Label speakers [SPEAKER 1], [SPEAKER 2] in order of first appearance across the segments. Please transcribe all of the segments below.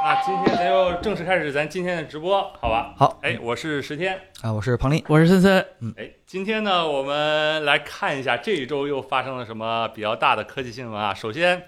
[SPEAKER 1] 啊正式开始咱今天的直播，好吧？
[SPEAKER 2] 好，
[SPEAKER 1] 哎，我是石天。
[SPEAKER 2] 啊，我是嗯庞林，
[SPEAKER 3] 我是森森，
[SPEAKER 1] 哎，今天呢，我们来看一下这一周又发生了什么比较大的科技新闻啊。首先，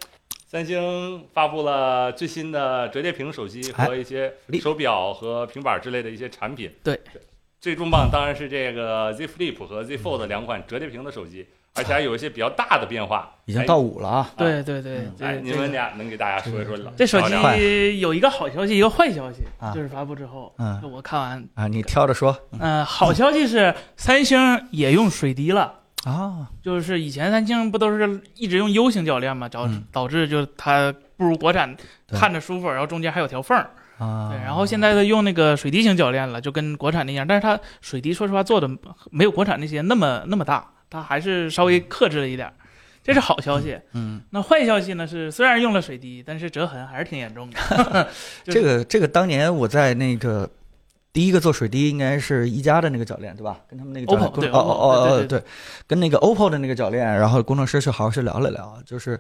[SPEAKER 1] 三星发布了最新的折叠屏手机和一些
[SPEAKER 2] 哎
[SPEAKER 1] 手表和平板之类的一些产品。
[SPEAKER 3] 对
[SPEAKER 1] 最，最重磅当然是这个 Z Flip 和 Z Fold 两款折叠屏的手机，而且还有一些比较大的变化。
[SPEAKER 2] 已经到午了啊，
[SPEAKER 3] 对对对，这
[SPEAKER 1] 哎，哎，你
[SPEAKER 3] 这
[SPEAKER 1] 们
[SPEAKER 3] 个
[SPEAKER 1] 俩能给大家说一说
[SPEAKER 3] 这手
[SPEAKER 1] 聊聊
[SPEAKER 3] 机有一个好消息，一个坏消息
[SPEAKER 2] 啊，
[SPEAKER 3] 就是发布之后，
[SPEAKER 2] 嗯
[SPEAKER 3] 我看完，
[SPEAKER 2] 啊，你挑着说
[SPEAKER 3] 呃，好消息是三星也用水滴了，
[SPEAKER 2] 啊，
[SPEAKER 3] 就是以前三星不都是一直用 U 型铰链嘛，导
[SPEAKER 2] 嗯
[SPEAKER 3] 导致就是它不如国产
[SPEAKER 2] 对
[SPEAKER 3] 看着舒服，然后中间还有条缝儿，
[SPEAKER 2] 啊，
[SPEAKER 3] 对，然后现在的用那个水滴型铰链了，就跟国产那样，但是它水滴说实话做的没有国产那些那么那么大，它还是稍微克制了一点儿，这是好消息。
[SPEAKER 2] 嗯，
[SPEAKER 3] 那坏消息呢是，虽然用了水滴，但是折痕还是挺严重的。就是
[SPEAKER 2] 这个这个当年我在那个第一个做水滴应该是一加的那个铰链对吧？跟他们那个铰链
[SPEAKER 3] OPPO，
[SPEAKER 2] 工
[SPEAKER 3] 对
[SPEAKER 2] 哦哦哦
[SPEAKER 3] OPPO，
[SPEAKER 2] 哦
[SPEAKER 3] 对对
[SPEAKER 2] 对，跟那个 OPPO 的那个铰链，然后工程师去好好去聊了聊，就是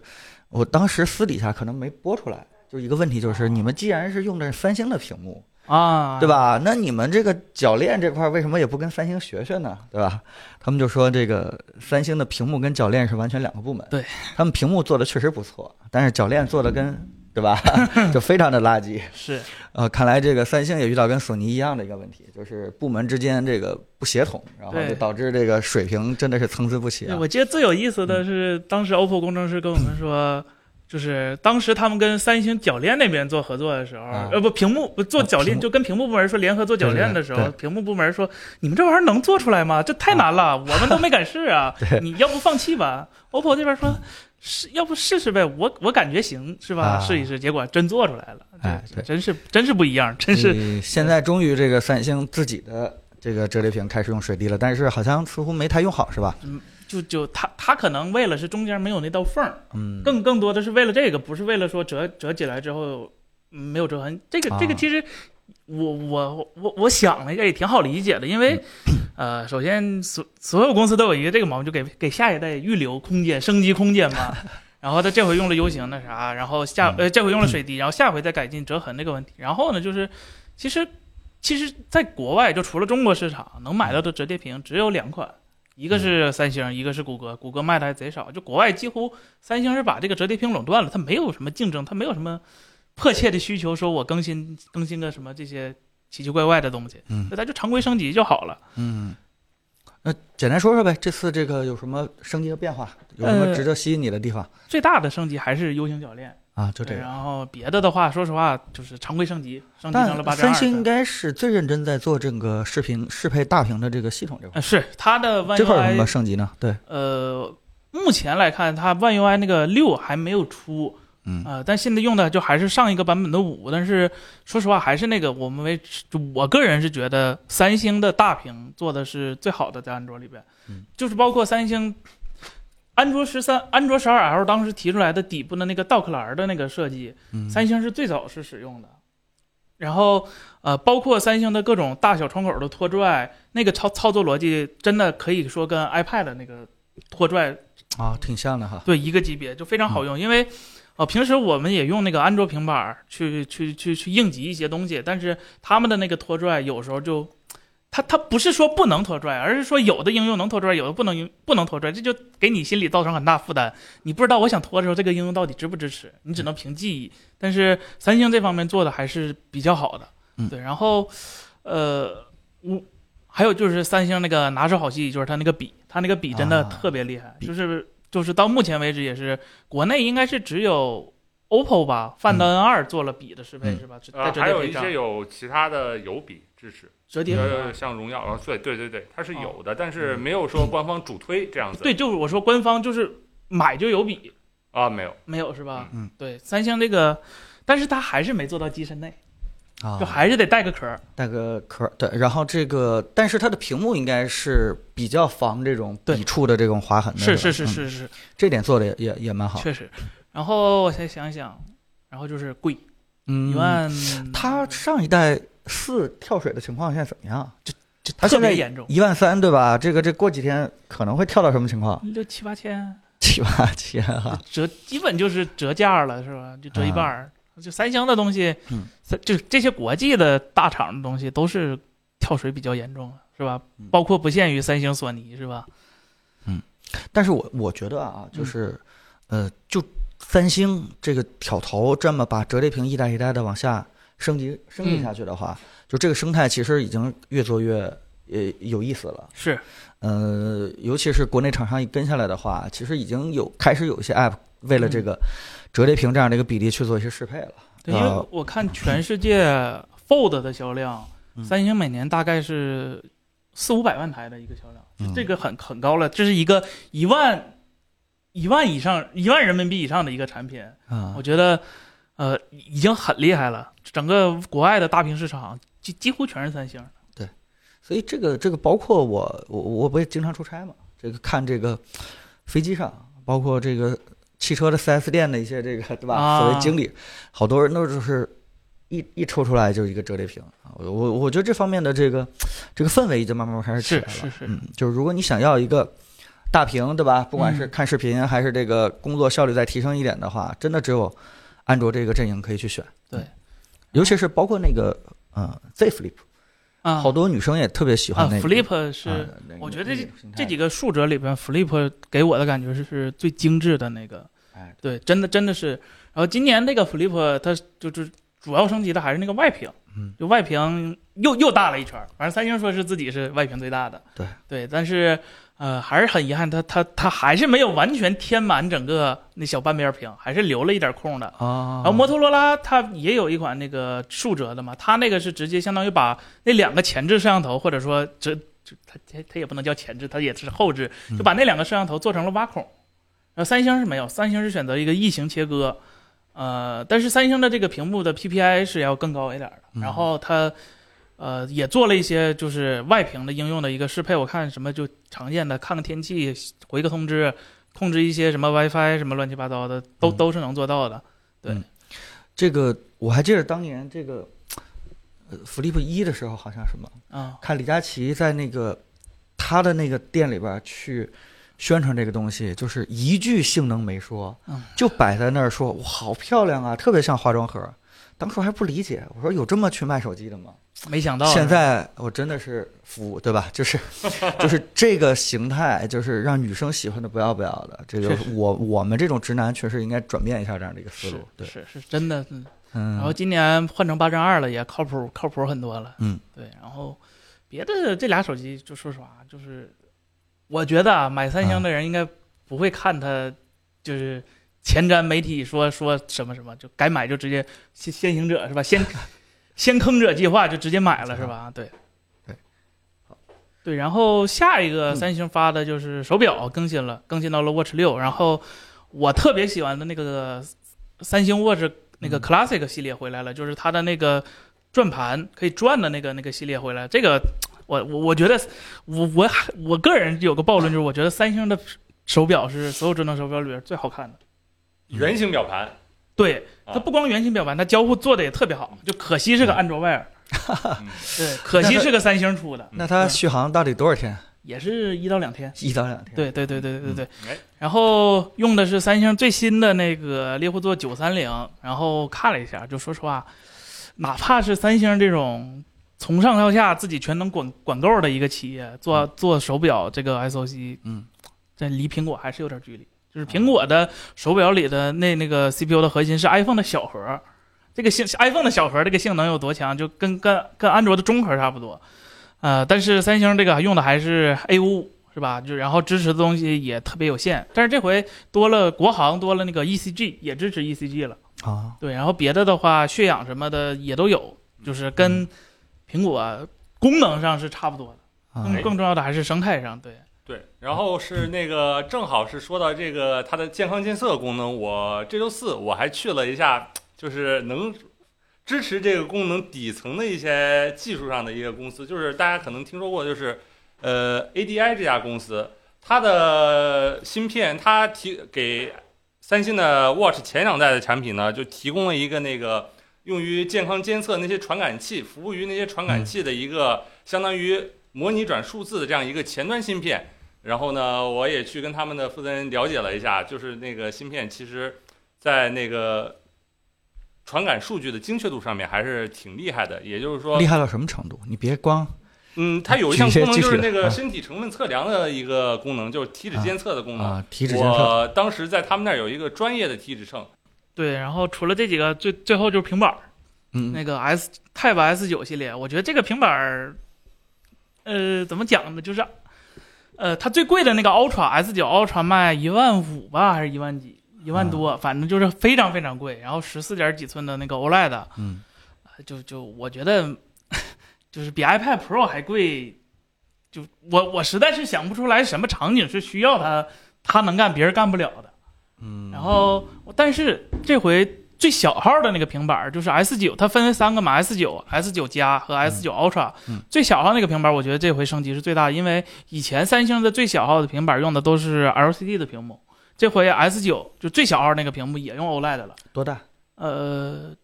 [SPEAKER 2] 我当时私底下可能没播出来。就一个问题，就是你们既然是用的是三星的屏幕，
[SPEAKER 3] 啊，
[SPEAKER 2] 对？吧？那你们这个铰链这块为什么也不跟三星学学呢？对吧？他们就说这个三星的屏幕跟铰链是完全两个部门。
[SPEAKER 3] 对，
[SPEAKER 2] 他们屏幕做的确实不错，但是铰链做的跟对吧， 就非常的垃圾。
[SPEAKER 3] 是，
[SPEAKER 2] 呃，看来这个三星也遇到跟索尼一样的一个问题，就是部门之间这个不协同，然后就
[SPEAKER 3] 对
[SPEAKER 2] 导致这个水平真的是参差不齐
[SPEAKER 3] 对
[SPEAKER 2] 啊。嗯
[SPEAKER 3] 我记得最有意思的是，当时 OPPO 工程师跟我们说。就是当时他们跟三星铰链那边做合作的时候，
[SPEAKER 2] 啊
[SPEAKER 3] 呃，不，屏幕不做
[SPEAKER 2] 啊
[SPEAKER 3] 铰
[SPEAKER 2] 屏
[SPEAKER 3] 链，
[SPEAKER 2] 幕
[SPEAKER 3] 就跟屏幕部门说联合做铰链的时
[SPEAKER 2] 对
[SPEAKER 3] 候
[SPEAKER 2] 对，
[SPEAKER 3] 屏幕部门说：“你们这玩意儿能做出来吗？这太难了，我们都没敢试啊
[SPEAKER 2] 对！
[SPEAKER 3] 你要不放弃吧？”OPPO 这边说：“是，要不试试呗？我我感觉行，是
[SPEAKER 2] 啊
[SPEAKER 3] 吧？试一试。”结果真做出来了，
[SPEAKER 2] 哎
[SPEAKER 3] 这
[SPEAKER 2] 对
[SPEAKER 3] 真是真是不一样，真是
[SPEAKER 2] 呃现在终于这个三星自己的这个折叠屏开始用水滴了，但是好像似乎没太用好，是吧？
[SPEAKER 3] 就就他他可能为了是中间没有那道缝儿，
[SPEAKER 2] 嗯，
[SPEAKER 3] 更更多的是为了这个，不是为了说折折起来之后嗯没有折痕。这个
[SPEAKER 2] 啊
[SPEAKER 3] 这个其实我我我我想了一下也挺好理解的，因为呃，首先所所有公司都有一个这个毛病，就给给下一代预留空间、升级空间嘛。然后他这回用了 U 型那啥，然后下呃这回用了水滴，然后下回再改进折痕这个问题。然后呢，就是其实其实在国外就除了中国市场能买到的折叠屏只有两款。一个是三星，一个是谷歌，谷歌卖的还贼少。就国外几乎三星是把这个折叠屏垄断了，它没有什么竞争，它没有什么迫切的需求，说我更新更新个什么这些奇奇怪怪的东西，
[SPEAKER 2] 嗯
[SPEAKER 3] 那咱就常规升级就好了。
[SPEAKER 2] 嗯，那简单说说呗，这次这个有什么升级的变化，有什么
[SPEAKER 3] 呃
[SPEAKER 2] 值得吸引你的地方、
[SPEAKER 3] 最大的升级还是 U 型铰链，
[SPEAKER 2] 啊？就这个。
[SPEAKER 3] 然后别的的话，说实话就是常规升级，升级成了八
[SPEAKER 2] 但
[SPEAKER 3] 点
[SPEAKER 2] 三
[SPEAKER 3] 二。
[SPEAKER 2] 星应该是最认真在做这个视频适配大屏的这个系统这块，
[SPEAKER 3] 呃是它的
[SPEAKER 2] 这块有什么
[SPEAKER 3] OneUI
[SPEAKER 2] 升级呢？对，
[SPEAKER 3] 呃，目前来看，它 OneUI 那个六还没有出，
[SPEAKER 2] 嗯
[SPEAKER 3] 呃，但现在用的就还是上一个版本的五，但是说实话，还是那个我们为止就我个人是觉得三星的大屏做的是最好的，在安卓里边，
[SPEAKER 2] 嗯
[SPEAKER 3] 就是包括三星安卓十三、安卓十二 L 当时提出来的底部的那个倒克栏的那个设计，
[SPEAKER 2] 嗯
[SPEAKER 3] 三星是最早是使用的。然后，呃，包括三星的各种大小窗口的拖拽，那个操操作逻辑真的可以说跟 iPad 的那个拖拽
[SPEAKER 2] 啊，挺像的哈。
[SPEAKER 3] 对，一个级别就非常好用，因为呃，平时我们也用那个安卓平板儿去去去去应急一些东西，但是他们的那个拖拽有时候就，它它不是说不能拖拽，而是说有的应用能拖拽，有的不能用不能拖拽，这就给你心里造成很大负担。你不知道我想拖的时候这个应用到底支不支持，你只能凭记忆。但是三星这方面做的还是比较好的，
[SPEAKER 2] 嗯
[SPEAKER 3] 对，然后呃，我。还有就是三星那个拿手好戏，就是它那个笔，它那个笔真的
[SPEAKER 2] 啊
[SPEAKER 3] 特别厉害，
[SPEAKER 2] 笔
[SPEAKER 3] 就是就是到目前为止也是国内应该是只有 OPPO 吧，Find N 二做了笔的适配、
[SPEAKER 2] 嗯
[SPEAKER 3] 是吧？只在
[SPEAKER 1] 啊，
[SPEAKER 3] 折
[SPEAKER 1] 还有
[SPEAKER 3] 叠
[SPEAKER 1] 一
[SPEAKER 3] 屏上
[SPEAKER 1] 些，有其他的油笔支持，
[SPEAKER 3] 折叠屏上
[SPEAKER 1] 呃，像荣耀啊，对对对对，它是有的，但是没有说官方主推这样子。
[SPEAKER 3] 对，就是我说官方就是买就有笔，
[SPEAKER 1] 啊，没有，
[SPEAKER 3] 没有是吧？
[SPEAKER 2] 嗯，
[SPEAKER 3] 对，三星这个，但是它还是没做到机身内，
[SPEAKER 2] 啊
[SPEAKER 3] 就，还是得带个壳儿。
[SPEAKER 2] 带个壳儿，对，然后这个，但是它的屏幕应该是比较防这种
[SPEAKER 3] 对
[SPEAKER 2] 笔触的这种划痕的，
[SPEAKER 3] 是
[SPEAKER 2] 吧
[SPEAKER 3] 是是，
[SPEAKER 2] 嗯
[SPEAKER 3] 是是，
[SPEAKER 2] 这点做的也也也蛮好。
[SPEAKER 3] 确实。然后我再想想，然后就是贵，
[SPEAKER 2] 嗯
[SPEAKER 3] 一万，
[SPEAKER 2] 它上一代四跳水的情况现在怎么样？
[SPEAKER 3] 就
[SPEAKER 2] 它
[SPEAKER 3] 特
[SPEAKER 2] 现在
[SPEAKER 3] 别严重，
[SPEAKER 2] 一万三对吧？这个这过几天可能会跳到什么情况？
[SPEAKER 3] 六 七八千，
[SPEAKER 2] 七八千啊！
[SPEAKER 3] 折基本就是折价了是吧？就折一半儿。就三星的东西，
[SPEAKER 2] 啊嗯
[SPEAKER 3] 三就这些国际的大厂的东西都是跳水比较严重了，是吧
[SPEAKER 2] 嗯？
[SPEAKER 3] 包括不限于三星、索尼，是吧？
[SPEAKER 2] 但是我我觉得啊，就
[SPEAKER 3] 嗯
[SPEAKER 2] 是，呃，就三星这个挑头这么把折叠屏一代一代的往下升级升级
[SPEAKER 3] 嗯
[SPEAKER 2] 下去的话，就这个生态其实已经越做越呃有意思了。
[SPEAKER 3] 是，
[SPEAKER 2] 呃，尤其是国内厂商一跟下来的话，其实已经有开始有一些 app 为了这个折叠屏这样的一个比例去做一些适配了。
[SPEAKER 3] 对，因为
[SPEAKER 2] 呃
[SPEAKER 3] 我看全世界 Fold 的销量，
[SPEAKER 2] 嗯
[SPEAKER 3] 三星每年大概是四五百万台的一个销量，
[SPEAKER 2] 嗯
[SPEAKER 3] 这个很很高了，这是一个一万一万以上一万人民币以上的一个产品，
[SPEAKER 2] 啊
[SPEAKER 3] 我觉得呃已经很厉害了，整个国外的大屏市场几几乎全是三星。
[SPEAKER 2] 所以这个这个包括我我我不也经常出差嘛，这个看这个飞机上，包括这个汽车的 4S 店的一些这个对吧？
[SPEAKER 3] 啊
[SPEAKER 2] 所谓经理，好多人都就是一一抽出来就是一个折叠屏啊。我我我觉得这方面的这个这个氛围已经慢慢开始起来了。
[SPEAKER 3] 是是是
[SPEAKER 2] 嗯，就是如果你想要一个。大屏对吧？不管是
[SPEAKER 3] 嗯
[SPEAKER 2] 看视频还是这个工作效率再提升一点的话，真的只有安卓这个阵营可以去选。
[SPEAKER 3] 对
[SPEAKER 2] 嗯，尤其是包括那个呃 Z Flip，
[SPEAKER 3] 啊，
[SPEAKER 2] 好多女生也特别喜
[SPEAKER 3] 啊
[SPEAKER 2] 欢那个。
[SPEAKER 3] ，Flip 是、
[SPEAKER 2] 啊那个
[SPEAKER 3] 我觉得
[SPEAKER 2] 那个形态
[SPEAKER 3] 这几个数折里边，Flip 给我的感觉是是最精致的那个，
[SPEAKER 2] 哎，
[SPEAKER 3] 对，真的真的是。然后今年那个 Flip 它就是主要升级的还是那个外屏，
[SPEAKER 2] 嗯
[SPEAKER 3] 就外屏又又大了一圈儿。反正三星说是自己是外屏最大的，
[SPEAKER 2] 对
[SPEAKER 3] 对，但是呃还是很遗憾，它它它还是没有完全填满整个那小半边屏，还是留了一点空的。
[SPEAKER 2] 啊
[SPEAKER 3] 然后摩托罗拉它也有一款那个竖折的嘛，它那个是直接相当于把那两个前置摄像头，或者说这这它它它也不能叫前置，它也是后置，
[SPEAKER 2] 嗯
[SPEAKER 3] 就把那两个摄像头做成了挖孔。然后三星是没有，三星是选择一个异形切割，呃，但是三星的这个屏幕的 PPI 是要更高一点的，
[SPEAKER 2] 嗯
[SPEAKER 3] 然后它。呃，也做了一些就是外屏的应用的一个适配，我看什么就常见的看个天气、回个通知、控制一些什么 WiFi 什么乱七八糟的，都
[SPEAKER 2] 嗯
[SPEAKER 3] 都是能做到的。
[SPEAKER 2] 这个我还记得当年这个呃 Flip 一的时候，好像什么
[SPEAKER 3] 啊，
[SPEAKER 2] 看李佳琦在那个他的那个店里边去宣传这个东西，就是一句性能没说
[SPEAKER 3] 嗯，
[SPEAKER 2] 就摆在那儿说哇好漂亮啊，特别像化妆盒。当时我还不理解，我说有这么去卖手机的吗？
[SPEAKER 3] 没想到
[SPEAKER 2] 现
[SPEAKER 3] 是吧
[SPEAKER 2] 在我真的是服，对吧？ 就是就是这个形态，就是让女生喜欢的不要不要的。这个
[SPEAKER 3] 是是
[SPEAKER 2] 我我们这种直男确实应该转变一下这样的一个思
[SPEAKER 3] 是
[SPEAKER 2] 路。对，
[SPEAKER 3] 是是真的。嗯
[SPEAKER 2] 嗯，
[SPEAKER 3] 然后今年换成八针二了，也靠谱靠谱很多了。
[SPEAKER 2] 嗯，
[SPEAKER 3] 对。然后别的这俩手机，就说实话，就是我觉得啊，买三星的人应该不会看它，就是前瞻媒体说 说什么什么，就该买就直接先先行者是 吧？先先坑者计划就直接买了是吧？对。
[SPEAKER 2] 啊对好
[SPEAKER 3] 对，然后下一个
[SPEAKER 2] 嗯
[SPEAKER 3] 三星发的就是手表更新了，更新到了 Watch 六，然后我特别喜欢的那个三星 Watch 那个
[SPEAKER 2] 嗯
[SPEAKER 3] Classic 系列回来了，就是它的那个转盘可以转的那个那个系列回来。这个我我我觉得我我我个人有个暴论，就是我觉得三星的手表是所有智能手表里边最好看的。
[SPEAKER 1] 圆形表盘，
[SPEAKER 3] 对，嗯
[SPEAKER 1] 啊
[SPEAKER 3] 它不光圆形表盘，它交互做的也特别好，就可惜是个安卓 Wear，
[SPEAKER 1] 嗯
[SPEAKER 3] 对，可惜是个三星出的，
[SPEAKER 2] 那它续航到底多少天？
[SPEAKER 3] 也是一到两天。
[SPEAKER 2] 一到两天。，
[SPEAKER 3] 对对对对对对。
[SPEAKER 1] 哎，
[SPEAKER 3] 然后用的是三星最新的那个猎户座九三零，然后看了一下，就说实话，哪怕是三星这种从上到下自己全能管管够的一个企业，做做手表这个 SOC，
[SPEAKER 2] 嗯，
[SPEAKER 3] 这离苹果还是有点距离。就是苹果的手表里的那那个 CPU 的核心是 iPhone 的小核，这个性 iPhone 的小核这个性能有多强，就跟跟跟安卓的中核差不多。呃，但是三星这个用的还是 A 5 5是吧？就然后支持的东西也特别有限，但是这回多了国行，多了那个 ECG 也支持 ECG 了。
[SPEAKER 2] 啊，
[SPEAKER 3] 对，然后别的的话，血氧什么的也都有，就是跟苹果功能上是差不多的。
[SPEAKER 2] 啊
[SPEAKER 3] 更更重要的还是生态上，对，
[SPEAKER 1] 对，然后是那个，正好是说到这个它的健康监测功能，我这周四我还去了一下，就是能支持这个功能底层的一些技术上的一个公司，就是大家可能听说过，就是呃 ADI 这家公司，它的芯片它提给三星的 Watch 前两代的产品呢，就提供了一个那个用于健康监测那些传感器，服务于那些传感器的一个相当于模拟转数字的这样一个前端芯片。然后呢，我也去跟他们的负责人了解了一下，就是那个芯片其实，在那个传感数据的精确度上面还是挺厉害的。也就是说
[SPEAKER 2] 厉，害到什么程度？你别光
[SPEAKER 1] 嗯，它有一项
[SPEAKER 2] 举
[SPEAKER 1] 功
[SPEAKER 2] 些
[SPEAKER 1] 能
[SPEAKER 2] 具
[SPEAKER 1] 就是
[SPEAKER 2] 体
[SPEAKER 1] 那
[SPEAKER 2] 的
[SPEAKER 1] 个
[SPEAKER 2] 啊
[SPEAKER 1] 身体成分测量的一个功能，就是体脂监测的功
[SPEAKER 3] 嗯
[SPEAKER 1] 能。
[SPEAKER 2] 啊体脂监测，
[SPEAKER 1] 我当时在他们那儿有一个专业的体脂秤，
[SPEAKER 3] 对，然后除了这几个，最最后就是平板儿，
[SPEAKER 2] 嗯，
[SPEAKER 3] 那个 S Type S 九系列，我觉得这个平板儿，呃，怎么讲呢？就是，呃，它最贵的那个 Ultra S 九 Ultra 卖一万五吧，还是一万几？一万多，反正就是非常非常贵。然后十四点几寸的那个 OLED，呃
[SPEAKER 2] 嗯
[SPEAKER 3] 就就我觉得， 就是比 iPad Pro 还贵。就我我实在是想不出来什么场景是需要它，它能干别人干不了的。
[SPEAKER 2] 嗯，
[SPEAKER 3] 然后，但是这回最小号的那个平板儿就是 S 九，它分为三个嘛，S 九、S 九加和 S 九 Ultra、
[SPEAKER 2] 嗯
[SPEAKER 3] 最小号那个平板儿，我觉得这回升级是最大的，因为以前三星的最小号的平板儿用的都是 LCD 的屏幕，这回 S 九就最小号那个屏幕也用 OLED 了，
[SPEAKER 2] 多大？
[SPEAKER 3] 呃，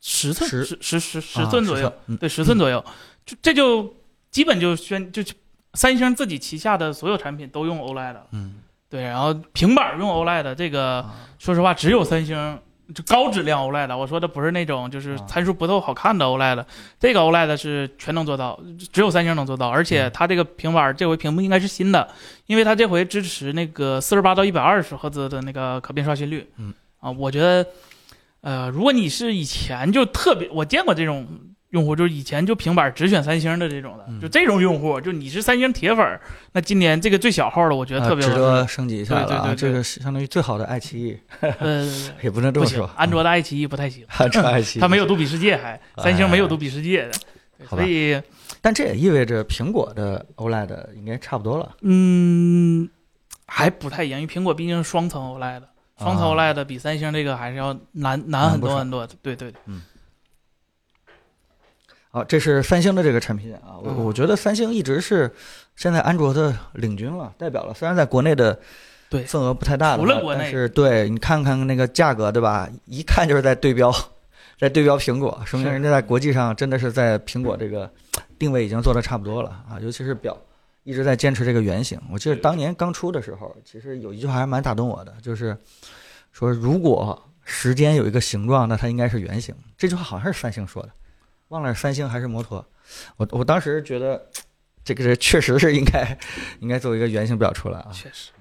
[SPEAKER 3] 十寸
[SPEAKER 2] 十
[SPEAKER 3] 十十十十
[SPEAKER 2] 啊
[SPEAKER 3] 寸左右，，
[SPEAKER 2] 嗯
[SPEAKER 3] 对，十寸左右，就这就基本就宣就三星自己旗下的所有产品都用 OLED 了。
[SPEAKER 2] 嗯，
[SPEAKER 3] 对，然后平板儿用 OLED 这个，
[SPEAKER 2] 啊
[SPEAKER 3] 说实话，只有三星就高质量 OLED。我说啊的不是那种就是
[SPEAKER 2] 啊
[SPEAKER 3] 参数不够好看的 OLED，、这个 OLED 是全能做到，只有三星能做到。而
[SPEAKER 2] 嗯
[SPEAKER 3] 且它这个平板儿这回屏幕应该是新的，因为它这回支持那个四十八到一百二十赫兹的那个可变刷新率。
[SPEAKER 2] 嗯
[SPEAKER 3] 啊，我觉得，呃，如果你是以前就特别，我见过这种。用户就是以前就平板儿只选三星的这种的，
[SPEAKER 2] 嗯
[SPEAKER 3] 就这种用户，就你是三星铁粉儿，那今年这个最小号的，我觉得
[SPEAKER 2] 啊
[SPEAKER 3] 特别
[SPEAKER 2] 值
[SPEAKER 3] 合适。
[SPEAKER 2] 得升级一下了啊！
[SPEAKER 3] 对对对对
[SPEAKER 2] 这个是相当于最好的爱奇艺，
[SPEAKER 3] 呃，对对对
[SPEAKER 2] 也不能这
[SPEAKER 3] 不
[SPEAKER 2] 么
[SPEAKER 3] 行
[SPEAKER 2] 说，，嗯
[SPEAKER 3] 安卓的爱奇艺不太行。
[SPEAKER 2] 安卓爱奇艺，
[SPEAKER 3] 它没有杜比世界还，
[SPEAKER 2] 哎
[SPEAKER 3] 三星没有杜比世界的，对
[SPEAKER 2] 好吧
[SPEAKER 3] 所以
[SPEAKER 2] 但这也意味着苹果的 OLED 应该差不多了。
[SPEAKER 3] 嗯，还不太一样，因为苹果毕竟是双层 OLED，双层
[SPEAKER 2] 啊
[SPEAKER 3] OLED 比三星这个还是要难难
[SPEAKER 2] 难
[SPEAKER 3] 很
[SPEAKER 2] 不
[SPEAKER 3] 多
[SPEAKER 2] 少
[SPEAKER 3] 很多。对对对，
[SPEAKER 2] 好，啊这是三星的这个产品线啊，我
[SPEAKER 3] 嗯
[SPEAKER 2] 我觉得三星一直是现在安卓的领军了，代表了。虽然在国内的
[SPEAKER 3] 对
[SPEAKER 2] 份额不太大的话，
[SPEAKER 3] 除了国内
[SPEAKER 2] 但是对你看看那个价格，对吧？一看就是在对标，在对标苹果，说明
[SPEAKER 3] 是
[SPEAKER 2] 人家在国际上真的是在苹果这个定位已经做的差不多了啊，尤其是表。一直在坚持这个原型。我记得当年刚出的时候，其实有一句话还蛮打动我的，就是说如果时间有一个形状，那它应该是圆形。这句话好像是三星说的，忘了是三星还是摩托。我我当时觉得这个这确实是应该应该做一个圆形表出来啊。
[SPEAKER 3] 确实，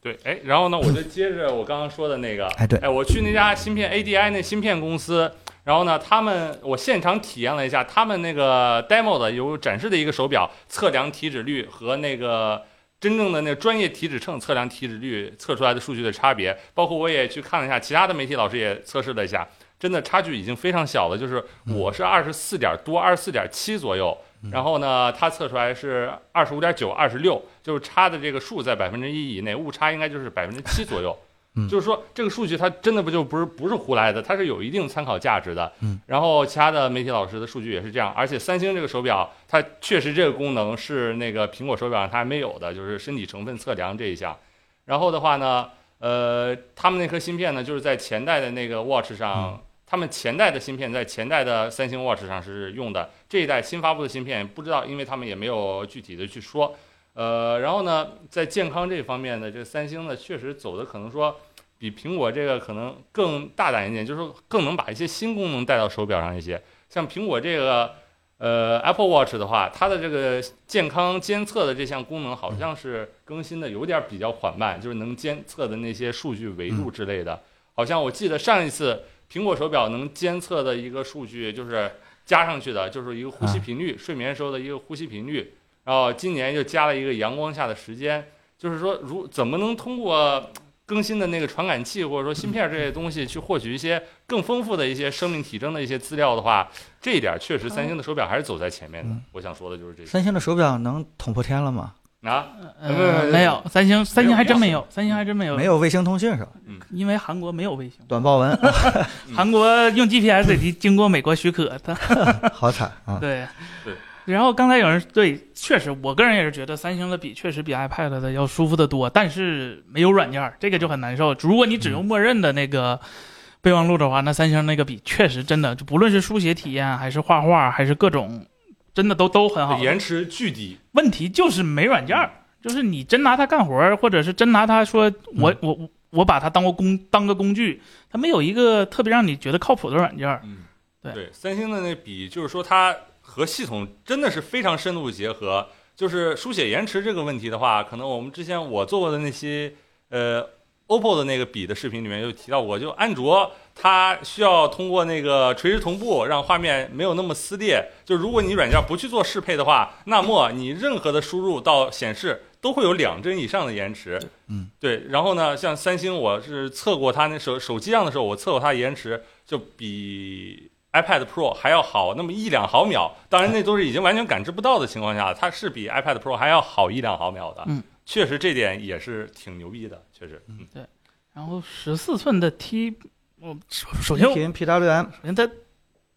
[SPEAKER 1] 对，哎，然后呢，我就接着我刚刚说的那个，
[SPEAKER 2] 哎对
[SPEAKER 1] 哎，我去那家芯片 ADI 那芯片公司，然后呢，他们我现场体验了一下他们那个 demo 的有展示的一个手表，测量体脂率和那个真正的那个专业体脂秤测量体脂率测出来的数据的差别，包括我也去看了一下，其他的媒体老师也测试了一下，真的差距已经非常小了，就是我是二十四点多，二十四点七左右。然后呢，它测出来是二十五点九、二十六，就是差的这个数在百分之一以内，误差应该就是百分之七左右。
[SPEAKER 2] 嗯
[SPEAKER 1] 就是说这个数据它真的不就不是不是胡来的，它是有一定参考价值的。
[SPEAKER 2] 嗯，
[SPEAKER 1] 然后其他的媒体老师的数据也是这样，而且三星这个手表它确实这个功能是那个苹果手表上它还没有的，就是身体成分测量这一项。然后的话呢，呃，他们那颗芯片呢，就是在前代的那个 Watch 上，他们前代的芯片在前代的三星 Watch 上是用的，这一代新发布的芯片不知道，因为他们也没有具体的去说。呃，然后呢，在健康这方面呢，这个三星呢确实走的可能说比苹果这个可能更大胆一点，就是说更能把一些新功能带到手表上一些。像苹果这个呃 Apple Watch 的话，它的这个健康监测的这项功能好像是更新的有点比较缓慢，就是能监测的那些数据维度之类的，好像我记得上一次苹果手表能监测的一个数据就是加上去的，就是一个呼吸
[SPEAKER 2] 啊
[SPEAKER 1] 频率，睡眠时候的一个呼吸频率。然后今年又加了一个阳光下的时间，就是说如怎么能通过更新的那个传感器或者说芯片这些东西去获取一些更丰富的一些生命体征的一些资料的话，这一点确实三星的手表还是走在前面的
[SPEAKER 2] 嗯。
[SPEAKER 1] 我想说的就是这些
[SPEAKER 2] 三星的手表能捅破天了吗？
[SPEAKER 1] 啊，
[SPEAKER 3] 呃
[SPEAKER 1] 不不
[SPEAKER 3] 没有三星，三星还真没有，三星还真没
[SPEAKER 2] 嗯
[SPEAKER 3] 有，
[SPEAKER 2] 没，有卫星通讯是吧？
[SPEAKER 3] 因为韩国没有卫星，
[SPEAKER 2] 短报 文，啊
[SPEAKER 1] 嗯
[SPEAKER 3] 韩国用 GPS 得经经过美国许可，它
[SPEAKER 2] 好惨 啊！
[SPEAKER 3] 对
[SPEAKER 1] 对。
[SPEAKER 3] 然后刚才有人对，确实，我个人也是觉得三星的笔确实比 iPad 的要舒服得多，但是没有软件儿，这个就很难受。如果你只用默认的那个备忘录的话，那三星那个笔确实真的，就不论是书写体验，还是画画，还是各种，真的都都很好。
[SPEAKER 1] 延迟巨低。
[SPEAKER 3] 问题就是没软件儿，就是你真拿它干活儿，或者是真拿它说我、我我我把它当过工当个工具，它没有一个特别让你觉得靠谱的软件儿。
[SPEAKER 1] 嗯，
[SPEAKER 3] 对
[SPEAKER 1] 对，三星的那笔就是说它和系统真的是非常深度结合。就是书写延迟这个问题的话，可能我们之前我做过的那些呃 OPPO 的那个笔的视频里面有提到过，就安卓它需要通过那个垂直同步让画面没有那么撕裂。就如果你软件不去做适配的话，那么你任何的输入到显示都会有两帧以上的延迟。
[SPEAKER 2] 嗯，
[SPEAKER 1] 对。然后呢，像三星，我是测过它那手手机上的时候，我测过它延迟，就比 iPad Pro 还要好那么一两毫秒，当然那都是已经完全感知不到的情况下，它是比 iPad Pro 还要好一两毫秒的。
[SPEAKER 3] 嗯，
[SPEAKER 1] 确实这点也是挺牛逼的，确实。嗯
[SPEAKER 3] 然后十四寸的 T，我首首先
[SPEAKER 2] 音
[SPEAKER 3] 我
[SPEAKER 2] 频 PWM
[SPEAKER 3] 首先它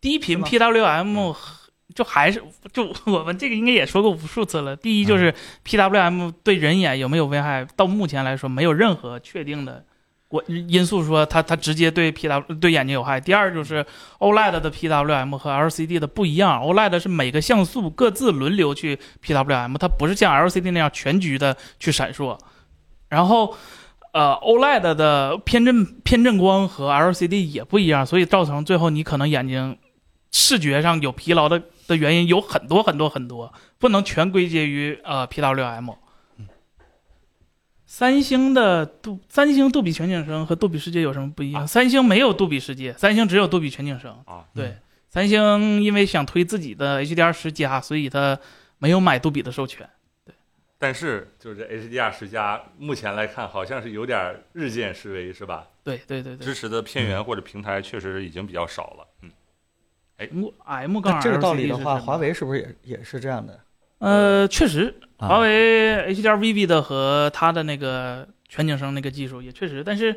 [SPEAKER 3] 低频
[SPEAKER 2] 是吗
[SPEAKER 3] PWM 和就还是就 我们这个应该也说过无数次了。第一就是 PWM 对人眼有没有危害，到目前来说没有任何确定的我因素说它它直接对 PW 对眼睛有害。第二就是 OLED 的 PWM 和 LCD 的不一样，OLED 是每个像素各自轮流去 PWM，它不是像 LCD 那样全局的去闪烁。然后，呃，OLED 的偏振偏振光和 LCD 也不一样，所以造成最后你可能眼睛视觉上有疲劳的的原因有很多很多很多，不能全归结于呃 PWM。三星的杜三星杜比全景声和杜比世界有什么不一样？
[SPEAKER 1] 啊
[SPEAKER 3] 三星没有杜比世界，三星只有杜比全景声。
[SPEAKER 1] 啊，
[SPEAKER 2] 嗯
[SPEAKER 3] 对，三星因为想推自己的 HDR 十加，所以它没有买杜比的授权。
[SPEAKER 1] 但是就是这 HDR 十加，目前来看好像是有点日渐式微，是吧？
[SPEAKER 3] 对对对对
[SPEAKER 1] 支持的片源或者平台确实已经比较少了。嗯，
[SPEAKER 3] ，M M M，M 杠
[SPEAKER 2] 那
[SPEAKER 3] LCD
[SPEAKER 2] 哎这个道理的
[SPEAKER 3] 是
[SPEAKER 2] 话，
[SPEAKER 3] 什么
[SPEAKER 2] 华为是不是也也是这样的？
[SPEAKER 3] 呃，确实，
[SPEAKER 2] 啊
[SPEAKER 3] 华为 HDRVB 的和它的那个全景声那个技术也确实，但是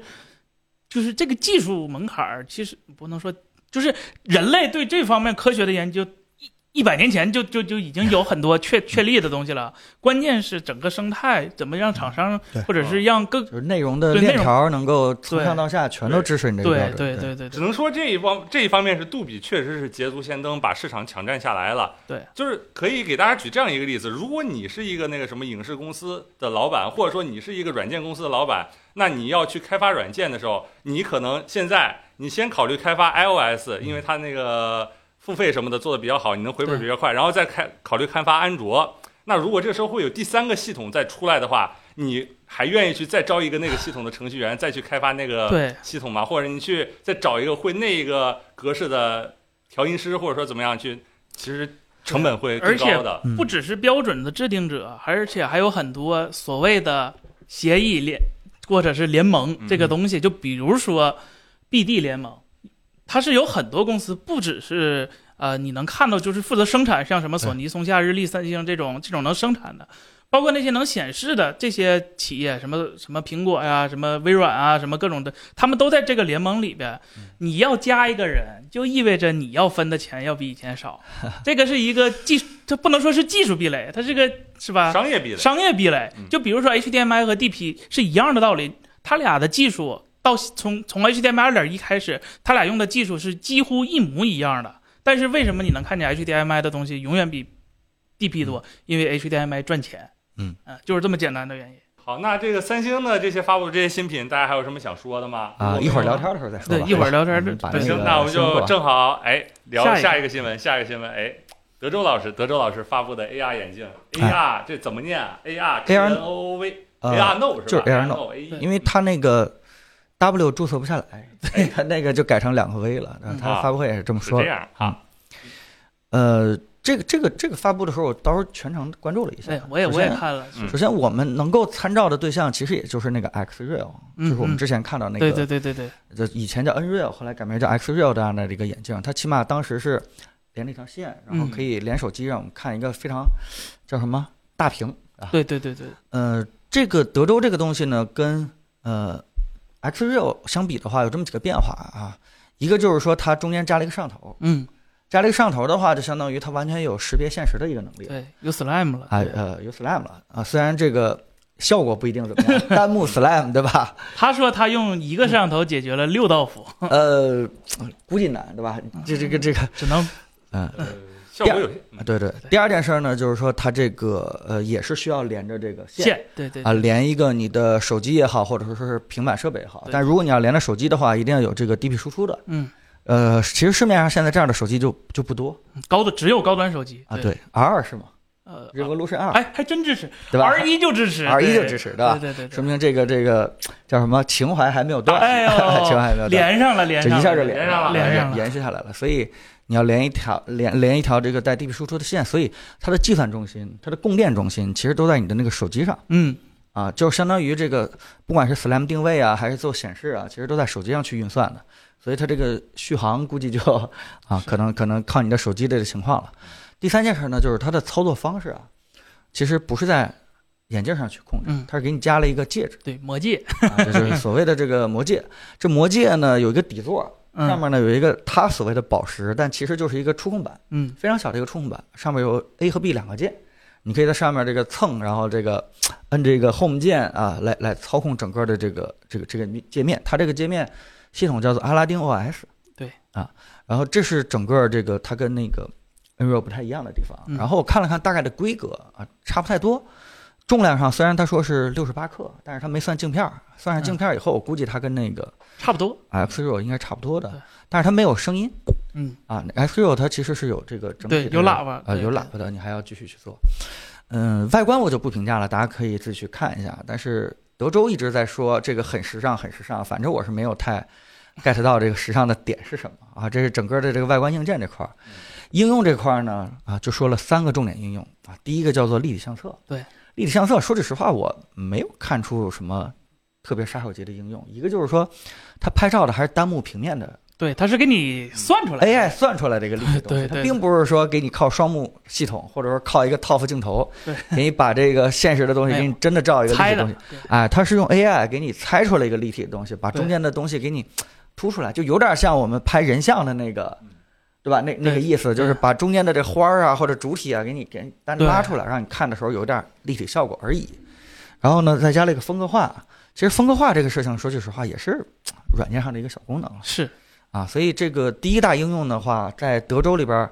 [SPEAKER 3] 就是这个技术门槛儿，其实不能说，就是人类对这方面科学的研究。一一百年前就就就已经有很多 确确立的东西了，关键是整个生态怎么让厂商
[SPEAKER 2] 对啊
[SPEAKER 3] 或者是让各
[SPEAKER 2] 就是内容的
[SPEAKER 3] 对内
[SPEAKER 2] 链
[SPEAKER 3] 容
[SPEAKER 2] 条能够从
[SPEAKER 3] 对
[SPEAKER 2] 上到下全都支持你这个标准。
[SPEAKER 3] 对对对对
[SPEAKER 1] 只能说这一方这一方面是杜比确实是捷足先登，把市场抢占下来了。
[SPEAKER 3] 对，
[SPEAKER 1] 就是可以给大家举这样一个例子：如果你是一个那个什么影视公司的老板，或者说你是一个软件公司的老板，那你要去开发软件的时候，你可能现在你先考虑开发 iOS，因
[SPEAKER 3] 嗯
[SPEAKER 1] 为它那个付费什么的做的比较好，你能回本比较快，然后再开考虑开发安卓。那如果这个时候会有第三个系统再出来的话，你还愿意去再招一个那个系统的程序员再去开发那个
[SPEAKER 3] 对
[SPEAKER 1] 系统嘛，或者你去再找一个会那个格式的调音师，或者说怎么样去，其实成本会更高的。
[SPEAKER 2] 嗯
[SPEAKER 3] 不只是标准的制定者，而且还有很多所谓的协议联或者是联盟
[SPEAKER 1] 嗯
[SPEAKER 3] 这个东西。就比如说 BD 联盟，它是有很多公司，不只是呃你能看到就是负责生产，像什么索尼、松下、日立、三星这种这种能生产的。包括那些能显示的这些企业，什么什么苹果呀、什么微软啊，什么各种的，他们都在这个联盟里边。
[SPEAKER 2] 嗯
[SPEAKER 3] 你要加一个人，就意味着你要分的钱要比以 前少。这个是一个技，它不能说是技术壁垒，它是个是吧？
[SPEAKER 1] 商业壁垒，
[SPEAKER 3] 啊商业壁垒
[SPEAKER 1] 嗯。
[SPEAKER 3] 就比如说 HDMI 和 DP 是一样的道理，它俩的技术到从从 HDMI 二点一开始，它俩用的技术是几乎一模一样的。但是为什么你能看见 HDMI 的东西永远比 DP 多？因为 HDMI 赚钱。
[SPEAKER 2] 嗯
[SPEAKER 3] 啊，就是这么简单的原因。
[SPEAKER 1] 好，那这个三星的这些发布这些新品，大家还有什么想说的吗？如
[SPEAKER 2] 啊，
[SPEAKER 1] 果没有
[SPEAKER 2] 一会儿聊天的时候再说吧。
[SPEAKER 3] 对一会儿聊天
[SPEAKER 2] 我们把
[SPEAKER 3] 对
[SPEAKER 2] 那
[SPEAKER 1] 行
[SPEAKER 2] 个，
[SPEAKER 1] 那我们
[SPEAKER 2] 苹
[SPEAKER 1] 就
[SPEAKER 2] 果
[SPEAKER 1] 正好哎聊
[SPEAKER 3] 下一个
[SPEAKER 1] 下一个新闻，下一个新闻哎，德州老师，德州老师发布的 AR 眼镜
[SPEAKER 2] 哎
[SPEAKER 1] ，AR 这怎么念啊？AR K
[SPEAKER 2] AR
[SPEAKER 1] N O O V
[SPEAKER 2] 呃
[SPEAKER 1] AR No
[SPEAKER 2] 就是
[SPEAKER 1] 吧
[SPEAKER 2] AR
[SPEAKER 1] No，AE
[SPEAKER 2] 因为它那个 W 注册不下来，它那个就改成两个 V 了。然后它
[SPEAKER 1] 啊
[SPEAKER 2] 发布会也是这么
[SPEAKER 1] 是
[SPEAKER 2] 说
[SPEAKER 1] 这
[SPEAKER 2] 的。
[SPEAKER 1] 样啊，
[SPEAKER 2] 呃，这个这个这个发布的时候，我到时候全程关注了一下
[SPEAKER 3] 对。，哎我也
[SPEAKER 2] 啊首
[SPEAKER 3] 我也
[SPEAKER 2] 先
[SPEAKER 3] 看了，
[SPEAKER 1] 嗯
[SPEAKER 2] 首先，我们能够参照的对象其实也就是那个 Xreal，
[SPEAKER 3] 嗯
[SPEAKER 2] 就是我们
[SPEAKER 3] 嗯
[SPEAKER 2] 之前看到那
[SPEAKER 3] 对对
[SPEAKER 2] 个，
[SPEAKER 3] 对对对，
[SPEAKER 2] 就以前叫 Nreal，后来改名叫 Xreal 这样的一个眼镜，它起码当时是连了一条线，然后
[SPEAKER 3] 嗯
[SPEAKER 2] 可以连手机让我们看一个非常叫什么大屏啊。
[SPEAKER 3] 对对对对，
[SPEAKER 2] 呃，这个德州这个东西呢，跟呃 Xreal 相比的话，有这么几个变化啊。一个就是说，它中间加了一个摄像头，
[SPEAKER 3] 嗯，
[SPEAKER 2] 加了一个摄像头的话，就相当于它完全有识别现实的一个能力。
[SPEAKER 3] 对，有 slime 了。
[SPEAKER 2] 啊，呃，有 slam 了啊，虽然这个效果不一定怎么样，弹幕 slam 对吧？
[SPEAKER 3] 他说他用一个摄像头解决了六道符，嗯
[SPEAKER 2] 呃，估计难对吧？这这个这个，
[SPEAKER 3] 只能
[SPEAKER 2] 嗯，
[SPEAKER 1] 呃效果有限。嗯
[SPEAKER 2] 对对
[SPEAKER 3] 对。
[SPEAKER 2] 第二件事儿呢，就是说它这个呃也是需要连着这个线
[SPEAKER 3] 线，对对
[SPEAKER 2] 啊，连一个你的手机也好，或者说是平板设备也好。
[SPEAKER 3] 对
[SPEAKER 2] 但如果你要连着手机的话，一定要有这个低频输出的。
[SPEAKER 3] 嗯，
[SPEAKER 2] 呃，其实市面上现在这样的手机就就不多
[SPEAKER 3] 高的只有高端手机
[SPEAKER 2] 啊。，对，R 二是吗
[SPEAKER 3] 呃，
[SPEAKER 2] ？Revolution 二，
[SPEAKER 3] 哎，还真支持
[SPEAKER 2] 对吧
[SPEAKER 3] ，R 一就支 持
[SPEAKER 2] R 一就支持，对吧？
[SPEAKER 3] 对对对
[SPEAKER 2] 说
[SPEAKER 3] 对，
[SPEAKER 2] 明这个这个叫什么情怀还没有断，
[SPEAKER 3] 哎呦
[SPEAKER 2] 情怀还没有断，
[SPEAKER 3] 连上了，连
[SPEAKER 2] 这
[SPEAKER 3] 上了，
[SPEAKER 2] 一下就
[SPEAKER 1] 连
[SPEAKER 2] 上
[SPEAKER 1] 上
[SPEAKER 2] 了，
[SPEAKER 1] 了
[SPEAKER 3] 连上
[SPEAKER 2] 延
[SPEAKER 3] 了
[SPEAKER 2] 延续下来了。所以你要连一条连连一条这个带地频输出的线，所以它的计算中心、它的供电中心其实都在你的那个手机上
[SPEAKER 3] 嗯，
[SPEAKER 2] 啊，就相当于这个不管是 SLAM 定位啊，还是做显示啊，其实都在手机上去运算的。所以它这个续航估计就啊，可能可能靠你的手机这个情况了。第三件事呢，就是它的操作方式啊，其实不是在眼镜上去控制
[SPEAKER 3] 嗯，
[SPEAKER 2] 它是给你加了一个戒指。
[SPEAKER 3] 对，魔戒，
[SPEAKER 2] 啊，这 就是所谓的这个魔戒。这魔戒呢有一个底座，
[SPEAKER 3] 嗯
[SPEAKER 2] 上面呢有一个它所谓的宝石，但其实就是一个触控板，
[SPEAKER 3] 嗯
[SPEAKER 2] 非常小的一个触控板，上面有 A 和 B 两个键，你可以在上面这个蹭，然后这个摁这个 Home 键啊，来来操控整个的这个这个这个界面。它这个界面系统叫做阿拉丁 OS。
[SPEAKER 3] 对
[SPEAKER 2] 啊，然后这是整个这个它跟那个 Nreal 不太一样的地方。
[SPEAKER 3] 嗯
[SPEAKER 2] 然后我看了看大概的规格啊，差不太多。重量上虽然他说是六十八克，但是他没算镜片儿，算上镜片儿以后，我估计它跟那个
[SPEAKER 3] 差不多，
[SPEAKER 2] X Zero 应该差不多的
[SPEAKER 3] 对，
[SPEAKER 2] 但是它没有声音
[SPEAKER 3] 嗯，
[SPEAKER 2] 啊。X Zero 它其实是有这个整体
[SPEAKER 3] 对
[SPEAKER 2] 的，
[SPEAKER 3] 有喇叭
[SPEAKER 2] 啊，
[SPEAKER 3] 对
[SPEAKER 2] 有喇叭的，你还要继续去做。嗯，外观我就不评价了，大家可以自己去看一下。但是德州一直在说这个很时尚，很时尚，反正我是没有 太 get 到这个时尚的点是什么啊。这是整个的这个外观硬件这块儿，
[SPEAKER 3] 嗯
[SPEAKER 2] 应用这块儿呢啊，就说了三个重点应用啊。第一个叫做立体相册，
[SPEAKER 3] 对，
[SPEAKER 2] 立体相册，说句实话，我没有看出有什么特别杀手级的应用。一个就是说，它拍照的还是单目平面的
[SPEAKER 3] 对，它是给你算出来的
[SPEAKER 2] AI 算出来的一个立体东西，
[SPEAKER 3] 对对
[SPEAKER 2] 它
[SPEAKER 3] 对
[SPEAKER 2] 并不是说给你靠双目系统，或者说靠一个 TOF 镜头
[SPEAKER 3] 对，
[SPEAKER 2] 给你把这个现实的东西
[SPEAKER 3] 没有
[SPEAKER 2] 给你真的照一个立体
[SPEAKER 3] 猜
[SPEAKER 2] 的
[SPEAKER 3] 的
[SPEAKER 2] 东西。，
[SPEAKER 3] 对
[SPEAKER 2] 哎，它是用 AI 给你猜出了一个立体的东西，把中间的东西给你凸出来，就有点像我们拍人像的那个，对吧？那那个
[SPEAKER 3] 对
[SPEAKER 2] 意思就是把中间的这花儿啊或者主体啊给你给你单
[SPEAKER 3] 对
[SPEAKER 2] 拉出来，让你看的时候有点立体效果而已。然后呢，再加了一个风格化。其实风格化这个事情，说句实话也是呃软件上的一个小功能了。
[SPEAKER 3] 是，
[SPEAKER 2] 啊，所以这个第一大应用的话，在德州里边儿，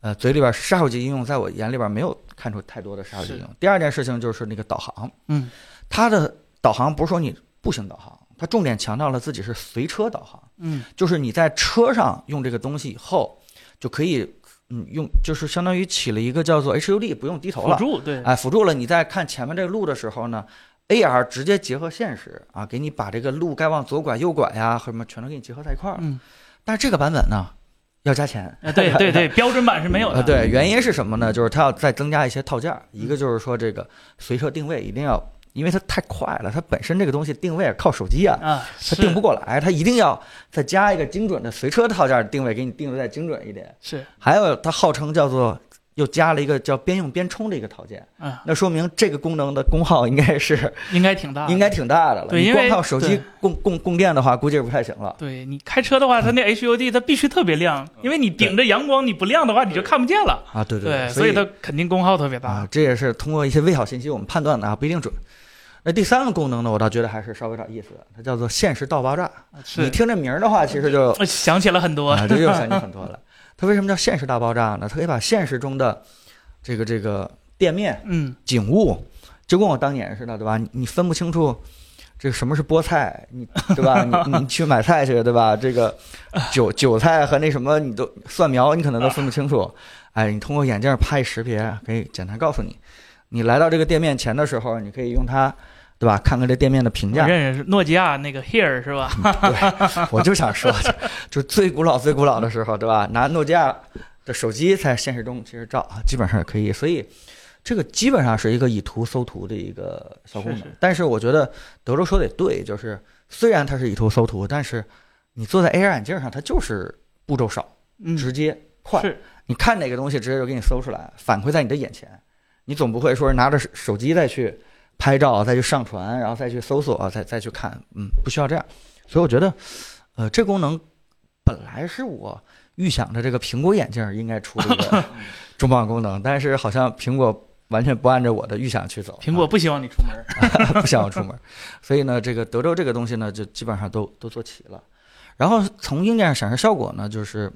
[SPEAKER 2] 呃，嘴里边儿杀手级应用，在我眼里边儿没有看出太多的杀手级应用。第二件事情就是那个导航，
[SPEAKER 3] 嗯，
[SPEAKER 2] 它的导航不是说你步行导航，它重点强调了自己是随车导航，
[SPEAKER 3] 嗯，
[SPEAKER 2] 就是你在车上用这个东西以后，就可以，嗯，用就是相当于起了一个叫做 HUD，不用低头
[SPEAKER 3] 辅
[SPEAKER 2] 了，
[SPEAKER 3] 助，对，
[SPEAKER 2] 哎，辅助了。你在看前面这个路的时候呢，AR 直接结合现实啊，给你把这个路该往左拐、右拐呀，和什么全都给你结合在一块儿了。
[SPEAKER 3] 嗯，
[SPEAKER 2] 但是这个版本呢，要加钱。
[SPEAKER 3] 呃对对对，标准版是没有
[SPEAKER 2] 呃，
[SPEAKER 3] 的，，
[SPEAKER 2] 对，原因是什么呢？就是它要再增加一些套件儿，一个就是说这个随车定位一定要，因为它太快了，它本身这个东西定位靠手机啊，
[SPEAKER 3] 啊，
[SPEAKER 2] 它
[SPEAKER 3] 是
[SPEAKER 2] 定不过来，它一定要再加一个精准的随车套件儿定位，给你定的再精准一点。
[SPEAKER 3] 是，
[SPEAKER 2] 还有它号称叫做又加了一个叫边用边充的一个套件，
[SPEAKER 3] 嗯，
[SPEAKER 2] 那说明这个功能的功耗应该是
[SPEAKER 3] 应该挺大的，
[SPEAKER 2] 应该挺大的了。
[SPEAKER 3] 啊对
[SPEAKER 2] 你
[SPEAKER 3] 因
[SPEAKER 2] 光
[SPEAKER 3] 为
[SPEAKER 2] 靠手机
[SPEAKER 3] 对
[SPEAKER 2] 供供供电的话，估计是不太行了。
[SPEAKER 3] 对你开车的话，它
[SPEAKER 2] 嗯
[SPEAKER 3] 那 HUD 它必须特别亮，因为你顶着阳光，你不亮的话你就看不见了。
[SPEAKER 2] 啊，嗯对
[SPEAKER 3] 对，
[SPEAKER 2] 所
[SPEAKER 3] 所以它肯定功耗特别
[SPEAKER 2] 啊
[SPEAKER 3] 大。，
[SPEAKER 2] 这也是通过一些微小信息我们判断的啊，不一定准。那第三个功能呢，我倒觉得还是稍微有点意思的，它叫做限时倒爆炸。你
[SPEAKER 3] 是，
[SPEAKER 2] 听这名儿的话，其实就
[SPEAKER 3] 我想起了很多。
[SPEAKER 2] 啊，这就想起很多了。它为什么叫现实大爆炸呢？它可以把现实中的这个这个店面
[SPEAKER 3] 嗯，
[SPEAKER 2] 景物，就跟我当年似的，对吧？你你分不清楚这个什么是菠菜，你对吧？你你去买菜去，对吧？这个韭韭菜和那什么，你都蒜苗，你可能都分不清楚。哎，你通过眼镜拍一识别，可以简单告诉你。你来到这个店面前的时候，你可以用它，对吧？看看这店面的评
[SPEAKER 3] 我
[SPEAKER 2] 价。
[SPEAKER 3] 认识诺基亚那个 Here 是吧？
[SPEAKER 2] 对， 我就想说，就最古老最古老的时候，对吧？拿诺基亚的手机在现实中其实照啊，基本上也可以。所以这个基本上是一个以图搜图的一个小功能。
[SPEAKER 3] 是是
[SPEAKER 2] 但是我觉得德州说的也对，就是虽然它是以图搜图，但是你坐在 AR 眼镜上，它就是步骤少，
[SPEAKER 3] 嗯，
[SPEAKER 2] 直接快。
[SPEAKER 3] 是
[SPEAKER 2] 你看哪个东西，直接就给你搜出来，反馈在你的眼前。你总不会说是拿着手手机再去拍照，再去上传，然后再去搜索，再再去看，嗯，不需要这样。所以我觉得，呃，这功能本来是我预想着这个苹果眼镜应该出这 个重磅功能，但是好像苹果完全不按照我的预想去走，
[SPEAKER 3] 苹果不希望你出门。
[SPEAKER 2] 啊不想要出门，所以呢，这个德州这个东西呢，就基本上都都做齐了。然后从硬件上显示效果呢，就是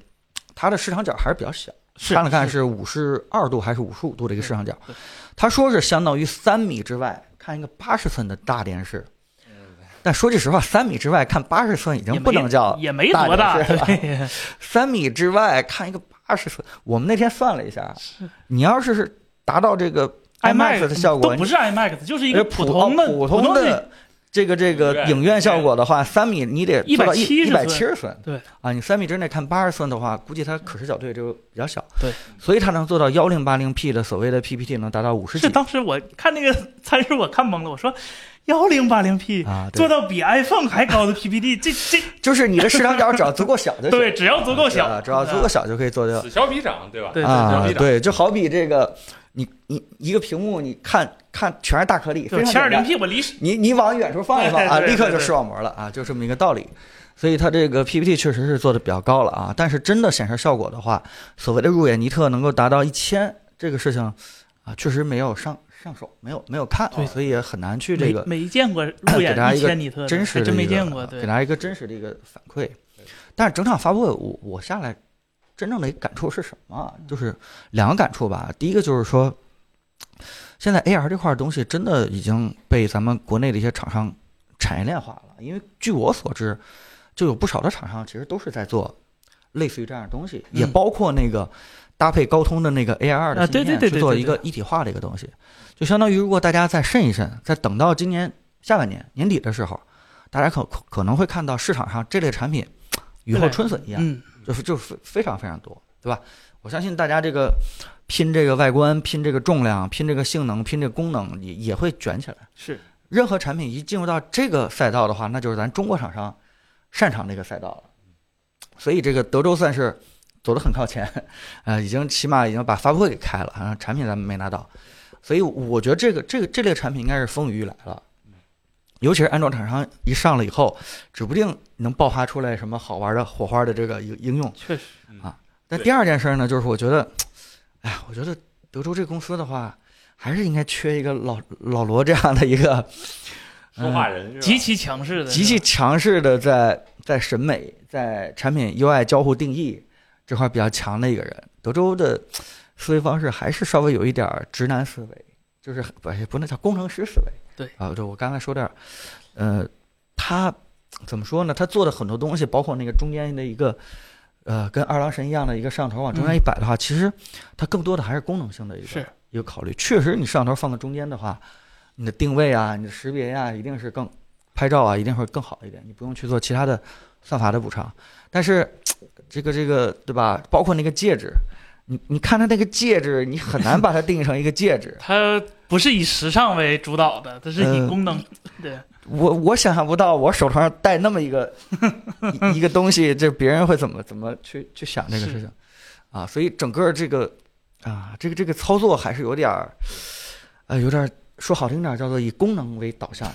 [SPEAKER 2] 它的市场角还是比较小。
[SPEAKER 3] 是
[SPEAKER 2] 看了看是五十二度还是五十五度的一个视
[SPEAKER 3] 对
[SPEAKER 2] 场角
[SPEAKER 3] 对，
[SPEAKER 2] 他说是相当于三米之外看一个八十寸的大电视，
[SPEAKER 3] 呃
[SPEAKER 2] 但说句实话，三米之外看八十寸已
[SPEAKER 3] 也
[SPEAKER 2] 经不能
[SPEAKER 3] 没
[SPEAKER 2] 叫
[SPEAKER 3] 也没多大，
[SPEAKER 2] 大点
[SPEAKER 3] 对，
[SPEAKER 2] 三米之外看一个八十寸。我们那天算了一下，你要是是达到这个 IMAX 的效
[SPEAKER 3] 都
[SPEAKER 2] 果，
[SPEAKER 3] 不是 IMAX，就是一
[SPEAKER 2] 呃
[SPEAKER 3] 个
[SPEAKER 2] 普
[SPEAKER 3] 通的
[SPEAKER 2] 普
[SPEAKER 3] 通
[SPEAKER 2] 通的这个这个影院效果的话，三米你得做到一一百
[SPEAKER 3] 170
[SPEAKER 2] 七十寸。
[SPEAKER 3] 对
[SPEAKER 2] 啊，你三米之内看八十寸的话，估计它可视角对就比较小。
[SPEAKER 3] 对，
[SPEAKER 2] 所以它能做到幺零八零 P 的所谓的 PPT 能达到五十
[SPEAKER 3] 是
[SPEAKER 2] 几
[SPEAKER 3] 当时我看那个 参数，我看懵了，我说幺零八零 P
[SPEAKER 2] 啊，
[SPEAKER 3] 做
[SPEAKER 2] 对，
[SPEAKER 3] 到比 iPhone 还高的 PPT，这这
[SPEAKER 2] 就是你的视场角只要足够小就行。
[SPEAKER 3] 对，只要足够
[SPEAKER 2] 啊
[SPEAKER 3] 小，
[SPEAKER 2] 只要足够小就可以做到
[SPEAKER 1] 此消彼长，对吧？
[SPEAKER 3] 对
[SPEAKER 1] 此消
[SPEAKER 2] 啊
[SPEAKER 1] 彼，长。
[SPEAKER 2] 对，就好比这个，你你一个屏幕，你看看全是大颗粒，非
[SPEAKER 3] 对，
[SPEAKER 2] 常
[SPEAKER 3] 七二
[SPEAKER 2] 简单。
[SPEAKER 3] 零 P 我离手
[SPEAKER 2] 你你往远处放一放啊，
[SPEAKER 3] 对对对
[SPEAKER 2] 立刻就
[SPEAKER 3] 对
[SPEAKER 2] 视网膜了啊，就这么一个道理。所以它这个 PPT 确实是做的比较高了啊，但是真的显示效果的话，所谓的入眼尼特能够达到一千，这个事情啊，确实没有上上手，没有没有看，啊
[SPEAKER 1] 对
[SPEAKER 2] 所以也很难去这
[SPEAKER 3] 没
[SPEAKER 2] 个
[SPEAKER 3] 没 见过入
[SPEAKER 2] 给大家一
[SPEAKER 3] 眼一
[SPEAKER 2] 个
[SPEAKER 3] 千尼特的，
[SPEAKER 2] 真实
[SPEAKER 3] 还
[SPEAKER 2] 的
[SPEAKER 3] 真
[SPEAKER 2] 一
[SPEAKER 3] 没
[SPEAKER 2] 个啊
[SPEAKER 3] 见过，对
[SPEAKER 2] 给大，家一个真实的一个反馈。但是整场发布会，我我下来真正的一个感触是什么啊？就是两个感触吧。第一个就是说，现在 AR 这块东西真的已经被咱们国内的一些厂商产业链化了，因为据我所知，就有不少的厂商其实都是在做类似于这样的东西，也
[SPEAKER 3] 嗯
[SPEAKER 2] 包括那个搭配高通的那个 AR 的
[SPEAKER 3] 啊
[SPEAKER 2] 芯
[SPEAKER 3] 对对
[SPEAKER 2] 片
[SPEAKER 3] 对
[SPEAKER 2] 去
[SPEAKER 3] 对
[SPEAKER 2] 做
[SPEAKER 3] 对
[SPEAKER 2] 一个一体化的一个东西，就相当于如果大家再慎一慎，再等到今年下半年年底的时候，大家可可可能会看到市场上这类产品雨后
[SPEAKER 3] 对
[SPEAKER 2] 春笋一样，
[SPEAKER 3] 嗯，
[SPEAKER 2] 就是就是非非常非常多，对吧？我相信大家这个拼这个外观、拼这个重量、拼这个性能、拼这个功能也也会卷起来。
[SPEAKER 3] 是
[SPEAKER 2] 任何产品一进入到这个赛道的话，那就是咱中国厂商擅长这个赛道了。所以这个德州算是走得很靠前，呃，已经起码已经把发布会给开了，好像产品咱们没拿到。所以我觉得这个这个这类产品应该是风雨欲来了，
[SPEAKER 3] 嗯
[SPEAKER 2] 尤其是安卓厂商一上了以后，指不定能爆发出来什么好玩的火花的这个应应用。
[SPEAKER 3] 确实啊
[SPEAKER 2] 但
[SPEAKER 1] 对
[SPEAKER 2] 第二件事呢，就是我觉得，哎呀，我觉得德州这公司的话，还是应该缺一个老老罗这样的一个
[SPEAKER 1] 说话人是吧
[SPEAKER 3] 极其强势的，
[SPEAKER 2] 极其强势的在在审美、在产品 UI 交互定义这块比较强的一个人。德州的思维方式还是稍微有一点儿直男思维，就是不也不能叫工程师思维。
[SPEAKER 3] 对
[SPEAKER 2] 啊，对我刚才说点儿，呃，他怎么说呢？他做的很多东西，包括那个中间的一个。呃，跟二郎神一样的一个摄像头往中间一摆的话，其实它更多的还是功能性的一个
[SPEAKER 3] 嗯是。
[SPEAKER 2] 一个考虑。确实，你摄像头放在中间的话，你的定位啊、你的识别呀、一定是更拍照啊，一定会更好一点，你不用去做其他的算法的补偿。但是这个这个对吧？包括那个戒指，你你看它那个戒指，你很难把它定义成一个戒指
[SPEAKER 3] 它不是以时尚为主导的，它是以
[SPEAKER 2] 嗯
[SPEAKER 3] 功能，对，
[SPEAKER 2] 我我想象不到我手头上戴那么一 个一一个东西，这别人会怎么怎么去去想这个事
[SPEAKER 3] 是
[SPEAKER 2] 情啊？所以整个这个啊，这个这个操作还是有点儿，呃，有点儿说好听点儿叫做以功能为导 向，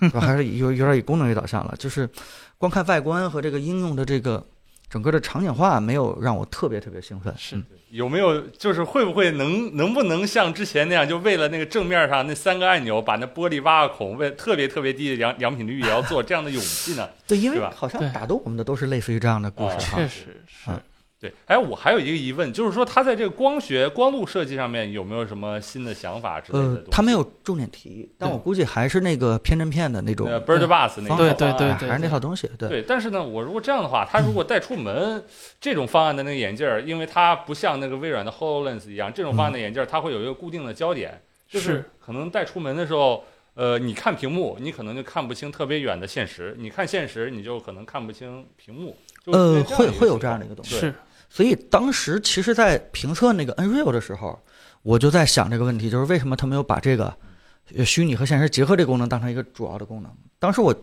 [SPEAKER 2] 是吧还是以有有点儿以功能为导向了。就是光看外观和这个应用的这个整个的场景化，没有让我特别特别兴奋。
[SPEAKER 3] 是
[SPEAKER 2] 嗯
[SPEAKER 1] 有没有就是会不会能能不能像之前那样，就为了那个正面上那三个按钮，把那玻璃挖个孔，为特别特别低的良良品率也要做这样的勇气 呢？
[SPEAKER 2] 对，因为
[SPEAKER 1] 是吧
[SPEAKER 2] 好像
[SPEAKER 3] 对
[SPEAKER 2] 打动我们的都是类似于这样的故事
[SPEAKER 1] 啊
[SPEAKER 2] 哈。
[SPEAKER 3] 确实是
[SPEAKER 2] 啊
[SPEAKER 1] 对，哎，我还有一个疑问，就是说它在这个光学光路设计上面有没有什么新的想法之类的
[SPEAKER 2] 呃
[SPEAKER 1] 东西？，
[SPEAKER 2] 他没有重点提，但我估计还是那个偏振片的那种
[SPEAKER 1] 呃 Bird Bus 那个
[SPEAKER 3] 对
[SPEAKER 1] 方
[SPEAKER 3] 对
[SPEAKER 1] 案
[SPEAKER 3] 对
[SPEAKER 2] 哎还是那套东西，对，
[SPEAKER 1] 对，但是呢，我如果这样的话，它如果带出门这种方案的那个眼镜儿，因为它不像那个微软的 Hololens 一样，这种方案
[SPEAKER 2] 嗯
[SPEAKER 1] 的眼镜儿它会有一个固定的焦点，就是是可能带出门的时候，呃，你看屏幕，你可能就看不清特别远的现实；你看现实，你就可能看不清屏幕。就
[SPEAKER 2] 呃，
[SPEAKER 1] 是这样
[SPEAKER 2] 会
[SPEAKER 1] 一个
[SPEAKER 2] 会有
[SPEAKER 1] 情
[SPEAKER 2] 这样
[SPEAKER 1] 况
[SPEAKER 2] 的一个东西。
[SPEAKER 3] 是
[SPEAKER 2] 所以当时其实，在评测那个 Nreal 的时候，我就在想这个问题，就是为什么他没有把这个呃虚拟和现实结合这个功能当成一个主要的功能？当时我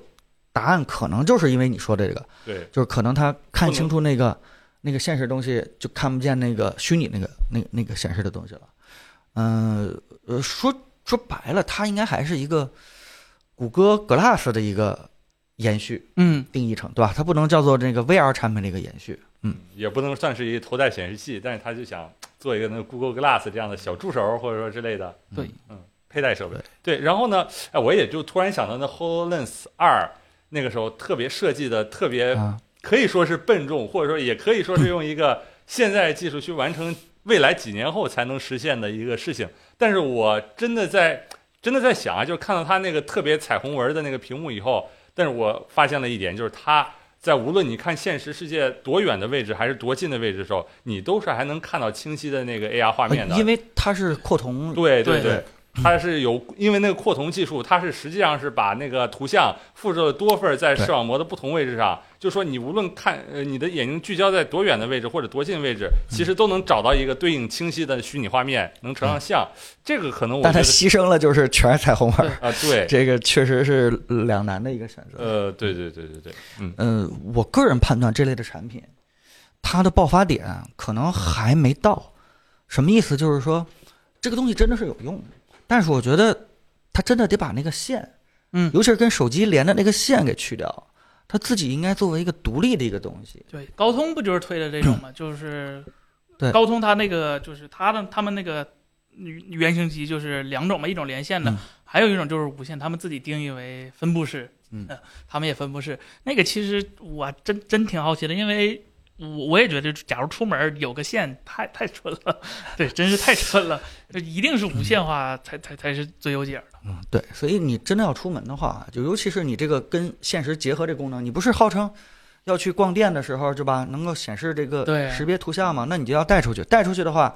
[SPEAKER 2] 答案可能就是因为你说的这个，
[SPEAKER 1] 对，
[SPEAKER 2] 就是可能他看
[SPEAKER 1] 不能
[SPEAKER 2] 清楚那个
[SPEAKER 3] 嗯
[SPEAKER 2] 那个现实东西，就看不见那个虚拟那个那个那个显示的东西了。嗯呃，说说白了，它应该还是一个谷歌 Glass 的一个延续
[SPEAKER 3] 嗯，
[SPEAKER 2] 定义成，对吧？它不能叫做这个 VR 产品的一个延续。
[SPEAKER 1] 也不能算是一头戴显示器，但是他就想做一个那个 Google Glass 这样的小助手，或者说之类的。
[SPEAKER 3] 对
[SPEAKER 1] 嗯，佩戴设备。对，然后呢，哎，我也就突然想到那 Hololens 二那个时候特别设计的特别
[SPEAKER 2] 啊，
[SPEAKER 1] 可以说是笨重，或者说也可以说是用一个现在技术去完成未来几年后才能实现的一个事情。但是我真的在真的在想啊，就是看到它那个特别彩虹纹的那个屏幕以后，但是我发现了一点，就是它在无论你看现实世界多远的位置还是多近的位置的时候，你都是还能看到清晰的那个 AR 画面的。
[SPEAKER 2] 呃因为它是扩 同，
[SPEAKER 1] 对
[SPEAKER 3] 对
[SPEAKER 1] 对，它是有，因为那个扩同技术，它是实际上是把那个图像复制了多份儿在视网膜的不同位置上，就说你无论看呃你的眼睛聚焦在多远的位置或者多近位置，
[SPEAKER 2] 嗯
[SPEAKER 1] 其实都能找到一个对应清晰的虚拟画面，能成上像。这个可能我
[SPEAKER 2] 嗯但
[SPEAKER 1] 觉
[SPEAKER 2] 它
[SPEAKER 1] 得
[SPEAKER 2] 牺牲了就是全是彩虹纹儿，
[SPEAKER 1] 啊、对，
[SPEAKER 2] 这个确实是两难的一个选择。
[SPEAKER 1] 呃，对对对对对，
[SPEAKER 2] 嗯，我个人判断这类的产品，它的爆发点可能还没到。什么意思？就是说，这个东西真的是有用的，但是我觉得它真的得把那个线，
[SPEAKER 3] 嗯
[SPEAKER 2] 尤其是跟手机连的那个线给去掉。它自己应该作为一个独立的一个东西，
[SPEAKER 3] 对，高通不就是推的这种 吗？就是
[SPEAKER 2] 对
[SPEAKER 3] 高通它那个就是它的他们那个原原型机就是两种嘛，一种连线的，
[SPEAKER 2] 嗯
[SPEAKER 3] 还有一种就是无线，他们自己定义为分布式。
[SPEAKER 2] 嗯
[SPEAKER 3] 呃他们也分布式。那个其实我真真挺好奇的，因为。我我也觉得，假如出门有个线，太太蠢了， 对，真是太蠢了，这一定是无线化才才才是最优解的。
[SPEAKER 2] 嗯，对，所以你真的要出门的话，就尤其是你这个跟现实结合这功能，你不是号称要去逛店的时候，对吧？能够显示这个
[SPEAKER 3] 对
[SPEAKER 2] 识别图像嘛？那你就要带出去，带出去的话，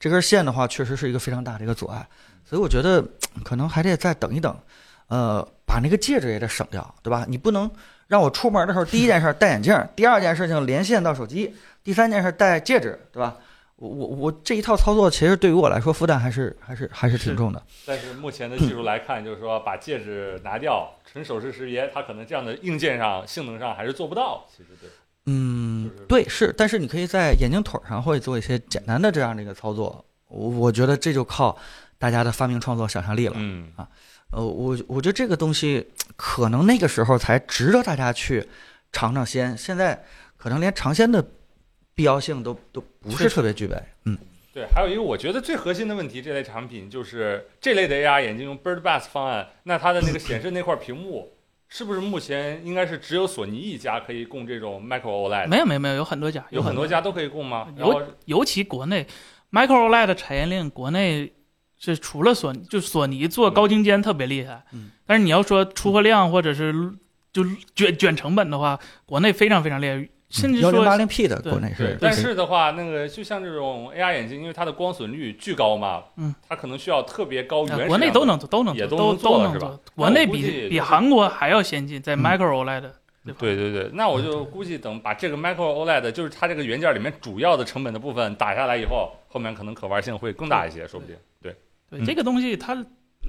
[SPEAKER 2] 这根线的话，确实是一个非常大的一个阻碍。所以我觉得可能还得再等一等，呃，把那个戒指也得省掉，对吧？你不能让我出门的时候第一件事戴眼镜，第二件事情连线到手机，第三件事戴戒指，对吧？我我我这一套操作，其实对于我来说负担还是还是还是挺
[SPEAKER 3] 是
[SPEAKER 2] 重的。
[SPEAKER 1] 但是目前的技术来看，就是说把戒指拿掉，纯手势识别，它可能这样的硬件上性能上还是做不到。其实对，
[SPEAKER 2] 嗯
[SPEAKER 1] 就是，
[SPEAKER 2] 对，是，但是你可以在眼镜腿儿上会做一些简单的这样的一个操作，我我觉得这就靠大家的发明创作想象力了。
[SPEAKER 1] 嗯
[SPEAKER 2] 呃，我我觉得这个东西可能那个时候才值得大家去尝尝鲜，现在可能连尝鲜的必要性都都不
[SPEAKER 3] 确
[SPEAKER 2] 是特别具备。嗯，
[SPEAKER 1] 对，还有一个我觉得最核心的问题，这类产品就是这类的 AR 眼镜用 Bird Bath 方案，那它的那个显示那块屏幕，是不是目前应该是只有索尼一家可以供这种 Micro OLED？
[SPEAKER 3] 没有没有没有，有很多家，
[SPEAKER 1] 有
[SPEAKER 3] 很
[SPEAKER 1] 很多家都可以供吗？然
[SPEAKER 3] 有
[SPEAKER 1] 后
[SPEAKER 3] 尤其国内 Micro OLED 的产业链，国内是除了索尼，就索尼做高精尖特别厉害，
[SPEAKER 2] 嗯，
[SPEAKER 3] 但是你要说出货量或者是就卷卷成本的话，国内非常非常厉
[SPEAKER 1] 嗯
[SPEAKER 3] 害，甚至
[SPEAKER 2] 嗯幺零八
[SPEAKER 3] 说
[SPEAKER 2] 零 P 的
[SPEAKER 3] 对
[SPEAKER 2] 国内是，
[SPEAKER 1] 但是的话，那个就像这种 AR 眼镜，因为它的光损率巨高嘛，
[SPEAKER 3] 嗯，
[SPEAKER 1] 它可能需要特别高哦原
[SPEAKER 3] 呃
[SPEAKER 1] 始
[SPEAKER 3] 国内
[SPEAKER 1] 样
[SPEAKER 3] 都
[SPEAKER 1] 本
[SPEAKER 3] 能做，都能
[SPEAKER 1] 也
[SPEAKER 3] 做，
[SPEAKER 1] 都
[SPEAKER 3] 都
[SPEAKER 1] 能做了
[SPEAKER 3] 能
[SPEAKER 1] 是吧
[SPEAKER 3] 做，国内
[SPEAKER 1] 那我估计
[SPEAKER 3] 比比
[SPEAKER 1] 就是
[SPEAKER 3] 韩国还要先进，在
[SPEAKER 2] 嗯
[SPEAKER 3] Micro OLED 的这块
[SPEAKER 1] 对对对，那我
[SPEAKER 3] 嗯
[SPEAKER 1] 就估计等把这个 Micro OLED，就是它这个元件里面主要的成本的部分打下来以后，后面可能可玩性会更大一些，说不定。对，
[SPEAKER 3] 对
[SPEAKER 1] 嗯
[SPEAKER 3] 这个东西它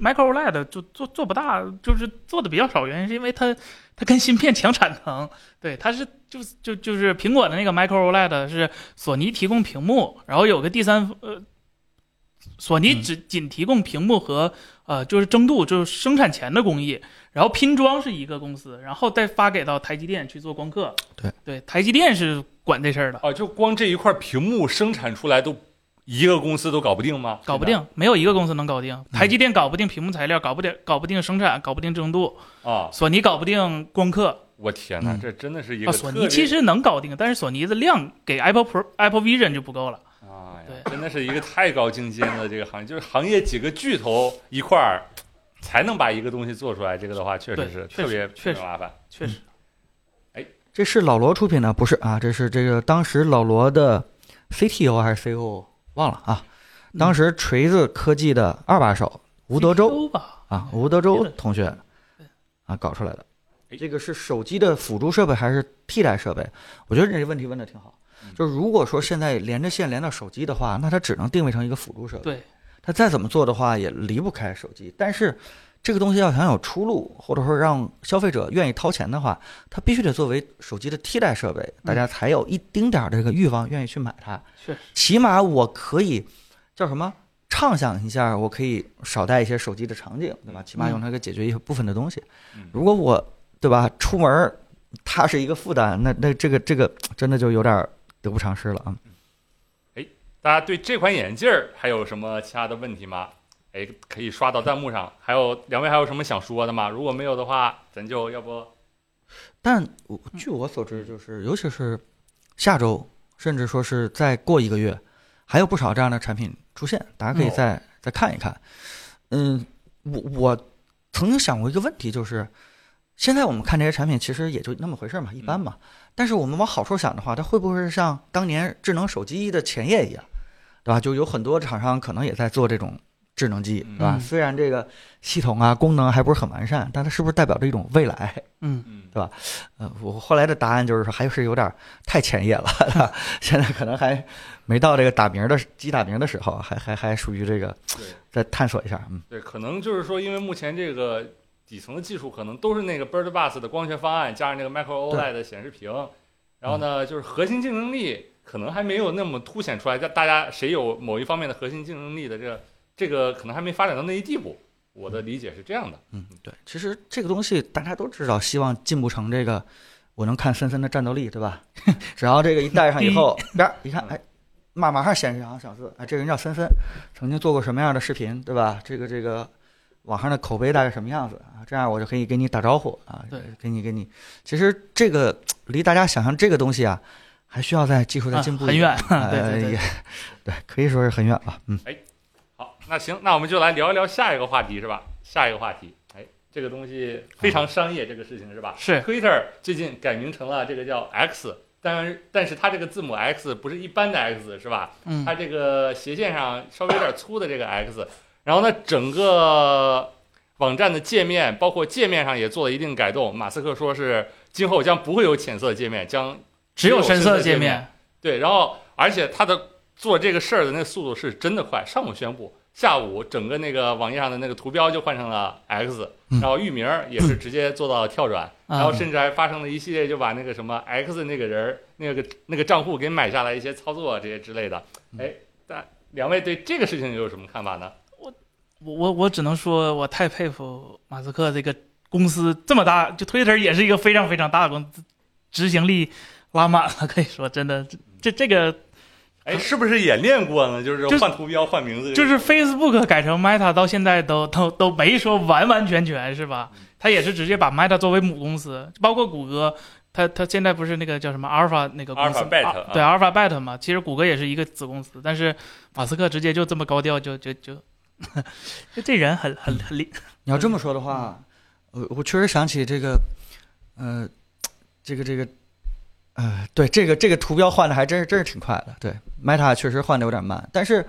[SPEAKER 3] Micro OLED 就做做不大，就是做的比较少，原因是因为它它跟芯片抢产能，对，它是就是就就是苹果的那个 Micro OLED 是索尼提供屏幕，然后有个第三呃，索尼
[SPEAKER 2] 嗯
[SPEAKER 3] 只仅提供屏幕和呃就是蒸镀就是生产前的工艺，然后拼装是一个公司，然后再发给到台积电去做光刻，
[SPEAKER 2] 对
[SPEAKER 3] 对，台积电是管这事儿的。
[SPEAKER 1] 哦，就光这一块屏幕生产出来都一个公司都搞不定吗？
[SPEAKER 3] 搞不定，没有一个公司能搞定。台积电搞不定屏幕材料，搞不定，搞不定生产，搞不定蒸镀，
[SPEAKER 1] 啊！
[SPEAKER 3] 索尼搞不定光刻
[SPEAKER 1] 我天哪，
[SPEAKER 2] 嗯
[SPEAKER 1] 这真的是一
[SPEAKER 3] 啊，
[SPEAKER 1] 个
[SPEAKER 3] 索
[SPEAKER 1] 特
[SPEAKER 3] 尼
[SPEAKER 1] 别
[SPEAKER 3] 其实能搞定，但是索尼的量给 Apple Pro、Apple Vision 就不够了。
[SPEAKER 1] 啊呀，
[SPEAKER 3] 对
[SPEAKER 1] 真的是一个太高精尖的这个行业，就是行业几个巨头一块儿才能把一个东西做出来，这个的话确实
[SPEAKER 3] 对
[SPEAKER 1] 是
[SPEAKER 3] 确
[SPEAKER 1] 特别
[SPEAKER 3] 实确
[SPEAKER 1] 特
[SPEAKER 3] 实
[SPEAKER 1] 别麻烦。
[SPEAKER 3] 确
[SPEAKER 2] 嗯
[SPEAKER 3] 实，
[SPEAKER 2] 这是老罗出品的，不是啊？这是这个当时老罗的 CTO 还是 COO 忘了啊？
[SPEAKER 3] 嗯
[SPEAKER 2] 当时锤子科技的二把手吴德州
[SPEAKER 3] CTO 吧，
[SPEAKER 2] 啊，吴德州同学
[SPEAKER 3] 哎对
[SPEAKER 2] 啊搞出来的
[SPEAKER 1] 哎。
[SPEAKER 2] 这个是手机的辅助设备还是替代设备？我觉得这个问题问的挺好
[SPEAKER 1] 嗯。
[SPEAKER 2] 就是如果说现在连着线连到手机的话，那它只能定位成一个辅助设备。
[SPEAKER 3] 对，
[SPEAKER 2] 它再怎么做的话也离不开手机。但是这个东西要想有出路，或者说让消费者愿意掏钱的话，它必须得作为手机的替代设备，大
[SPEAKER 3] 嗯
[SPEAKER 2] 家才有一丁点儿这个欲望愿意去买它。
[SPEAKER 3] 确实
[SPEAKER 2] 起码我可以叫什么？畅想一下，我可以少带一些手机的场景，对吧？起码用它给解决一部分的东西。
[SPEAKER 1] 嗯
[SPEAKER 2] 如果我对吧，出门儿它是一个负担，那那这个这个真的就有点儿得不偿失了啊。
[SPEAKER 1] 大家对这款眼镜儿还有什么其他的问题吗？哎，可以刷到弹幕上。还有两位还有什么想说的吗？如果没有的话，咱就要不
[SPEAKER 2] 但我据我所知，就是尤其是下周，甚至说是再过一个月，还有不少这样的产品出现，大家可以
[SPEAKER 1] 哦
[SPEAKER 2] 再、再看一看。嗯，我我曾经想过一个问题，就是现在我们看这些产品其实也就那么回事儿嘛，一般嘛。但是我们往好处想的话，它会不会是像当年智能手机的前夜一样，对吧？就有很多厂商可能也在做这种智能机，对吧？
[SPEAKER 3] 嗯
[SPEAKER 2] 虽然这个系统啊功能还不是很完善，但它是不是代表着一种未来？
[SPEAKER 3] 嗯
[SPEAKER 1] 嗯，
[SPEAKER 2] 对呃，我后来的答案就是说，还是有点儿太前夜了， 现在可能还没到这个打鸣的鸡打鸣的时候，啊还还还属于这个
[SPEAKER 1] 对
[SPEAKER 2] 再探索一下，嗯，
[SPEAKER 1] 对，可能就是说，因为目前这个底层的技术可能都是那个 Bird Bus 的光学方案加上这个 Micro
[SPEAKER 2] 对
[SPEAKER 1] OLED 的显示屏，然后呢，就是核心竞争力可能还没有那么凸显出来，但大家谁有某一方面的核心竞争力的这个这个可能还没发展到那一地步。我的理解是这样的，
[SPEAKER 2] 对，其实这个东西大家都知道，希望进步成这个我能看森森的战斗力，对吧？ 只要这个一戴上以后，
[SPEAKER 3] 嗯
[SPEAKER 2] 边儿一看，哎，马马上显示两个小字，哎，这个人叫森森，曾经做过什么样的视频，对吧？这个这个网上的口碑大概什么样子啊？这样我就可以给你打招呼啊，
[SPEAKER 3] 对，
[SPEAKER 2] 给你给你。其实这个离大家想象这个东西啊，还需要在技术再
[SPEAKER 3] 啊
[SPEAKER 2] 进步、
[SPEAKER 3] 很远， 对
[SPEAKER 2] 呃，
[SPEAKER 3] 对对
[SPEAKER 2] 也 对，可以说是很远吧，嗯。
[SPEAKER 1] 好，那行，那我们就来聊一聊下一个话题是吧？下一个话题，哎，这个东西非常商业，这个事情是吧？
[SPEAKER 3] 是
[SPEAKER 1] Twitter 最近改名成了这个叫 X，但是但是它这个字母 X 不是一般的 X 是吧？
[SPEAKER 3] 嗯
[SPEAKER 1] 它这个斜线上稍微有点粗的这个 X，然后呢，整个网站的界面，包括界面上也做了一定改动。马斯克说是今后将不会有浅色界面，将
[SPEAKER 3] 只有深色
[SPEAKER 1] 界
[SPEAKER 3] 界面，
[SPEAKER 1] 对，然后而且他的做这个事儿的那个速度是真的快，上午宣布，下午整个那个网页上的那个图标就换成了 X，
[SPEAKER 2] 嗯
[SPEAKER 1] 然后域名儿也是直接做到了跳转，
[SPEAKER 3] 啊
[SPEAKER 1] 然后甚至还发生了一系列就把那个什么 X 那个人儿那个那个账户给买下来一些操作这些之类的。哎，但两位对这个事情有什么看法呢？
[SPEAKER 3] 我我我只能说，我太佩服马斯克这个公司这么大，就 Twitter 也是一个非常非常大的公司，执行力拉满了，可以说真的，这这个
[SPEAKER 1] 哎，是不是也练过呢？就是
[SPEAKER 3] 就是
[SPEAKER 1] 换图标、换名字，
[SPEAKER 3] 就是 Facebook 改成 Meta 到现在都都都没说完完全全是吧？他也是直接把 Meta 作为母公司，包括谷歌，他他现在不是那个叫什么 Alpha 那个公司
[SPEAKER 1] Alphabet，
[SPEAKER 3] 啊对 Alphabet 嘛，其实谷歌也是一个子公司，但是马斯克直接就这么高调就就 就，就这人很很很厉
[SPEAKER 2] 你要这么说的话，我我确实想起这个，呃，这个这个，呃，对，这个这个图标换的还真是真是挺快的。对，Meta 确实换的有点慢，但是，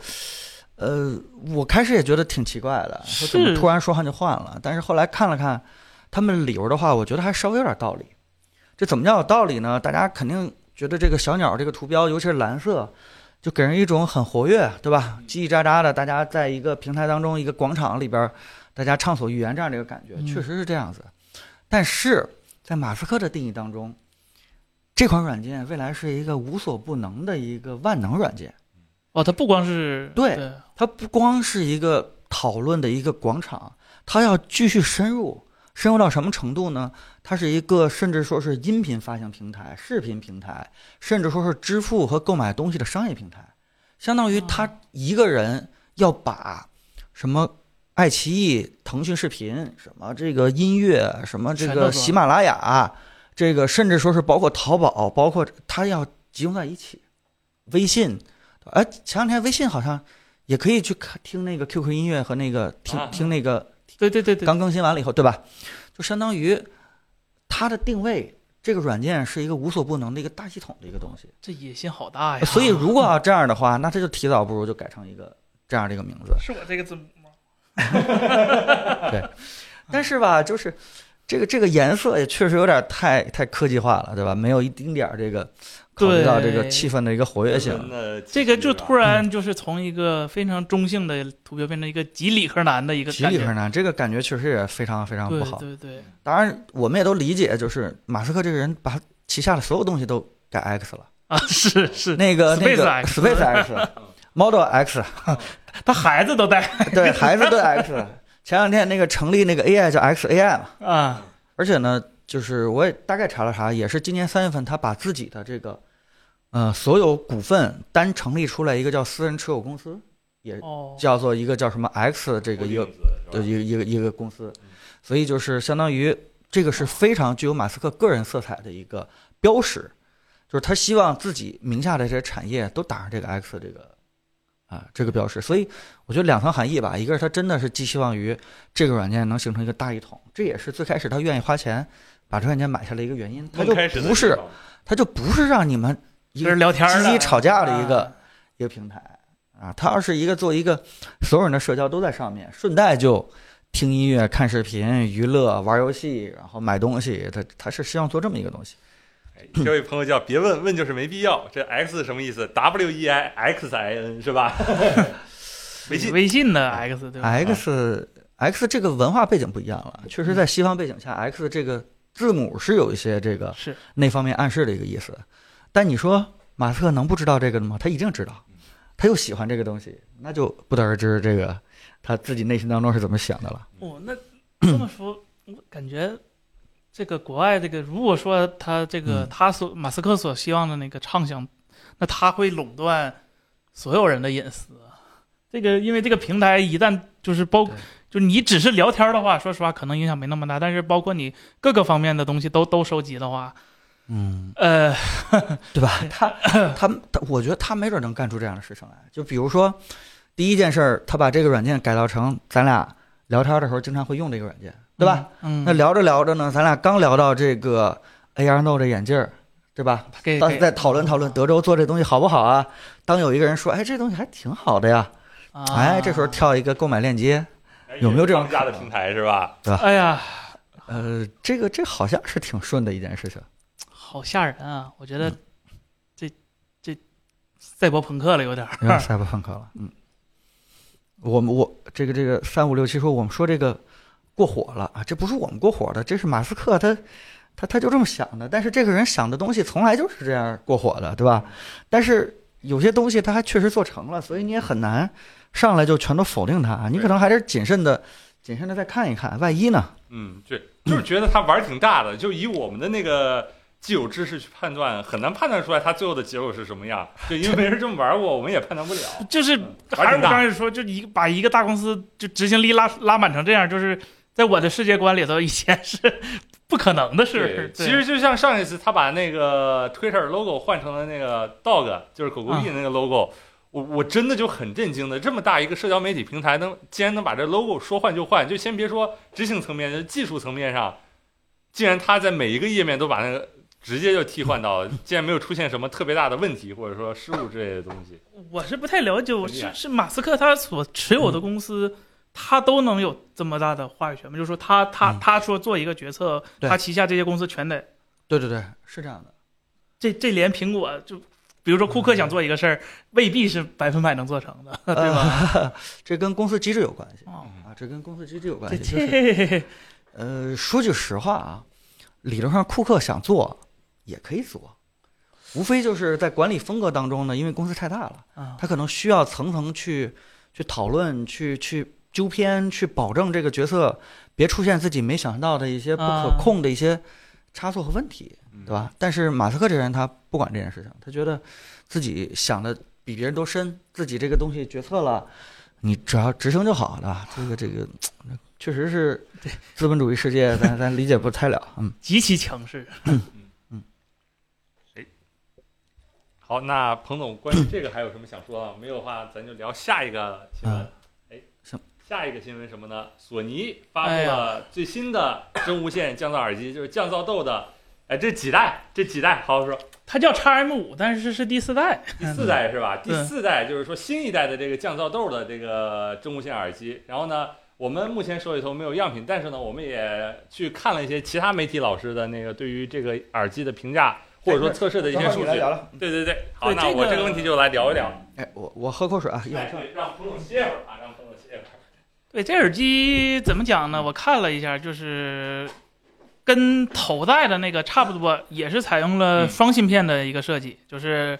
[SPEAKER 2] 呃，我开始也觉得挺奇怪的，说怎么
[SPEAKER 3] 是
[SPEAKER 2] 突然说换就换了？但是后来看了看他们理由的话，我觉得还稍微有点道理。这怎么叫有道理呢？大家肯定觉得这个小鸟这个图标，尤其是蓝色，就给人一种很活跃，对吧？叽叽喳喳的，大家在一个平台当中，一个广场里边，大家畅所欲言这样的一个感觉，
[SPEAKER 3] 嗯
[SPEAKER 2] 确实是这样子。但是在马斯克的定义当中，这款软件未来是一个无所不能的一个万能软件，
[SPEAKER 3] 哦，他不光是
[SPEAKER 2] 对它不光是一个讨论的一个广场，它要继续深入，深入到什么程度呢？它是一个甚至说是音频发行平台、视频平台，甚至说是支付和购买东西的商业平台，相当于
[SPEAKER 3] 嗯
[SPEAKER 2] 他一个人要把什么爱奇艺、腾讯视频、什么这个音乐、什么这
[SPEAKER 3] 全都
[SPEAKER 2] 个
[SPEAKER 3] 做
[SPEAKER 2] 喜马拉雅，这个甚至说是包括淘宝，包括他要集中在一起。微信，哎，前两天微信好像也可以去看听那个 QQ 音乐和那个听、
[SPEAKER 1] 啊
[SPEAKER 2] 听那个
[SPEAKER 3] 对对对对，
[SPEAKER 2] 刚更新完了以后，对吧？就相当于它的定位，这个软件是一个无所不能的一个大系统的一个东西。
[SPEAKER 3] 这野心好大哎呀！
[SPEAKER 2] 呃所以如果要这样的话，那这就提早不如就改成一个这样的一个名字。
[SPEAKER 3] 是我这个字母吗？
[SPEAKER 2] 但是吧，就是这个这个颜色也确实有点太太科技化了，对吧？没有一丁点儿这个考虑到这个
[SPEAKER 3] 对
[SPEAKER 2] 气氛的一个活跃性。
[SPEAKER 3] 这个就突
[SPEAKER 1] 然
[SPEAKER 3] 然
[SPEAKER 2] 嗯
[SPEAKER 3] 就是从一个非常中性的图标变成一个极理科男的一个
[SPEAKER 2] 其实
[SPEAKER 3] 感
[SPEAKER 2] 里
[SPEAKER 3] 觉，
[SPEAKER 2] 边呢，这个感觉确实也非常非常不好。
[SPEAKER 3] 对对对，
[SPEAKER 2] 当然，我们也都理解，就是马斯克这个人把旗下的所有东西都改 X 了，
[SPEAKER 3] 啊，是是，
[SPEAKER 2] 那个那个
[SPEAKER 3] SpaceX
[SPEAKER 2] Space X、Model X，
[SPEAKER 3] 他孩子都带
[SPEAKER 2] 对孩子对 X。前两天那个成立那个 AI 叫 XAI 嘛，
[SPEAKER 3] 啊，
[SPEAKER 2] 而且呢，就是我也大概查了查，也是今年三月份，他把自己的这个呃所有股份单成立出来一个叫私人持有公司，
[SPEAKER 3] 哦，
[SPEAKER 2] 叫做一个叫什么 X 这个一个的一个一个一个公司，所以就是相当于这个是非常具有马斯克个人色彩的一个标识，就是他希望自己名下的这些产业都打上这个 X 这个啊，这个标识。所以我觉得两层含义吧，一个是它真的是寄希望于这个软件能形成一个大一统，这也是最开始他愿意花钱把这软件买下来一个原因，它就
[SPEAKER 1] 刚开始的
[SPEAKER 2] 不
[SPEAKER 1] 地
[SPEAKER 2] 是
[SPEAKER 1] 方
[SPEAKER 2] 它就不是让你们一
[SPEAKER 3] 就
[SPEAKER 2] 个
[SPEAKER 3] 是聊天儿的
[SPEAKER 2] 积极吵架的一个
[SPEAKER 3] 啊
[SPEAKER 2] 一个平台啊，它要是一个做一个所有人的社交都在上面，顺带就听音乐、看视频、娱乐、玩游戏，然后买东西，它它是希望做这么一个东西。
[SPEAKER 1] 哎这位朋友叫别问问就是没必要，这 X 是什么意思？W E I X I N 是吧？ 微信
[SPEAKER 3] 微信哎的 X 对
[SPEAKER 2] 哎
[SPEAKER 3] 吧？
[SPEAKER 2] X X 这个文化背景不一样了，确实在西方背景下，X 这个字母是有一些这个
[SPEAKER 3] 是
[SPEAKER 2] 那方面暗示的一个意思。但你说马斯克能不知道这个的吗？他一定知道，他又喜欢这个东西，那就不得而知这个他自己内心当中是怎么想的了。
[SPEAKER 3] 哦，那这么说，我感觉这个国外这个，如果说他这个
[SPEAKER 2] 嗯
[SPEAKER 3] 他所马斯克所希望的那个畅想，那他会垄断所有人的隐私。啊这个因为这个平台一旦就是包
[SPEAKER 2] 对，
[SPEAKER 3] 就是你只是聊天的话，说实话可能影响没那么大，但是包括你各个方面的东西都都收集的话，
[SPEAKER 2] 嗯。
[SPEAKER 3] 呃，
[SPEAKER 2] 对吧？ 他他他，我觉得他没准能干出这样的事情来。就比如说，第一件事儿，他把这个软件改造成咱俩聊天的时候经常会用这个软件，对吧？？
[SPEAKER 3] 嗯，
[SPEAKER 2] 那聊着聊着呢，咱俩刚聊到这个 AR Note 这眼镜儿，对吧？
[SPEAKER 3] 给啊
[SPEAKER 2] 当时在讨论讨论德州做这东西好不好啊？当有一个人说：“哎，这东西还挺好的呀！”
[SPEAKER 3] 啊
[SPEAKER 2] 哎，这时候跳一个购买链接，有没有这种
[SPEAKER 1] 商家的平台哎是吧？
[SPEAKER 3] 哎呀，
[SPEAKER 2] 呃，这个这好像是挺顺的一件事情。
[SPEAKER 3] 好吓人啊！我觉
[SPEAKER 2] 嗯
[SPEAKER 3] 得这、这赛博朋克了有点儿。
[SPEAKER 2] 有点赛博朋克了。嗯，我们我这个这个三五六七说我们说这个过火了啊，这不是我们过火的，这是马斯克他他他就这么想的。但是这个人想的东西从来就是这样过火的，对吧？但是有些东西他还确实做成了，所以你也很难上来就全都否定他，你可能还是谨慎的。谨慎的再看一看，万一呢？
[SPEAKER 1] 嗯，对，就是觉得他玩儿挺大的，就以我们的那个既有知识去判断，很难判断出来他最后的结果是什么样。就因为没人这么玩过，我们也判断不了。
[SPEAKER 3] 就是
[SPEAKER 1] 嗯
[SPEAKER 3] 还是
[SPEAKER 1] 玩挺
[SPEAKER 3] 我
[SPEAKER 1] 大
[SPEAKER 3] 刚开始说，就一个把一个大公司就执行力拉拉满成这样，就是在我的世界观里头，以前是不可能的事
[SPEAKER 1] 对
[SPEAKER 3] 儿。
[SPEAKER 1] 其实就像上一次他把那个 Twitter logo 换成了那个 dog，就是狗狗币那个 logo，、我我真的就很震惊的，这么大一个社交媒体平台能竟然能把这 logo 说换就换，就先别说执行层面，就技术层面上，竟然他在每一个页面都把那个直接就替换到了，竟然没有出现什么特别大的问题或者说失误之类的东西。
[SPEAKER 3] 对我是不嗯太了解，我
[SPEAKER 1] 很厉害
[SPEAKER 3] 是是马斯克他所持有的公司。他都能有这么大的话语权吗？就是说他，他他
[SPEAKER 2] 嗯
[SPEAKER 3] 说做一个决策，
[SPEAKER 2] 对
[SPEAKER 3] 他旗下这些公司全得
[SPEAKER 2] 对对对，是这样 的。
[SPEAKER 3] 这这连苹果就，比如说库克想做一个事儿，未必是百分百能做成的，对吧？
[SPEAKER 2] 吧？这跟公司机制有关系
[SPEAKER 3] 哦
[SPEAKER 2] 啊，这跟公司机制有关
[SPEAKER 3] 这
[SPEAKER 2] 系。就是
[SPEAKER 3] 这
[SPEAKER 2] 呃，说句实话啊，理论上库克想做也可以做，无非就是在管理风格当中呢，因为公司太大了，
[SPEAKER 3] 啊，
[SPEAKER 2] 他可能需要层层去去讨论、去去纠偏、去保证这个角色别出现自己没想到的一些不可
[SPEAKER 3] 啊
[SPEAKER 2] 控的一些差错和问题，
[SPEAKER 1] 嗯
[SPEAKER 2] 对吧？但是马斯克这人他不管这件事情，他觉得自己想的比别人都深，自己这个东西决策了，你只要执行就好了。这个这个确实是资本主义世界，咱咱理解不太了。嗯，
[SPEAKER 3] 极其强势。
[SPEAKER 1] 好，那彭总关于这个还有什么想说的？没有的话，咱就聊下一个新闻
[SPEAKER 2] 嗯。
[SPEAKER 1] 哎、
[SPEAKER 2] 行，
[SPEAKER 1] 下一个新闻什么呢？索尼发
[SPEAKER 3] 哎
[SPEAKER 1] 布
[SPEAKER 3] 呀
[SPEAKER 1] 了最新的真无线降噪耳机，就是降噪豆的。哎，这几代？这几代？好好说，
[SPEAKER 3] 它叫 x M 五，但是是第四代。
[SPEAKER 1] 第四代是吧？第
[SPEAKER 3] 嗯对
[SPEAKER 1] 四代就是说新一代的这个降噪豆的这个真无线耳机。然后呢，我们目前手里头没有样品，但是呢，我们也去看了一些其他媒体老师的那个对于这个耳机的评价，或者说测试的一些
[SPEAKER 3] 哎
[SPEAKER 1] 数据。
[SPEAKER 2] 了。
[SPEAKER 1] 对对对，好，
[SPEAKER 3] 对
[SPEAKER 1] 那
[SPEAKER 3] 这
[SPEAKER 1] 我
[SPEAKER 3] 个
[SPEAKER 1] 这个问题就来聊一聊。
[SPEAKER 2] 哎，我我喝口水啊，一会
[SPEAKER 1] 哎
[SPEAKER 2] 儿，
[SPEAKER 1] 对，让彭总歇会儿啊，让彭总歇会儿。
[SPEAKER 3] 对，这耳机怎么讲呢？我看了一下，就是跟头戴的那个差不多，也是采用了
[SPEAKER 1] 嗯
[SPEAKER 3] 双芯片的一个设计，就是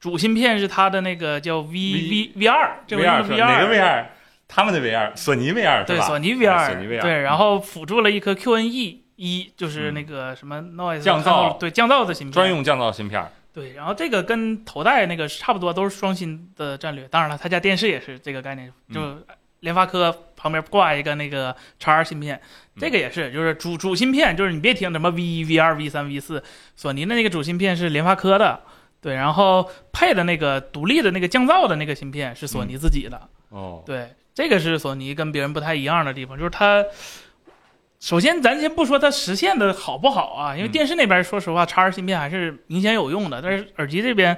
[SPEAKER 3] 主芯片是它的那个叫 V V V 二，这回
[SPEAKER 1] V
[SPEAKER 3] 用
[SPEAKER 1] 二
[SPEAKER 3] 的
[SPEAKER 1] 是
[SPEAKER 3] V
[SPEAKER 1] 哪
[SPEAKER 3] 二
[SPEAKER 1] 个 V 二？啊他们的 V 二，索尼 V 二是
[SPEAKER 3] 对，
[SPEAKER 1] 吧？
[SPEAKER 3] 索尼 V
[SPEAKER 1] 啊
[SPEAKER 3] 二，
[SPEAKER 1] 索尼 V 二。
[SPEAKER 3] 对，然后辅助了一颗 QNE 一，就是
[SPEAKER 1] 嗯
[SPEAKER 3] 那个什么 noise
[SPEAKER 1] 降噪
[SPEAKER 3] 看到了对降噪的芯
[SPEAKER 1] 嗯
[SPEAKER 3] 片
[SPEAKER 1] 专。用降噪芯片儿。
[SPEAKER 3] 对，然后这个跟头戴那个是差不多，都是双芯的战略。当然了，他家电视也是这个概念，
[SPEAKER 1] 嗯
[SPEAKER 3] 就联发科旁边挂一个那个 X 芯片，这个也是，就是主主芯片，就是你别听什么 V 一、V 二、V 三、V 四，索尼的那个主芯片是联发科的，对，然后配的那个独立的那个降噪的那个芯片是
[SPEAKER 1] 嗯
[SPEAKER 3] 索尼自己的，
[SPEAKER 1] 哦，
[SPEAKER 3] 对，这个是索尼跟别人不太一样的地方，就是它。首先，咱先不说它实现的好不好啊，因为
[SPEAKER 1] 嗯
[SPEAKER 3] 电视那边说实话，叉二芯片还是明显有用的。但是耳机这边，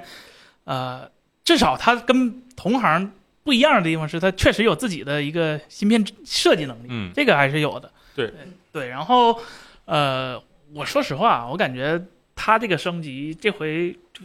[SPEAKER 3] 呃，至少它跟同行不一样的地方是，它确实有自己的一个芯片设计能力，
[SPEAKER 1] 嗯
[SPEAKER 3] 这个还是有的。
[SPEAKER 1] 对
[SPEAKER 3] 对，然后，呃，我说实话，啊我感觉它这个升级这回就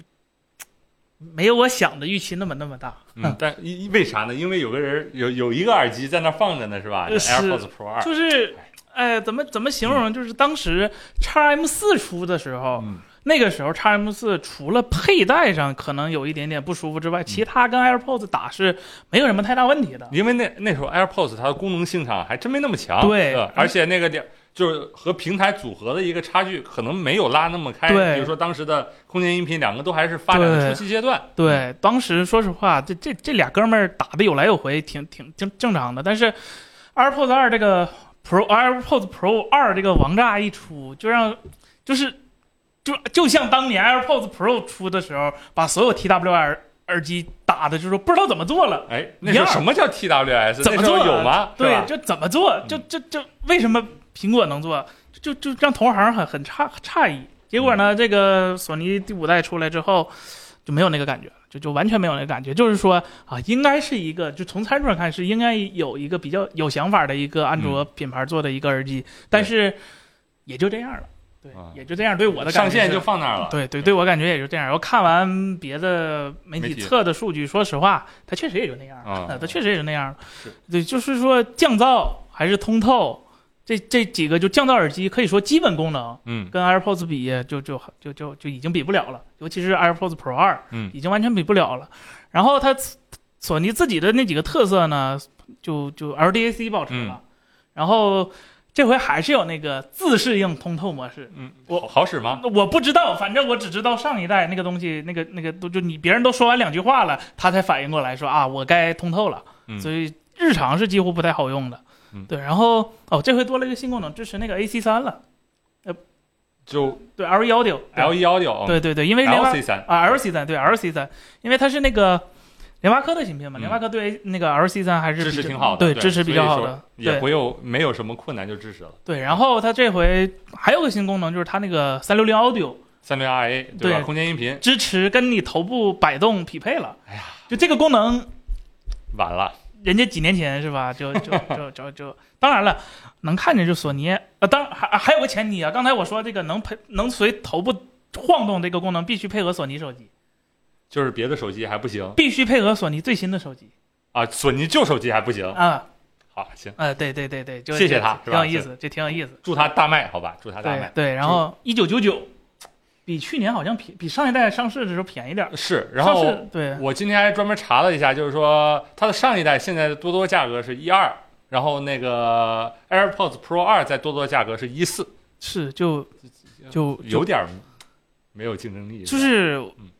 [SPEAKER 3] 没有我想的预期那么那么大。
[SPEAKER 1] 嗯，但因为啥呢？因为有个人有有一个耳机在那放着呢，是吧
[SPEAKER 3] 呃是
[SPEAKER 1] ？AirPods Pro 二，
[SPEAKER 3] 就是，哎，怎么怎么形容？就是当时 x M 四出的时候，
[SPEAKER 1] 嗯
[SPEAKER 3] 那个时候 x M 四除了佩戴上可能有一点点不舒服之外，
[SPEAKER 1] 嗯
[SPEAKER 3] 其他跟 AirPods 打是没有什么太大问题的。
[SPEAKER 1] 因为那那时候 AirPods 它的功能性上还真没那么强，
[SPEAKER 3] 对
[SPEAKER 1] 呃而且那个点就是和平台组合的一个差距，可能没有拉那么开。
[SPEAKER 3] 对
[SPEAKER 1] 比如说当时的空间音频，两个都还是发展的初期阶段。
[SPEAKER 3] 对，当时说实话，这这这俩哥们儿打的有来有回，挺挺挺正常的。但是 AirPods 二这个 Pro AirPods Pro 二这个王炸一出，就让就是就就像当年 AirPods Pro 出的时候，把所有 TWR 耳耳机打的，就是不知道怎么做了。
[SPEAKER 1] 哎，那时候
[SPEAKER 3] 一样
[SPEAKER 1] 什么叫 TWS？
[SPEAKER 3] 怎
[SPEAKER 1] 那
[SPEAKER 3] 么
[SPEAKER 1] 时
[SPEAKER 3] 做啊
[SPEAKER 1] 候有吗？是
[SPEAKER 3] 对
[SPEAKER 1] 吧，嗯
[SPEAKER 3] 这怎么做？就这这为什么苹果能做？就就就让同行很很诧诧异。结果
[SPEAKER 1] 嗯
[SPEAKER 3] 呢，这个索尼第五代出来之后，就没有那个感觉了，就就完全没有那个感觉。就是说啊，应该是一个，就从参数上看是应该有一个比较有想法的一个安
[SPEAKER 1] 嗯
[SPEAKER 3] 卓品牌做的一个耳机，但是也就这样了。对
[SPEAKER 1] 啊，
[SPEAKER 3] 也就这样。对我的感
[SPEAKER 1] 上
[SPEAKER 3] 觉
[SPEAKER 1] 线
[SPEAKER 3] 是
[SPEAKER 1] 就放那儿了。
[SPEAKER 3] 对对对，我感觉也就这样。我看完别的媒
[SPEAKER 1] 媒
[SPEAKER 3] 体
[SPEAKER 1] 体
[SPEAKER 3] 测的数据，说实话，它确实也就那样儿，
[SPEAKER 1] 啊
[SPEAKER 3] 呃它确实也就那样儿
[SPEAKER 1] 是。
[SPEAKER 3] 对，就是说降噪还是通透，这这几个就降噪耳机，可以说基本功能
[SPEAKER 1] 嗯
[SPEAKER 3] 跟 AirPods 比就，就就就就就已经比不了了。尤其是 AirPods Pro 二，
[SPEAKER 1] 嗯，
[SPEAKER 3] 已经完全比不了了。然后它索尼自己的那几个特色呢，就就 LDAC 保持了，
[SPEAKER 1] 嗯
[SPEAKER 3] 然后这回还是有那个自适应通透模式。
[SPEAKER 1] 嗯，
[SPEAKER 3] 我
[SPEAKER 1] 好好使吗？
[SPEAKER 3] 那我不知道，反正我只知道上一代那个东西，那个那个都就你别人都说完两句话了，他才反应过来说啊，我该通透了，
[SPEAKER 1] 嗯
[SPEAKER 3] 所以日常是几乎不太好用的。
[SPEAKER 1] 嗯
[SPEAKER 3] 对，然后哦，这回多了一个新功能，支持那个 AC 三了，
[SPEAKER 1] 就
[SPEAKER 3] 对 L 幺六
[SPEAKER 1] L E 一幺六，
[SPEAKER 3] 对对对，因为联发
[SPEAKER 1] LC 三，
[SPEAKER 3] 啊 LC 三对 LC 三，因为它是那个联发科的芯片嘛，
[SPEAKER 1] 嗯
[SPEAKER 3] 联发科对那个 LC 三还是
[SPEAKER 1] 支
[SPEAKER 3] 比
[SPEAKER 1] 持
[SPEAKER 3] 较
[SPEAKER 1] 挺好的，
[SPEAKER 3] 对
[SPEAKER 1] 对，
[SPEAKER 3] 支持比较好
[SPEAKER 1] 所以
[SPEAKER 3] 的
[SPEAKER 1] 说，也
[SPEAKER 3] 对
[SPEAKER 1] 不用没有什么困难就支持了。
[SPEAKER 3] 对，然后它这回还有个新功能，就是它那个三六零 Audio。
[SPEAKER 1] 三零 RA 对吧？
[SPEAKER 3] 对
[SPEAKER 1] 空间音频
[SPEAKER 3] 支持跟你头部摆动匹配了。
[SPEAKER 1] 哎呀，
[SPEAKER 3] 就这个功能，
[SPEAKER 1] 完了，
[SPEAKER 3] 人家几年前是吧？就就就就就，当然了，能看见就索尼。呃，当还还有个前提啊，刚才我说这个能配能随头部晃动这个功能，必须配合索尼手机，
[SPEAKER 1] 就是别的手机还不行
[SPEAKER 3] 必须配合索尼最新的手机
[SPEAKER 1] 啊，索尼旧手机还不行。
[SPEAKER 3] 啊
[SPEAKER 1] 好，行，
[SPEAKER 3] 啊！对对对对，就
[SPEAKER 1] 谢谢他
[SPEAKER 3] 挺
[SPEAKER 1] 是
[SPEAKER 3] 有
[SPEAKER 1] 吧
[SPEAKER 3] 意思，这挺有意思。
[SPEAKER 1] 祝他大卖，好吧，祝他大
[SPEAKER 3] 对
[SPEAKER 1] 卖。
[SPEAKER 3] 对，然后一九九九，比去年好像便比上一代上市的时候便宜点儿。
[SPEAKER 1] 是，然后
[SPEAKER 3] 上市对
[SPEAKER 1] 我今天还专门查了一下，就是说它的上一代现在的多多价格是一二，然后那个 AirPods Pro 二在多多价格是一四，
[SPEAKER 3] 是就就就
[SPEAKER 1] 有点儿没有竞争力。
[SPEAKER 3] 就是
[SPEAKER 1] 嗯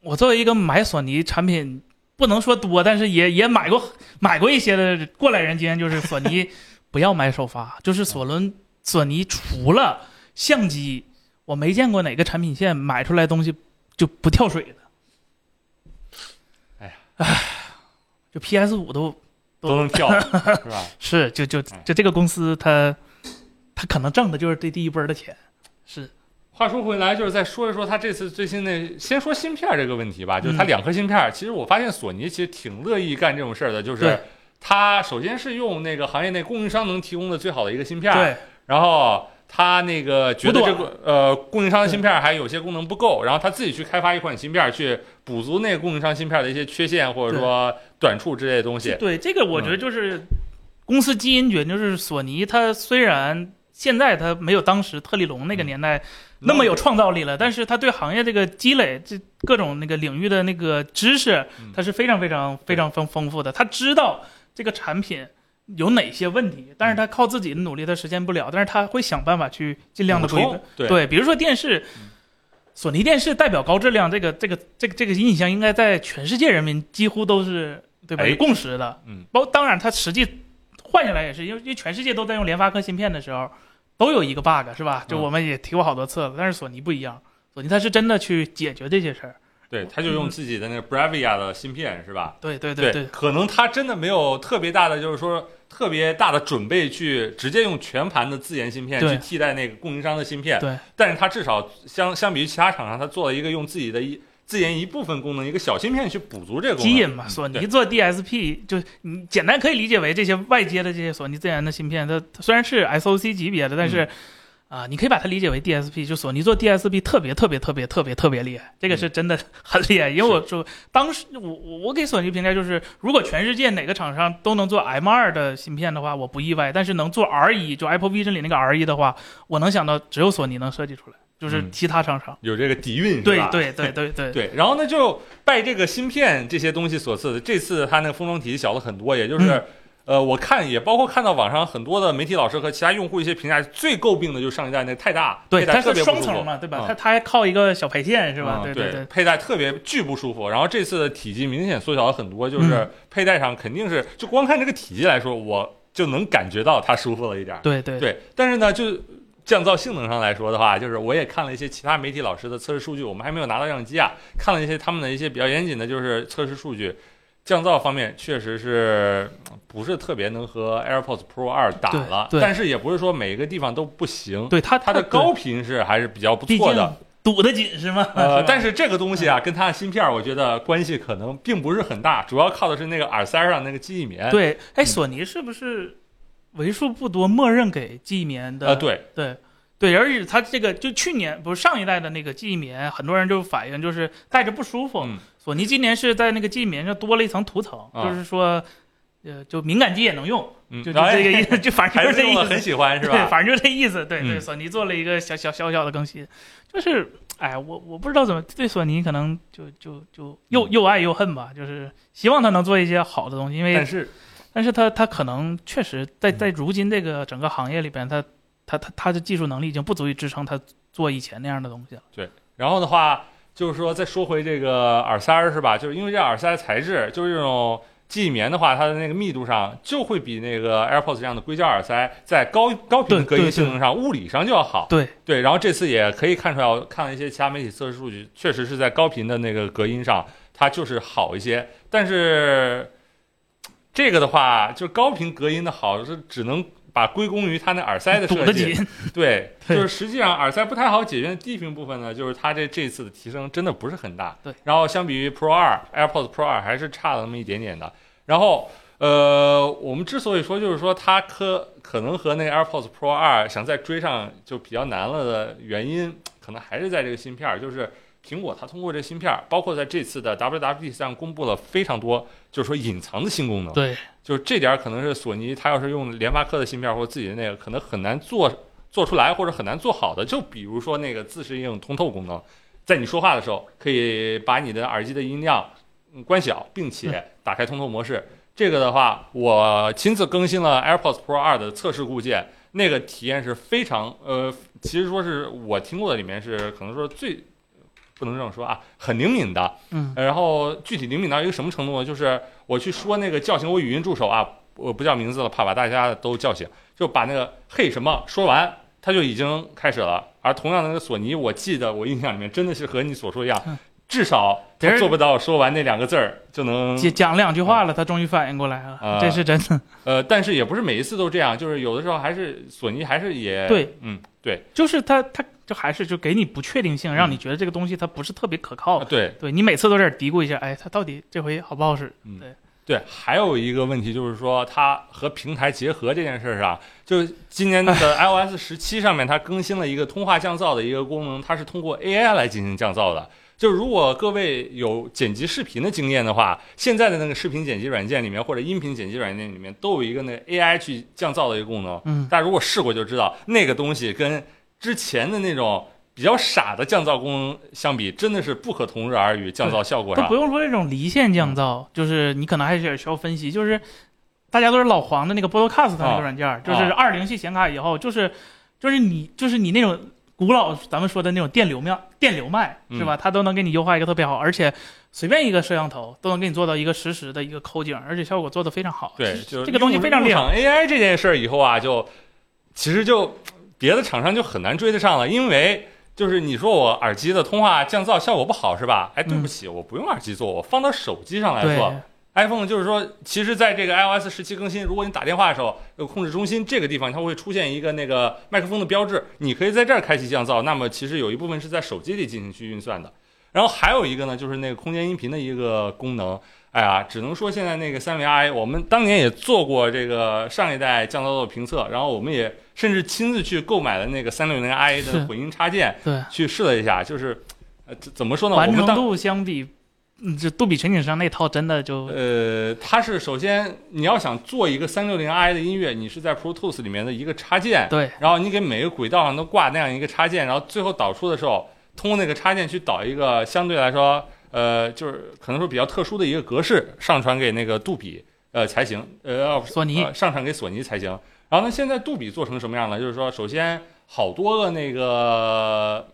[SPEAKER 3] 我作为一个买索尼产品，不能说多，但是也也买过买过一些的过来人经验，就是索 尼不要买首发，就是索伦索尼除了相机，我没见过哪个产品线买出来东西就不跳水的。
[SPEAKER 1] 哎呀
[SPEAKER 3] 唉，就 PS 五都
[SPEAKER 1] 都能 跳，是吧？
[SPEAKER 3] 是就就
[SPEAKER 1] 哎
[SPEAKER 3] 就这个公司它它可能挣的就是这第一波的钱，是
[SPEAKER 1] 话说回来，就是再说一说它这次最新的，先说芯片这个问题吧。就是它
[SPEAKER 3] 嗯
[SPEAKER 1] 两颗芯片儿，其实我发现索尼其实挺乐意干这种事儿的，就
[SPEAKER 3] 对
[SPEAKER 1] 是它首先是用那个行业内供应商能提供的最好的一个芯片儿，
[SPEAKER 3] 对
[SPEAKER 1] 然后他那个觉得
[SPEAKER 3] 不
[SPEAKER 1] 这
[SPEAKER 3] 短
[SPEAKER 1] 个呃供应商的芯片还有些功能不够，然后他自己去开发一款芯片去补足那个供应商芯片的一些缺陷或者说短处之类的东西。
[SPEAKER 3] 对，这个我
[SPEAKER 1] 嗯
[SPEAKER 3] 觉得就是公司基因决定，就是索尼它虽然现在它没有当时特立龙那个
[SPEAKER 1] 嗯
[SPEAKER 3] 年代那么有创造力了，但是它对行业这个积累，这各种那个领域的那个知识
[SPEAKER 1] 嗯，
[SPEAKER 3] 它是非常非常非常丰丰富的。它知道这个产品。有哪些问题？
[SPEAKER 1] 嗯
[SPEAKER 3] 但是它靠自己的努力，它实现不了。但是它会想办法去尽量的
[SPEAKER 1] 补
[SPEAKER 3] 规
[SPEAKER 1] 充，对
[SPEAKER 3] 对，比如说电视，索尼电视代表高质量，这个这个这个这个印象应该在全世界人民几乎都是对吧？
[SPEAKER 1] 哎
[SPEAKER 3] 有共识的。
[SPEAKER 1] 嗯，
[SPEAKER 3] 包当然它实际换下来也是，因为因为全世界都在用联发科芯片的时候，都有一个 bug 是吧？就
[SPEAKER 1] 嗯
[SPEAKER 3] 我们也提过好多次了，但是索尼不一样，索尼它是真的去解决这些事儿，
[SPEAKER 1] 对，他就用自己的那个 Bravia 的芯片是吧？
[SPEAKER 3] 对对
[SPEAKER 1] 对
[SPEAKER 3] 对，
[SPEAKER 1] 可能他真的没有特别大的，就是说特别大的准备去直接用全盘的自研芯片
[SPEAKER 3] 对
[SPEAKER 1] 去替代那个供应商的芯片。
[SPEAKER 3] 对，
[SPEAKER 1] 但是他至少相相比于其他厂商，他做了一个用自己的一自研一部分功能，一个小芯片去补足这个功
[SPEAKER 3] 基
[SPEAKER 1] 能。
[SPEAKER 3] 因嘛，
[SPEAKER 1] 嗯
[SPEAKER 3] 索尼
[SPEAKER 1] 对
[SPEAKER 3] 做 DSP 就你简单可以理解为这些外接的这些索尼自研的芯片，它它虽然是 SOC 级别的，但
[SPEAKER 1] 嗯
[SPEAKER 3] 是啊、你可以把它理解为 DSP，就索尼做 DSP 特别特别特别特别特别厉害，这
[SPEAKER 1] 嗯
[SPEAKER 3] 个是真的很厉害。因为我说当时我我我给索尼评价就是，如果全世界哪个厂商都能做 M 二的芯片的话，我不意外；但是能做 R 一，就 Apple Vision 里那个 R 一的话，我能想到只有索尼能设计出来，就是
[SPEAKER 1] 嗯
[SPEAKER 3] 其他厂商。
[SPEAKER 1] 有这个底蕴是
[SPEAKER 3] 对
[SPEAKER 1] 吧？
[SPEAKER 3] 对对对对
[SPEAKER 1] 对，然后呢，就拜这个芯片这些东西所赐，这次它那个封装体小了很多，也就是，
[SPEAKER 3] 嗯
[SPEAKER 1] 呃，我看也包括看到网上很多的媒体老师和其他用户一些评价，最诟病的就是上一代那个太大，
[SPEAKER 3] 对，
[SPEAKER 1] 佩戴
[SPEAKER 3] 它
[SPEAKER 1] 特
[SPEAKER 3] 是
[SPEAKER 1] 别
[SPEAKER 3] 双
[SPEAKER 1] 不舒服
[SPEAKER 3] 层嘛，对吧？
[SPEAKER 1] 嗯
[SPEAKER 3] 它它还靠一个小排线是吧？
[SPEAKER 1] 嗯
[SPEAKER 3] 对
[SPEAKER 1] 对
[SPEAKER 3] 对，
[SPEAKER 1] 佩戴特别巨不舒服。然后这次的体积明显缩小了很多，就是
[SPEAKER 3] 嗯
[SPEAKER 1] 佩戴上肯定是就光看这个体积来说，我就能感觉到它舒服了一点儿。
[SPEAKER 3] 对对
[SPEAKER 1] 对，但是呢，就降噪性能上来说的话，就是我也看了一些其他媒体老师的测试数据，我们还没有拿到样机啊，看了一些他们的一些比较严谨的，就是测试数据。降噪方面确实是嗯不是特别能和 AirPods Pro 二打
[SPEAKER 3] 对
[SPEAKER 1] 了，
[SPEAKER 3] 对
[SPEAKER 1] 但是也不是说每个地方都不行，
[SPEAKER 3] 对，它
[SPEAKER 1] 它的高频是还是比较不
[SPEAKER 3] 毕
[SPEAKER 1] 错的
[SPEAKER 3] 竟。堵得紧是 吗？
[SPEAKER 1] 呃，但
[SPEAKER 3] 是
[SPEAKER 1] 是这个东西啊，跟它的芯片儿我觉得关系可能并不是很大，主要靠的是那个耳塞儿上那个记忆棉。
[SPEAKER 3] 吧对，哎，索尼是不是为数不多默认给记忆棉的？
[SPEAKER 1] 啊，对，
[SPEAKER 3] 对对，而且它这个就去年不是上一代的那个记忆棉，很多人就反映就是戴着不舒服。
[SPEAKER 1] 嗯
[SPEAKER 3] 索尼今年是在那个记忆棉上多了一层涂层，
[SPEAKER 1] 啊
[SPEAKER 3] 就是说，呃，就敏感肌也能用，
[SPEAKER 1] 嗯，
[SPEAKER 3] 就就
[SPEAKER 1] 哎
[SPEAKER 3] 这个意思，就反正
[SPEAKER 1] 孩
[SPEAKER 3] 就是
[SPEAKER 1] 子
[SPEAKER 3] 这意
[SPEAKER 1] 用了
[SPEAKER 3] 思
[SPEAKER 1] 很。喜欢是
[SPEAKER 3] 对，
[SPEAKER 1] 吧？
[SPEAKER 3] 反正就这意思。对对，
[SPEAKER 1] 嗯
[SPEAKER 3] 索尼做了一个小小小小的更新，就是，哎，我我不知道怎么对索尼可能就就
[SPEAKER 1] 嗯
[SPEAKER 3] 就又又爱又恨吧，就是希望他能做一些好的东西，因为
[SPEAKER 1] 但是嗯
[SPEAKER 3] 但是他他可能确实在在如今这个整个行业里边，他他他他的技术能力已经不足以支撑他做以前那样的东西了。
[SPEAKER 1] 然后的话，就是说再说回这个耳塞儿是吧？就是因为这耳塞儿材质，就是这种记忆棉的话，它的那个密度上就会比那个 AirPods 这样的硅胶耳塞在高高频
[SPEAKER 3] 对
[SPEAKER 1] 隔音
[SPEAKER 3] 对
[SPEAKER 1] 性
[SPEAKER 3] 对
[SPEAKER 1] 能上物理上就要好。
[SPEAKER 3] 对
[SPEAKER 1] 对，然后这次也可以看出来，我看了一些其他媒体测试数据，确实是在高频的那个隔音上，它就是好一些。但是这个的话，就是高频隔音的好是只能把归功于它那耳塞的
[SPEAKER 3] 堵
[SPEAKER 1] 设
[SPEAKER 3] 得
[SPEAKER 1] 计。
[SPEAKER 3] 紧，
[SPEAKER 1] 对，就
[SPEAKER 3] 对
[SPEAKER 1] 是实际上耳塞不太好解决的低频部分呢，就是它这这次的提升真的不是很大。
[SPEAKER 3] 对，
[SPEAKER 1] 然后相比于 Pro 二 AirPods Pro 二还是差了那么一点点的。然后呃，我们之所以说就是说它可可能和那个 AirPods Pro 二想再追上就比较难了的原因，可能还是在这个芯片儿，就是。苹果它通过这芯片儿，包括在这次的 WWDC 上公布了非常多，就是说隐藏的新功能。
[SPEAKER 3] 对
[SPEAKER 1] 就是这点儿可能是索尼，它要是用联发科的芯片儿或者自己的那个，可能很难做做出来或者很难做好的。就比如说那个自适应通透功能，在你说话的时候，可以把你的耳机的音量嗯关小，并且打开通透模式。这个的话，我亲自更新了 AirPods Pro 2的测试固件，那个体验是非常呃，其实说是我听过的里面是可能说最不能这么说啊，很灵敏的。
[SPEAKER 3] 嗯，
[SPEAKER 1] 呃然后具体灵敏到一个什么程度呢？就是我去说那个叫醒我语音助手啊，我不叫名字了，怕把大家都叫醒，就把那个嘿什么说完，它就已经开始了。而同样的那个索尼，我记得我印象里面真的是和你所说一样
[SPEAKER 3] 嗯，
[SPEAKER 1] 至少
[SPEAKER 3] 得
[SPEAKER 1] 它
[SPEAKER 3] 是
[SPEAKER 1] 做不到说完那两个字儿就能
[SPEAKER 3] 嗯讲讲两句话了，他终于反应过来了
[SPEAKER 1] 嗯啊，
[SPEAKER 3] 这是真的。
[SPEAKER 1] 呃，但是也不是每一次都这样，就是有的时候还是索尼还是也
[SPEAKER 3] 对，
[SPEAKER 1] 嗯，对，
[SPEAKER 3] 就是他他就还是就给你不确定性，让
[SPEAKER 1] 嗯
[SPEAKER 3] 你觉得这个东西它不是特别可靠
[SPEAKER 1] 啊。对
[SPEAKER 3] 对你每次都在这儿嘀咕一下，哎，它到底这回好不好使？
[SPEAKER 1] 对，还有一个问题就是说，它和平台结合这件事儿上，就是今年的 iOS 十七上面，它更新了一个通话降噪的一个功能，它是通过 AI 来进行降噪的。就如果各位有剪辑视频的经验的话，现在的那个视频剪辑软件里面或者音频剪辑软件里面都有一个那 AI 去降噪的一个功能。
[SPEAKER 3] 嗯，
[SPEAKER 1] 大家如果试过就知道，那个东西跟之前的那种比较傻的降噪功能相比，真的是不可同日而语。降噪效果
[SPEAKER 3] 都
[SPEAKER 1] 上
[SPEAKER 3] 不，用说这种离线降
[SPEAKER 1] 嗯
[SPEAKER 3] 噪，就是你可能还是需要分析，就是大家都是老黄的那个 Broadcast 那
[SPEAKER 1] 啊
[SPEAKER 3] 个软件儿，就是二零系显卡以后，就是就是你就是你那种古老咱们说的那种电流面电流脉
[SPEAKER 1] 嗯
[SPEAKER 3] 是吧？它都能给你优化一个特别好，而且随便一个摄像头都能给你做到一个实时的一个抠景，而且效果做的非常好。
[SPEAKER 1] 对，
[SPEAKER 3] 其实
[SPEAKER 1] 就是
[SPEAKER 3] 这个东西非常厉
[SPEAKER 1] 用
[SPEAKER 3] 害。
[SPEAKER 1] 上 AI 这件事儿以后啊，就其实就别的厂商就很难追得上了，因为就是你说我耳机的通话降噪效果不好是吧？哎，对不起，我不用耳机做，我放到手机上来做。
[SPEAKER 3] 嗯对
[SPEAKER 1] iPhone 就是说，其实在这个 iOS 十七更新，如果你打电话的时候，这个控制中心这个地方它会出现一个那个麦克风的标志，你可以在这儿开启降噪。那么其实有一部分是在手机里进行去运算的。然后还有一个呢，就是那个空间音频的一个功能。哎呀，只能说现在那个三维 I，我们当年也做过这个上一代降噪的评测，然后我们也甚至亲自去购买了那个三六零 I
[SPEAKER 3] 是
[SPEAKER 1] 的混音插件
[SPEAKER 3] 对，
[SPEAKER 1] 去试了一下，就是呃这怎么说呢？我
[SPEAKER 3] 完
[SPEAKER 1] 们
[SPEAKER 3] 成
[SPEAKER 1] 当
[SPEAKER 3] 度相比，嗯，这杜比全景声那套真的就
[SPEAKER 1] 呃，它是首先你要想做一个三六零 i 的音乐，你是在 Pro Tools 里面的一个插件，
[SPEAKER 3] 对
[SPEAKER 1] 然后你给每个轨道上都挂那样一个插件，然后最后导出的时候，通过那个插件去导一个相对来说，呃，就是可能说比较特殊的一个格式，上传给那个杜比，呃，才行，呃，
[SPEAKER 3] 索尼
[SPEAKER 1] 呃上传给索尼才行。然后呢，现在杜比做成什么样呢？就是说，首先好多个那个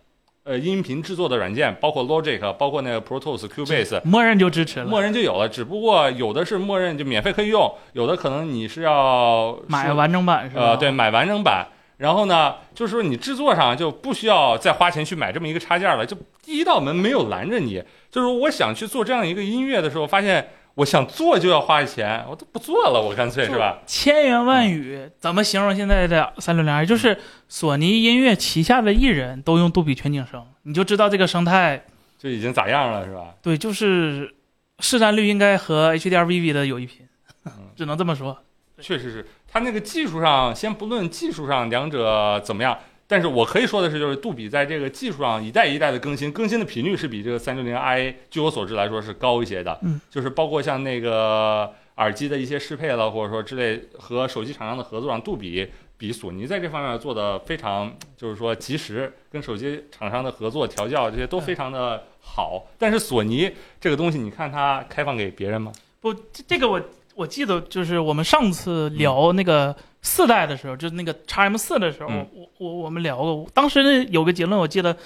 [SPEAKER 1] 呃音频制作的软件，包括 Logic，包括那个 Pro Tools、Cubase，
[SPEAKER 3] 默认就支持了，
[SPEAKER 1] 默认就有了，只不过有的是默认就免费可以用，有的可能你是要
[SPEAKER 3] 买
[SPEAKER 1] 是
[SPEAKER 3] 完整版是吧？
[SPEAKER 1] 呃对买完整版。然后呢，就是说你制作上就不需要再花钱去买这么一个插件了，就第一道门没有拦着你。就是我想去做这样一个音乐的时候，发现我想做就要花钱，我都不做了，我干脆是吧？
[SPEAKER 3] 千言万语怎么形容现在的三六零二？就是索尼音乐旗下的艺人都用杜比全景声，你就知道这个生态。
[SPEAKER 1] 就已经咋样了是吧？
[SPEAKER 3] 对，就是市占率应该和 HDRVV 的有一拼，
[SPEAKER 1] 嗯
[SPEAKER 3] 只能这么说。
[SPEAKER 1] 确实是，它那个技术上，先不论技术上两者怎么样，但是我可以说的是，就是杜比在这个技术上一代一代的更新，更新的频率是比这个三六零 i 据我所知来说是高一些的。
[SPEAKER 3] 嗯，
[SPEAKER 1] 就是包括像那个耳机的一些适配了，或者说之类和手机厂商的合作上，杜比比索尼在这方面做的非常，就是说及时，跟手机厂商的合作调教这些
[SPEAKER 3] 嗯
[SPEAKER 1] 都非常的好。但是索尼这个东西，你看它开放给别人吗？
[SPEAKER 3] 不，这这个我我记得，就是我们上次聊那个四代的时候，就是那个 x M 四的时候，
[SPEAKER 1] 嗯
[SPEAKER 3] 我我我们聊过，当时那有个结论，我记得，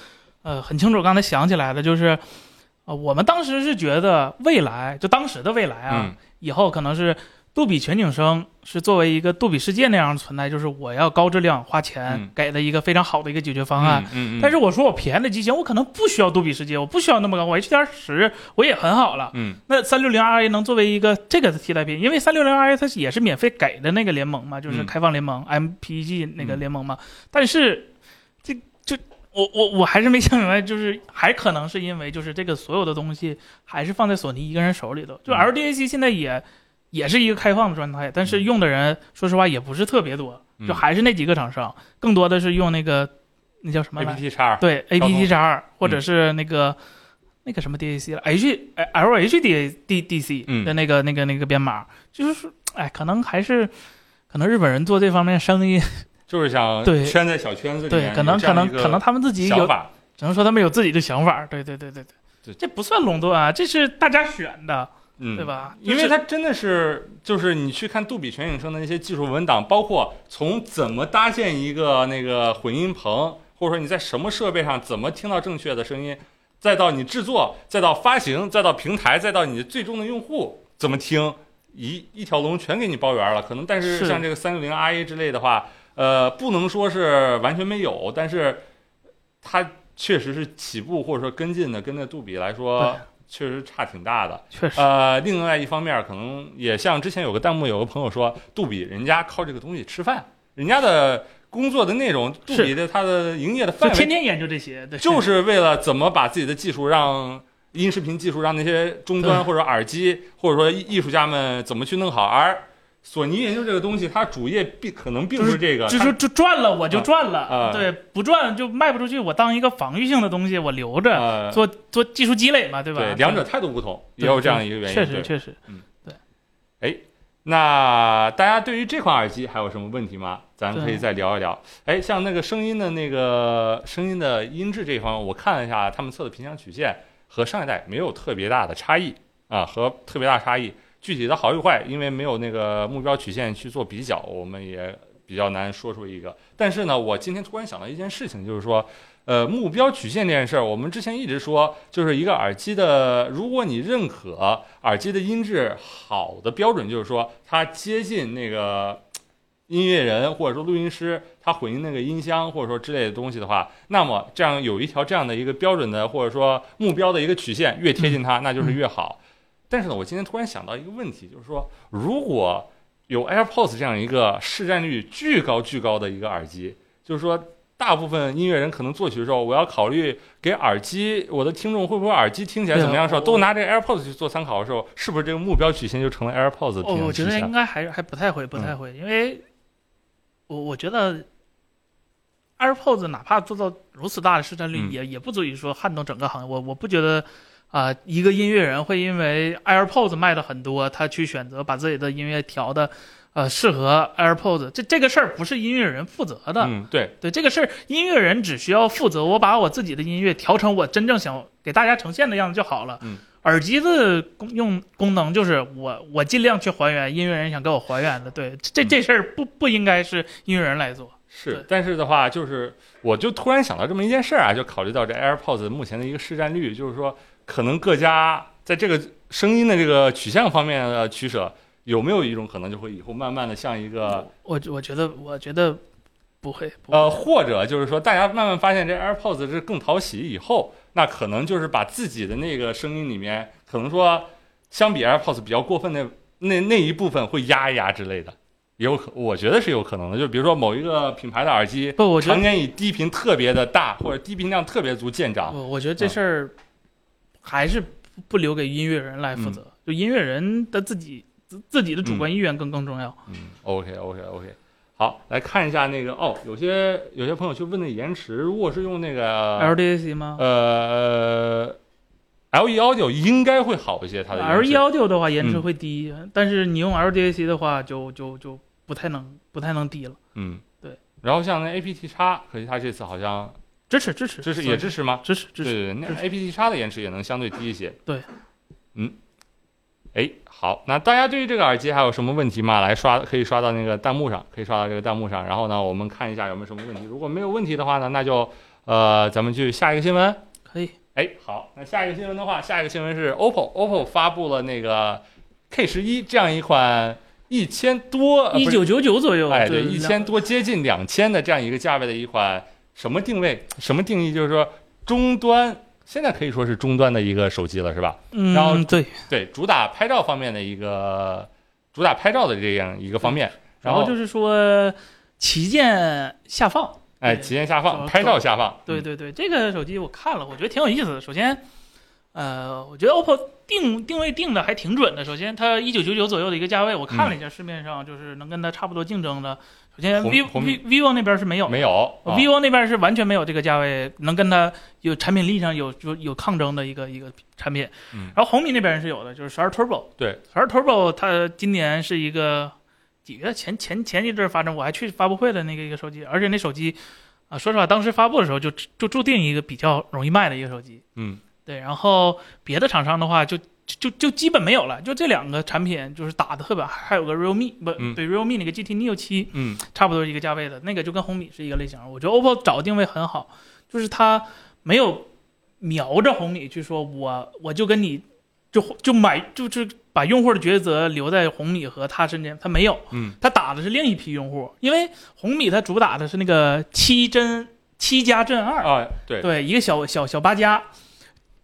[SPEAKER 3] 呃，很清楚，刚才想起来的就是，呃，我们当时是觉得未来，就当时的未来啊，
[SPEAKER 1] 嗯
[SPEAKER 3] 以后可能是杜比全景声是作为一个杜比世界那样的存在，就是我要高质量花钱
[SPEAKER 1] 嗯
[SPEAKER 3] 给的一个非常好的一个解决方案。
[SPEAKER 1] 嗯嗯嗯，
[SPEAKER 3] 啊但是我说我便宜的机型，我可能不需要杜比世界，我不需要那么高，我 HDR 十我也很好了。
[SPEAKER 1] 嗯
[SPEAKER 3] 那三六零 RA 能作为一个这个的替代品，因为三六零 RA 它也是免费给的那个联盟嘛，就是
[SPEAKER 1] 嗯
[SPEAKER 3] 开放联盟、MPG 那个联盟嘛。但是这就我我我还是没想明白，就是还可能是因为就是这个所有的东西还是放在索尼一个人手里头，就
[SPEAKER 1] 嗯
[SPEAKER 3] LDAC 现在也。也是一个开放的状态，但是用的人、说实话也不是特别多，
[SPEAKER 1] 嗯
[SPEAKER 3] 就还是那几个厂商，更多的是用那个那叫什么来着
[SPEAKER 1] APT 叉
[SPEAKER 3] 对，A
[SPEAKER 1] 高
[SPEAKER 3] P T
[SPEAKER 1] 通
[SPEAKER 3] 叉二或
[SPEAKER 1] 嗯
[SPEAKER 3] 者是那个、那个什么 D A C 了，H L H D D D C
[SPEAKER 1] 嗯
[SPEAKER 3] 的那个、那个那个编码，就是说，哎，可能还是可能日本人做这方面生意，
[SPEAKER 1] 就是想
[SPEAKER 3] 对
[SPEAKER 1] 圈在小圈子里面，
[SPEAKER 3] 对，可能
[SPEAKER 1] 有这样
[SPEAKER 3] 可能
[SPEAKER 1] 一个
[SPEAKER 3] 可能他们自己
[SPEAKER 1] 想
[SPEAKER 3] 有，
[SPEAKER 1] 法，
[SPEAKER 3] 只能说他们有自己的想法，对对对对对
[SPEAKER 1] 对，
[SPEAKER 3] 这不算垄断啊，这是大家选的，
[SPEAKER 1] 嗯，
[SPEAKER 3] 对？吧？
[SPEAKER 1] 因为它真的是，就是你去看杜比全景声的那些技术文档，包括从怎么搭建一个那个混音棚，或者说你在什么设备上怎么听到正确的声音，再到你制作，再到发行，再到平台，再到你最终的用户怎么听，一一条龙全给你包圆了。可能但是
[SPEAKER 3] 是
[SPEAKER 1] 像这个三六零 RA 之类的话，呃，不能说是完全没有，但是它确实是起步或者说跟进的，跟那杜比来说
[SPEAKER 3] 对
[SPEAKER 1] 确实差挺大的。
[SPEAKER 3] 确实，
[SPEAKER 1] 呃，另外一方面，可能也像之前有个弹幕，有个朋友说，杜比人家靠这个东西吃饭，人家的工作的内容，杜
[SPEAKER 3] 是
[SPEAKER 1] 比的他的营业的
[SPEAKER 3] 就
[SPEAKER 1] 范
[SPEAKER 3] 天
[SPEAKER 1] 围，
[SPEAKER 3] 天研究这些，对，
[SPEAKER 1] 就是为了怎么把自己的技术让音视频技术让那些终端
[SPEAKER 3] 对
[SPEAKER 1] 或者耳机或者说艺艺术家们怎么去弄好，而索尼研究这个东西，它主业并可能并不是这个，
[SPEAKER 3] 就
[SPEAKER 1] 它
[SPEAKER 3] 是就赚了我就
[SPEAKER 1] 啊
[SPEAKER 3] 赚了，
[SPEAKER 1] 啊
[SPEAKER 3] 对，不赚就卖不出去，我当一个防御性的东西我留着，
[SPEAKER 1] 呃
[SPEAKER 3] 做做技术积累嘛，对吧？
[SPEAKER 1] 对两者态度不同，
[SPEAKER 3] 对
[SPEAKER 1] 也有这样一个原因。
[SPEAKER 3] 确
[SPEAKER 1] 对
[SPEAKER 3] 实确实，
[SPEAKER 1] 那大家对于这款耳机还有什么问题吗？咱可
[SPEAKER 3] 对
[SPEAKER 1] 以再聊一聊。哎，像那个声音的那个声音的音质这一方面，我看了一下他们测的频响曲线和上一代没有特别大的差异啊，和特别大差异。具体的好与坏，因为没有那个目标曲线去做比较，我们也比较难说出一个。但是呢，我今天突然想到一件事情，就是说，呃，目标曲线这件事儿，我们之前一直说，就是一个耳机的，如果你认可耳机的音质好的标准，就是说它接近那个音乐人或者说录音师他混音那个音箱或者说之类的东西的话，那么这样有一条这样的一个标准的或者说目标的一个曲线，越贴近它那就是越
[SPEAKER 3] 嗯
[SPEAKER 1] 好。但是呢，我今天突然想到一个问题，就是说如果有 AirPods 这样一个市占率巨高巨高的一个耳机，就是说大部分音乐人可能作曲的时候，我要考虑给耳机我的听众会不会耳机听起来怎么样的时候，
[SPEAKER 3] 对啊
[SPEAKER 1] 都拿这个 AirPods 去做参考的时候，是不是这个目标曲线就成了 AirPods 的啊
[SPEAKER 3] 哦，
[SPEAKER 1] 平
[SPEAKER 3] 我
[SPEAKER 1] 衡
[SPEAKER 3] 觉
[SPEAKER 1] 曲
[SPEAKER 3] 得
[SPEAKER 1] 线
[SPEAKER 3] 应？该还还不太会，不太会，因为我我觉得 AirPods 哪怕做到如此大的市占率，
[SPEAKER 1] 嗯
[SPEAKER 3] 也也不足以说撼动整个行业。我我不觉得啊、一个音乐人会因为 AirPods 卖的很多，他去选择把自己的音乐调的呃适合 AirPods，这这个事儿不是音乐人负责的。
[SPEAKER 1] 嗯，对，
[SPEAKER 3] 对这个事儿，音乐人只需要负责我把我自己的音乐调成我真正想给大家呈现的样子就好了。
[SPEAKER 1] 嗯，
[SPEAKER 3] 耳机的功用功能就是我我尽量去还原音乐人想给我还原的。对，这这事儿不不应该是音乐人来做。
[SPEAKER 1] 是
[SPEAKER 3] 对，
[SPEAKER 1] 但是的话，就是我就突然想到这么一件事儿啊，就考虑到这 AirPods 目前的一个市占率，就是说可能各家在这个声音的这个取向方面的取舍，有没有一种可能就会以后慢慢的像一个
[SPEAKER 3] 我我觉得我觉得不会，不会
[SPEAKER 1] 呃，或者就是说大家慢慢发现这 AirPods 是更讨喜以后，那可能就是把自己的那个声音里面，可能说相比 AirPods 比较过分的那那一部分会压一压之类的，也有可我觉得是有可能的，就比如说某一个品牌的耳机。
[SPEAKER 3] 不，我觉得
[SPEAKER 1] 常年以低频特别的大或者低频量特别足见长。
[SPEAKER 3] 我我觉得这事儿还是不不留给音乐人来负责，就音乐人的自己自自己的主观意愿更更重要。
[SPEAKER 1] 嗯，OK OK OK，好，来看一下那个哦，有些有些朋友去问那延迟，如果是用那个
[SPEAKER 3] LDAC 吗？
[SPEAKER 1] 呃 L E Audio 应该会好一些，它的
[SPEAKER 3] L
[SPEAKER 1] 延
[SPEAKER 3] 1
[SPEAKER 1] 迟嗯
[SPEAKER 3] Audio E 的话延迟会低，但是你用 LDAC 的话就就就不太能不太能低了。
[SPEAKER 1] 嗯
[SPEAKER 3] 对。
[SPEAKER 1] 然后像那 A P T 叉，可惜它这次好像
[SPEAKER 3] 支持支持
[SPEAKER 1] 支持
[SPEAKER 3] 所以
[SPEAKER 1] 也支持吗？
[SPEAKER 3] 支持
[SPEAKER 1] 对
[SPEAKER 3] 支持。
[SPEAKER 1] 对对，那
[SPEAKER 3] 支
[SPEAKER 1] A P T 叉的延迟也能相对低一些。
[SPEAKER 3] 对，
[SPEAKER 1] 嗯，哎，好，那大家对于这个耳机还有什么问题吗？来刷，可以刷到那个弹幕上，可以刷到这个弹幕上。然后呢，我们看一下有没有什么问题。如果没有问题的话呢，那就呃，咱们去下一个新闻。
[SPEAKER 3] 可以，
[SPEAKER 1] 哎，好，那下一个新闻的话，下一个新闻是 OPPO，OPPO 发布了那个 K 十一这样一款一千多，呃
[SPEAKER 3] 一
[SPEAKER 1] 不是
[SPEAKER 3] 九九九左右，
[SPEAKER 1] 哎，
[SPEAKER 3] 对，
[SPEAKER 1] 对，一千多接近两千的这样一个价位的一款什么定位、什么定义？就是说终端，现在可以说是终端的一个手机了，是吧？
[SPEAKER 3] 嗯，
[SPEAKER 1] 然后
[SPEAKER 3] 对，
[SPEAKER 1] 对，主打拍照方面的一个，主打拍照的这样一个方面。
[SPEAKER 3] 然
[SPEAKER 1] 后
[SPEAKER 3] 后就是说旗舰下放，
[SPEAKER 1] 哎，
[SPEAKER 3] 对
[SPEAKER 1] 旗舰下
[SPEAKER 3] 主
[SPEAKER 1] 放，
[SPEAKER 3] 要
[SPEAKER 1] 拍照下放，嗯
[SPEAKER 3] 对对对，这个手机我看了，我觉得挺有意思的。首先，呃，我觉得 OPPO 定定位定的还挺准的。首先，它一九九九左右的一个价位，我看了一下市面上就是能跟它差不多竞争的。首先
[SPEAKER 1] 嗯红
[SPEAKER 3] ，vivo
[SPEAKER 1] 红
[SPEAKER 3] vivo 那边是没有的，
[SPEAKER 1] 没有啊
[SPEAKER 3] vivo 那边是完全没有这个价位，能跟它有产品力上有有有抗争的一个一个产品。
[SPEAKER 1] 嗯
[SPEAKER 3] 然后红米那边是有的，就是十二 Turbo。
[SPEAKER 1] 对，
[SPEAKER 3] 十二 Turbo 它今年是一个几月前前前一阵儿发展，我还去发布会的那个一个手机，而且那手机啊，说实话，当时发布的时候就就注定一个比较容易卖的一个手机。
[SPEAKER 1] 嗯
[SPEAKER 3] 对，然后别的厂商的话就。就就就基本没有了，就这两个产品就是打的特别，还有个 realme 不、
[SPEAKER 1] 嗯
[SPEAKER 3] 对 realme 那个 GT Neo 七，
[SPEAKER 1] 嗯
[SPEAKER 3] 差不多一个价位的，那个就跟红米是一个类型。我觉得 OPPO 找定位很好，就是它没有瞄着红米去说我我就跟你就就买就是把用户的抉择留在红米和它身边，它没有，
[SPEAKER 1] 嗯
[SPEAKER 3] 它打的是另一批用户，因为红米它主打的是那个七针七加阵二，
[SPEAKER 1] 啊，对，
[SPEAKER 3] 对，一个小小小八加。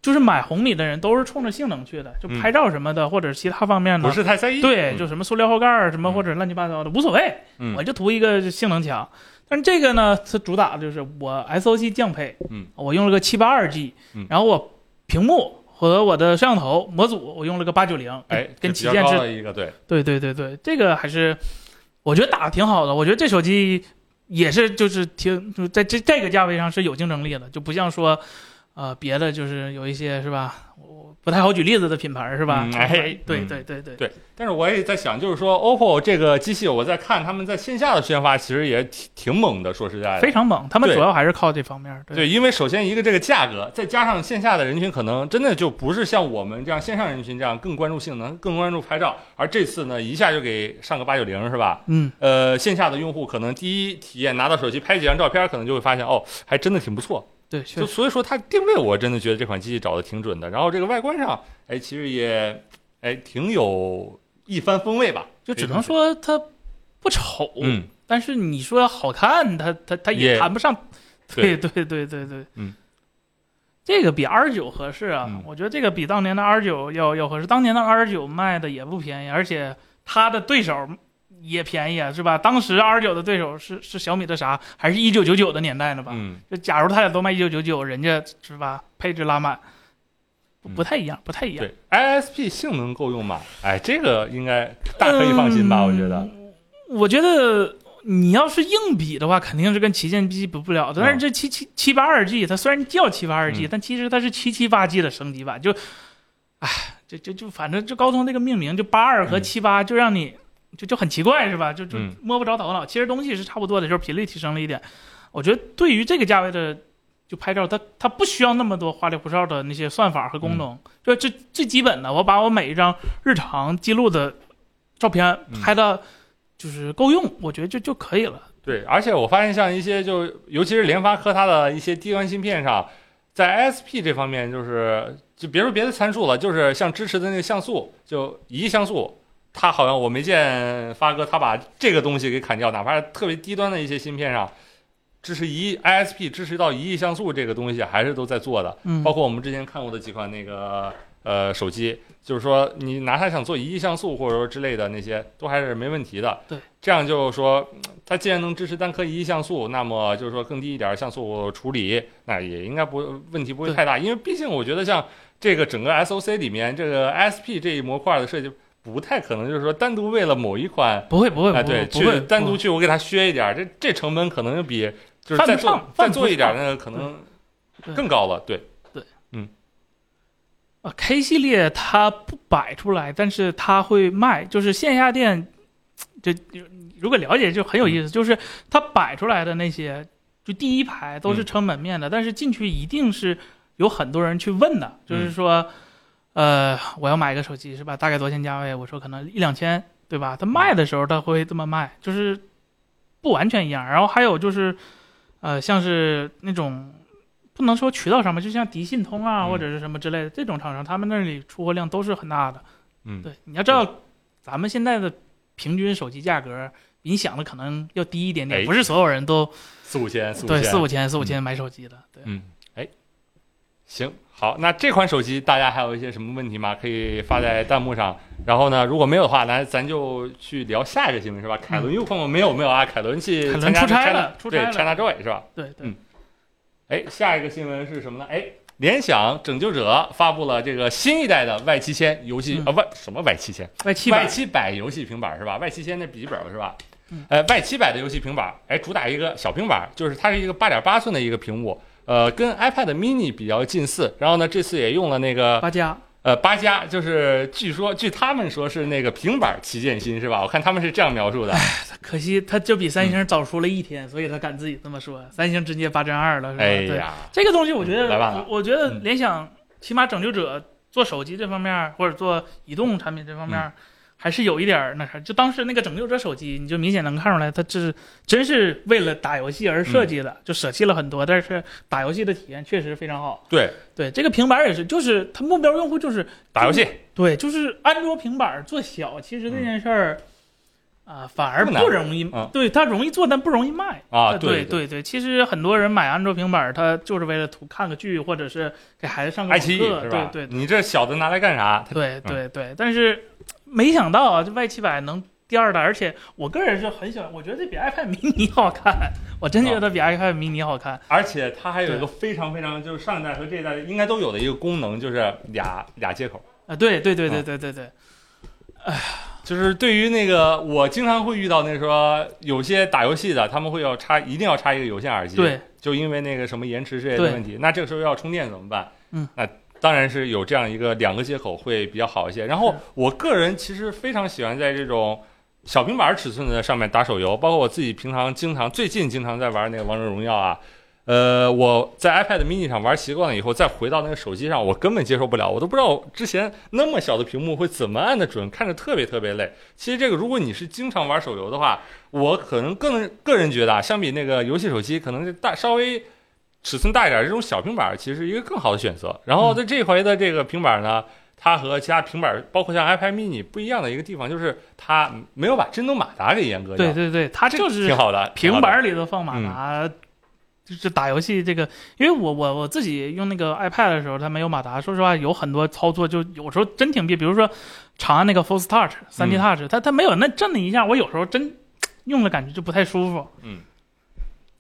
[SPEAKER 3] 就是买红米的人都是冲着性能去的，就
[SPEAKER 1] 嗯
[SPEAKER 3] 拍照什么的，或者其他方面的，
[SPEAKER 1] 不是太在意。
[SPEAKER 3] 对，
[SPEAKER 1] 嗯
[SPEAKER 3] 就什么塑料后盖儿什么
[SPEAKER 1] 嗯
[SPEAKER 3] 或者乱七八糟的无所谓，
[SPEAKER 1] 嗯
[SPEAKER 3] 我就图一个性能强。但是这个呢，它主打的就是我 SOC 降配，
[SPEAKER 1] 嗯，
[SPEAKER 3] 我用了个七八二 G，
[SPEAKER 1] 嗯
[SPEAKER 3] 然后我屏幕和我的摄像头模组我用了个八九零，
[SPEAKER 1] 哎，这比
[SPEAKER 3] 跟旗
[SPEAKER 1] 较
[SPEAKER 3] 舰
[SPEAKER 1] 高
[SPEAKER 3] 是，
[SPEAKER 1] 的一个对，
[SPEAKER 3] 对对对对，这个还是我觉得打的挺好的，我觉得这手机也是就是挺就在这这个价位上是有竞争力的，就不像说。呃，别的就是有一些是吧，我不太好举例子的品牌是吧？
[SPEAKER 1] 嗯哎
[SPEAKER 3] 对
[SPEAKER 1] 嗯
[SPEAKER 3] 对对对，
[SPEAKER 1] 但是我也在想，就是说 OPPO 这个机器，我在看他们在线下的宣发，其实也挺挺猛的。说实在的，
[SPEAKER 3] 非常猛，他们
[SPEAKER 1] 对
[SPEAKER 3] 主要还是靠这方面儿。对
[SPEAKER 1] 对，因为首先一个这个价格，再加上线下的人群可能真的就不是像我们这样线上人群这样更关注性能、更关注拍照，而这次呢一下就给上个八九零是吧？
[SPEAKER 3] 嗯，
[SPEAKER 1] 呃，线下的用户可能第一体验拿到手机拍几张照片，可能就会发现哦，还真的挺不错。
[SPEAKER 3] 对，
[SPEAKER 1] 就
[SPEAKER 3] 确实，
[SPEAKER 1] 所以说它定位，我真的觉得这款机器找的挺准的。然后这个外观上，哎，其实也哎挺有一番风味吧，
[SPEAKER 3] 就
[SPEAKER 1] 可以
[SPEAKER 3] 只
[SPEAKER 1] 这
[SPEAKER 3] 能
[SPEAKER 1] 么
[SPEAKER 3] 说它不丑，
[SPEAKER 1] 嗯，
[SPEAKER 3] 但是你说好看，它它它
[SPEAKER 1] 也
[SPEAKER 3] 也谈不 上。
[SPEAKER 1] 对
[SPEAKER 3] 对对对对对，
[SPEAKER 1] 嗯，
[SPEAKER 3] 这个比 R 九合适啊，
[SPEAKER 1] 嗯
[SPEAKER 3] 我觉得这个比当年的 R 九要要合适。当年的 R 九卖的也不便宜，而且它的对手也便宜啊，是吧？当时 R 九的对手是是小米的啥，还是一九九九的年代呢吧？
[SPEAKER 1] 嗯，
[SPEAKER 3] 就假如他俩都卖一九九九，人家是吧？配置拉满，不
[SPEAKER 1] 嗯
[SPEAKER 3] 不太一样，不太一样。
[SPEAKER 1] 对，ISP 性能够用吗？哎，这个应该大可以放心吧？我觉得，
[SPEAKER 3] 嗯。我觉得你要是硬比的话，肯定是跟旗舰机比不了的。但是这七七七八二 G，它虽然叫七八二 G，、
[SPEAKER 1] 啊嗯
[SPEAKER 3] 但其实它是七七八 G 的升级版。就，哎，就就就反正就高通这个命名，就八二和
[SPEAKER 1] 嗯
[SPEAKER 3] 七八，就让你就就很奇怪是吧？就就
[SPEAKER 1] 嗯
[SPEAKER 3] 摸不着头脑。其实东西是差不多的，就是频率提升了一点。我觉得对于这个价位的。就拍照，它它不需要那么多花里胡哨的那些算法和功
[SPEAKER 1] 嗯
[SPEAKER 3] 能，就这最基本的，我把我每一张日常记录的照片
[SPEAKER 1] 嗯
[SPEAKER 3] 拍的，就是够用，我觉得就就可以了。
[SPEAKER 1] 对，而且我发现像一些就尤其是联发科它的一些低端芯片上，在 ISP 这方面就是就别说别的参数了，就是像支持的那个像素，就一亿像素，它好像我没见发哥他把这个东西给砍掉，哪怕是特别低端的一些芯片上。支持一亿 ISP 支持到一亿像素这个东西还是都在做的，
[SPEAKER 3] 嗯
[SPEAKER 1] 包括我们之前看过的几款那个呃手机，就是说你拿它想做一亿像素或者说之类的那些，都还是没问题的。
[SPEAKER 3] 对，
[SPEAKER 1] 这样就是说，嗯它既然能支持单颗一亿像素，那么就是说更低一点儿像素处理，那也应该不问题不会
[SPEAKER 3] 对
[SPEAKER 1] 太大，因为毕竟我觉得像这个整个 SOC 里面这个 SP 这一模块的设计，不太可能就是说单独为了某一款。
[SPEAKER 3] 不会不会不
[SPEAKER 1] 啊，
[SPEAKER 3] 会，
[SPEAKER 1] 对，
[SPEAKER 3] 不会
[SPEAKER 1] 去单独
[SPEAKER 3] 不会
[SPEAKER 1] 去我给它削一点儿，这这成本可能就比就是
[SPEAKER 3] 犯
[SPEAKER 1] 再
[SPEAKER 3] 不
[SPEAKER 1] 做
[SPEAKER 3] 上
[SPEAKER 1] 再
[SPEAKER 3] 犯不
[SPEAKER 1] 做一点儿
[SPEAKER 3] 上
[SPEAKER 1] 那个可能
[SPEAKER 3] 对
[SPEAKER 1] 更高了，对，
[SPEAKER 3] 啊 K 系列它不摆出来，但是它会卖，就是线下店，这如果了解就很有意思，
[SPEAKER 1] 嗯
[SPEAKER 3] 就是它摆出来的那些，就第一排都
[SPEAKER 1] 嗯
[SPEAKER 3] 是撑门面的，但是进去一定是有很多人去问的，就是
[SPEAKER 1] 嗯
[SPEAKER 3] 说，呃，我要买一个手机是吧？大概多少钱价位？我说可能一两千，对吧？他
[SPEAKER 1] 嗯
[SPEAKER 3] 卖的时候他会这么卖，就是不完全一样。然后还有就是，呃，像是那种不能说渠道上面，就像迪信通啊、
[SPEAKER 1] 嗯
[SPEAKER 3] 或者是什么之类的这种厂商，他们那里出货量都是很大的。
[SPEAKER 1] 嗯，
[SPEAKER 3] 对，你要知道，咱们现在的平均手机价格比你想的可能要低一点点，
[SPEAKER 1] 哎
[SPEAKER 3] 不是所有人都
[SPEAKER 1] 四五千，四五
[SPEAKER 3] 对
[SPEAKER 1] 千，
[SPEAKER 3] 四五千四五千买手机的。对，
[SPEAKER 1] 嗯，哎，行，好，那这款手机大家还有一些什么问题吗？可以发在弹幕上。然后呢，如果没有的话，那咱就去聊下一个新闻是吧？凯伦又碰到没有没有啊？凯伦去
[SPEAKER 3] 嗯凯伦
[SPEAKER 1] 参加
[SPEAKER 3] 出差
[SPEAKER 1] China-
[SPEAKER 3] 了出差
[SPEAKER 1] 对
[SPEAKER 3] 了
[SPEAKER 1] China Joy 是吧？
[SPEAKER 3] 对对
[SPEAKER 1] 嗯哎，下一个新闻是什么呢？哎，联想拯救者发布了这个新一代的 Y 七千游戏、
[SPEAKER 3] 嗯
[SPEAKER 1] 啊，Y 什么 Y 七千？
[SPEAKER 3] ，Y 七
[SPEAKER 1] Y
[SPEAKER 3] 百
[SPEAKER 1] 七百游戏平板是吧？Y 七千那笔记本是吧
[SPEAKER 3] 嗯？
[SPEAKER 1] 呃，Y 七百的游戏平板，哎，主打一个小平板，就是它是一个八点八寸的一个屏幕，呃，跟 iPad mini 比较近似。然后呢，这次也用了那个
[SPEAKER 3] 八加，
[SPEAKER 1] 呃八加，就是据说据他们说是那个平板旗舰新是吧？我看他们是这样描述的，
[SPEAKER 3] 可惜他就比三
[SPEAKER 1] 嗯
[SPEAKER 3] 星早出了一天，所以他敢自己这么说。三星直接八针二了，是吧？
[SPEAKER 1] 哎
[SPEAKER 3] 对，
[SPEAKER 1] 呀，
[SPEAKER 3] 这个东西我觉得，
[SPEAKER 1] 来吧
[SPEAKER 3] 我我觉得
[SPEAKER 1] 嗯
[SPEAKER 3] 联想起码拯救者做手机这方面，或者做移动产品这方
[SPEAKER 1] 嗯
[SPEAKER 3] 面，还是有一点儿那啥。就当时那个拯救者手机，你就明显能看出来，它这是真是为了打游戏而设计
[SPEAKER 1] 嗯
[SPEAKER 3] 的，就舍弃了很多，但是打游戏的体验确实非常好。
[SPEAKER 1] 对，
[SPEAKER 3] 对，这个平板也是，就是它目标用户就是
[SPEAKER 1] 打游戏
[SPEAKER 3] 对，就是安卓平板儿做小，其实这件事儿啊、反而
[SPEAKER 1] 嗯不难
[SPEAKER 3] 不容易，
[SPEAKER 1] 嗯
[SPEAKER 3] 对它容易做，但不容易卖。
[SPEAKER 1] 啊，
[SPEAKER 3] 呃对
[SPEAKER 1] 对，
[SPEAKER 3] 对其实很多人买安卓平板儿，他就是为了图看个剧，或者是给孩子上个
[SPEAKER 1] 爱
[SPEAKER 3] 网
[SPEAKER 1] 奇艺
[SPEAKER 3] 课，
[SPEAKER 1] 是吧
[SPEAKER 3] 对？呃对
[SPEAKER 1] 你这小的拿来干啥？它
[SPEAKER 3] 对
[SPEAKER 1] 嗯
[SPEAKER 3] 对对。但是没想到啊，这 Y 七百能第二代，而且我个人是很喜欢，我觉得这比 iPad mini 好看，我真
[SPEAKER 1] 啊
[SPEAKER 3] 觉得比 iPad mini 好看。
[SPEAKER 1] 而且它还有一个非常非常就是上一代和这一代应该都有的一个功能，就是俩俩接口。
[SPEAKER 3] 啊，对对对对对对对，
[SPEAKER 1] 就是对于那个，我经常会遇到那说有些打游戏的，他们会要插，一定要插一个有线耳机，
[SPEAKER 3] 对，
[SPEAKER 1] 就因为那个什么延迟之类的问题。那这个时候要充电怎么办？
[SPEAKER 3] 嗯，
[SPEAKER 1] 那当然是有这样一个两个接口会比较好一些。然后
[SPEAKER 3] 是
[SPEAKER 1] 我个人其实非常喜欢在这种小平板尺寸的上面打手游，包括我自己平常经常最近经常在玩那个王者荣耀啊。呃，我在 iPad mini 上玩习惯了以后，再回到那个手机上，我根本接受不了，我都不知道我之前那么小的屏幕会怎么按的准，看着特别特别累。其实这个，如果你是经常玩手游的话，我可能更个人觉得啊，相比那个游戏手机，可能是大稍微尺寸大一点儿这种小平板，其实是一个更好的选择。然后在这一回的这个平板呢，它和其他平板儿，包括像 iPad mini 不一样的一个地方，就是它没有把震动马达给阉割掉。
[SPEAKER 3] 对对对，它
[SPEAKER 1] 啊这
[SPEAKER 3] 就
[SPEAKER 1] 个
[SPEAKER 3] 是
[SPEAKER 1] 挺好的，挺好
[SPEAKER 3] 平
[SPEAKER 1] 的嗯
[SPEAKER 3] 板儿里头放马达，就是打游戏这个，因为我我我自己用那个 iPad 的时候，它没有马达，说实话有很多操作就有时候真挺别，比如说长按那个 Full Start 三 D
[SPEAKER 1] 嗯
[SPEAKER 3] Touch，、它它没有那震了一下，我有时候真用了感觉就不太舒服。
[SPEAKER 1] 嗯。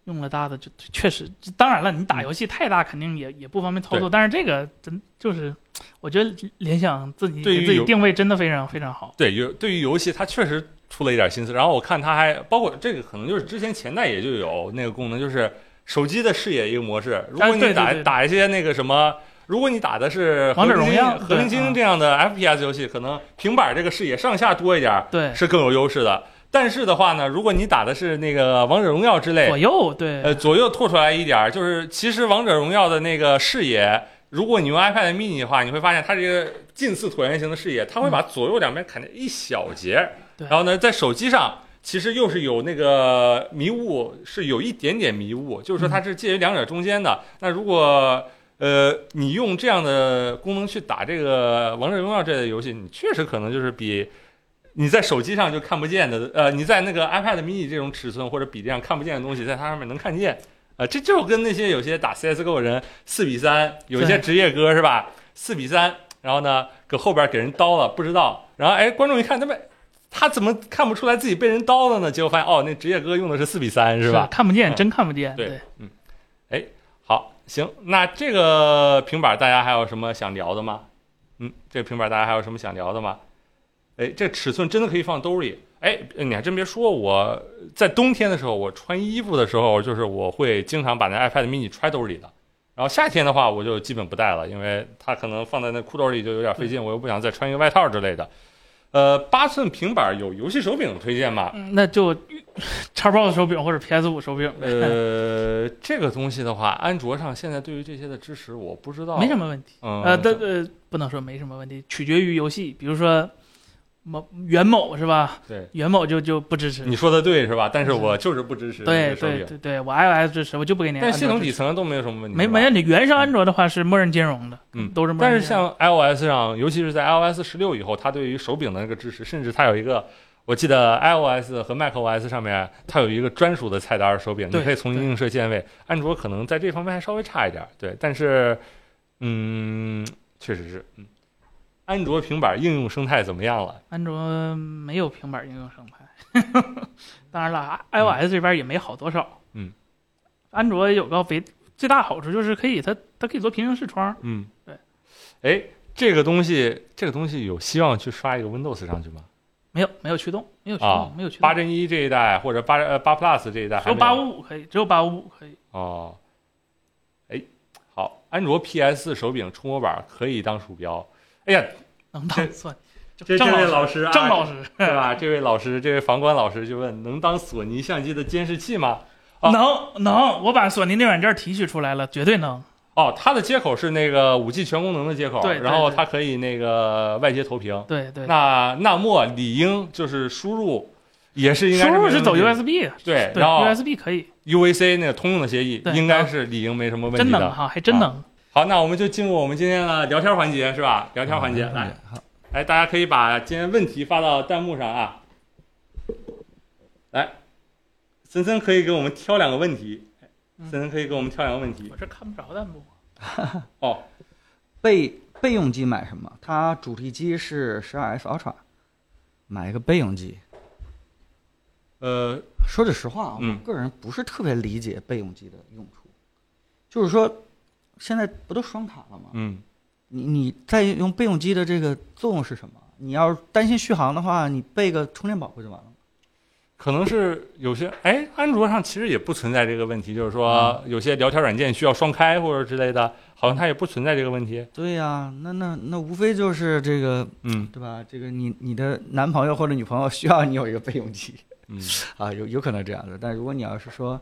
[SPEAKER 3] 用了大的就确实，当然了，你打游戏太大肯定也也不方便操作，
[SPEAKER 1] 对
[SPEAKER 3] 但是这个真就是，我觉得联想自己
[SPEAKER 1] 对于
[SPEAKER 3] 给自己
[SPEAKER 1] 有
[SPEAKER 3] 定位真的非常非常好。
[SPEAKER 1] 对，有对于游戏，它确实出了一点心思。然后我看它还包括这个，可能就是之前前代也就有那个功能，就是手机的视野一个模式。如果
[SPEAKER 3] 哎对
[SPEAKER 1] 你
[SPEAKER 3] 对
[SPEAKER 1] 打、
[SPEAKER 3] 对
[SPEAKER 1] 打一些那个什么，如果你打的是
[SPEAKER 3] 王者荣耀嗯
[SPEAKER 1] 和平精英和平精英这样的 FPS 游戏，可能平板这个视野上下多一点
[SPEAKER 3] 对，
[SPEAKER 1] 是更有优势的。但是的话呢，如果你打的是那个王者荣耀之类，
[SPEAKER 3] 左右对，
[SPEAKER 1] 呃，左右拓出来一点儿，就是其实王者荣耀的那个视野，如果你用 iPad mini 的话，你会发现它这个近似椭圆形的视野，它会把左右两边砍掉一小截儿。
[SPEAKER 3] 嗯对
[SPEAKER 1] 然后呢，在手机上其实又是有那个迷雾，是有一点点迷雾，就是说
[SPEAKER 3] 嗯
[SPEAKER 1] 它是介于两者中间的。那如果呃，你用这样的功能去打这个王者荣耀这类游戏，你确实可能就是比你在手机上就看不见的，呃，你在那个 iPad mini 这种尺寸或者比例上看不见的东西，在它上面能看见，呃，这就跟那些有些打 CSGO 的人四比三，有一些
[SPEAKER 3] 对
[SPEAKER 1] 职业哥是吧，四比三，然后呢搁后边给人刀了不知道，然后哎观众一看他们。他怎么看不出来自己被人刀了呢？结果发现哦，那职业哥用的是四比三，是吧？
[SPEAKER 3] 看不见，
[SPEAKER 1] 嗯
[SPEAKER 3] 真看不见。
[SPEAKER 1] 对
[SPEAKER 3] 对，
[SPEAKER 1] 好，行，那这个平板大家还有什么想聊的吗？嗯，这个平板大家还有什么想聊的吗？哎，这尺寸真的可以放兜里。哎，你还真别说，我在冬天的时候，我穿衣服的时候，就是我会经常把那 iPad mini 揣兜里的。然后夏天的话，我就基本不带了，因为它可能放在那裤兜里就有点费
[SPEAKER 3] 嗯
[SPEAKER 1] 劲，我又不想再穿一个外套之类的。呃，八寸平板有游戏手柄推荐吗？
[SPEAKER 3] 嗯那就 Xbox 手柄或者 PS 五手柄呗，
[SPEAKER 1] 呃， 这个东西的话，安卓上现在对于这些的支持，我不知道。
[SPEAKER 3] 没什么问题。
[SPEAKER 1] 嗯，
[SPEAKER 3] 呃，但呃，不能说没什么问题，取决于游戏，比如说某袁某是吧？
[SPEAKER 1] 对，
[SPEAKER 3] 袁某就就不支持。
[SPEAKER 1] 你说的对是吧？但是
[SPEAKER 3] 是
[SPEAKER 1] 我就是不支持
[SPEAKER 3] 嗯对
[SPEAKER 1] 这个手
[SPEAKER 3] 对
[SPEAKER 1] 柄，
[SPEAKER 3] 对对，我 iOS 支持，我就不给你安
[SPEAKER 1] 但是
[SPEAKER 3] 卓支
[SPEAKER 1] 系
[SPEAKER 3] 持。
[SPEAKER 1] 统底层都没有什么问题，
[SPEAKER 3] 没
[SPEAKER 1] 是吧
[SPEAKER 3] 没问题，原生安卓的话是默认兼容的，
[SPEAKER 1] 嗯
[SPEAKER 3] 都是默
[SPEAKER 1] 但
[SPEAKER 3] 认
[SPEAKER 1] 是
[SPEAKER 3] 兼容。
[SPEAKER 1] 像 iOS 上，尤其是在 iOS 十六以后，它对于手柄的那个支持，甚至它有一个，我记得 iOS 和 macOS 上面它有一个专属的菜单手柄，
[SPEAKER 3] 对
[SPEAKER 1] 你可以重新
[SPEAKER 3] 对
[SPEAKER 1] 映射键位。安卓可能在这方面还稍微差一点，对，但是，嗯，确实是，嗯，安卓平板应用生态怎么样了？
[SPEAKER 3] 安卓没有平板应用生态， 当然了，iOS 这边也没好多少。
[SPEAKER 1] 嗯，
[SPEAKER 3] 安卓有个非最大好处就是可以，它它可以做平行视窗。
[SPEAKER 1] 嗯，
[SPEAKER 3] 对，
[SPEAKER 1] 哎，这个东西，这个东西有希望去刷一个 Windows 上去吗？
[SPEAKER 3] 没有没有驱动，没有驱动，
[SPEAKER 1] 啊
[SPEAKER 3] 没有驱动。
[SPEAKER 1] 八针一这一代或者八呃八 plus 这一代
[SPEAKER 3] 只
[SPEAKER 1] 还
[SPEAKER 3] 有
[SPEAKER 1] 没
[SPEAKER 3] 八五五可以，只有八五五可以。
[SPEAKER 1] 哦。哎，好，安卓 PS 手柄触摸板可以当鼠标。哎呀，
[SPEAKER 3] 能
[SPEAKER 1] 这
[SPEAKER 3] 当算
[SPEAKER 1] 这
[SPEAKER 3] 郑
[SPEAKER 1] 这位老
[SPEAKER 3] 老
[SPEAKER 1] 师啊，
[SPEAKER 3] 郑老师
[SPEAKER 1] 对吧？这位老师，这位房管老师就问：能当索尼相机的监视器吗？啊
[SPEAKER 3] 能能，我把索尼那软件提取出来了，绝对能。
[SPEAKER 1] 哦，它的接口是那个五 G 全功能的接口，
[SPEAKER 3] 对对
[SPEAKER 1] 然后
[SPEAKER 3] 对
[SPEAKER 1] 它可以那个外接投屏。
[SPEAKER 3] 对对，
[SPEAKER 1] 那那么理应就是输入也是应该
[SPEAKER 3] 输入
[SPEAKER 1] 没
[SPEAKER 3] 是走
[SPEAKER 1] 问题的
[SPEAKER 3] USB 的，
[SPEAKER 1] 对，
[SPEAKER 3] 啊对
[SPEAKER 1] 然后
[SPEAKER 3] ，USB 可以，
[SPEAKER 1] UVC 那个通用的协议
[SPEAKER 3] 对
[SPEAKER 1] 应该是理应没什么问
[SPEAKER 3] 真
[SPEAKER 1] 题
[SPEAKER 3] 能
[SPEAKER 1] 的。啊
[SPEAKER 3] 哈，还真能。
[SPEAKER 1] 好，那我们就进入我们今天的聊天环节，是吧？聊天环节，来，
[SPEAKER 2] 好，
[SPEAKER 1] 来，大家可以把今天问题发到弹幕上啊。来，森森可以给我们挑两个问题，
[SPEAKER 3] 嗯
[SPEAKER 1] 森森可以给我们挑两个问题
[SPEAKER 3] 我。这看不着弹幕，
[SPEAKER 1] 哦，
[SPEAKER 2] 备备用机买什么？它主题机是十二 S Ultra，买一个备用机。
[SPEAKER 1] 呃，
[SPEAKER 2] 说句实话啊，
[SPEAKER 1] 嗯
[SPEAKER 2] 我个人不是特别理解备用机的用处，就是说，现在不都双卡了吗？
[SPEAKER 1] 嗯，
[SPEAKER 2] 你你在用备用机的这个作用是什么？你要是担心续航的话，你备个充电宝不就完了吗？
[SPEAKER 1] 可能是有些，哎，安卓上其实也不存在这个问题，就是说有些聊天软件需要双开或者之类的，好像它也不存在这个问题。
[SPEAKER 2] 对呀、那那那无非就是这个
[SPEAKER 1] 嗯
[SPEAKER 2] 对吧？这个你你的男朋友或者女朋友需要你有一个备用机
[SPEAKER 1] 嗯，
[SPEAKER 2] 啊，有有可能这样的。但如果你要是说，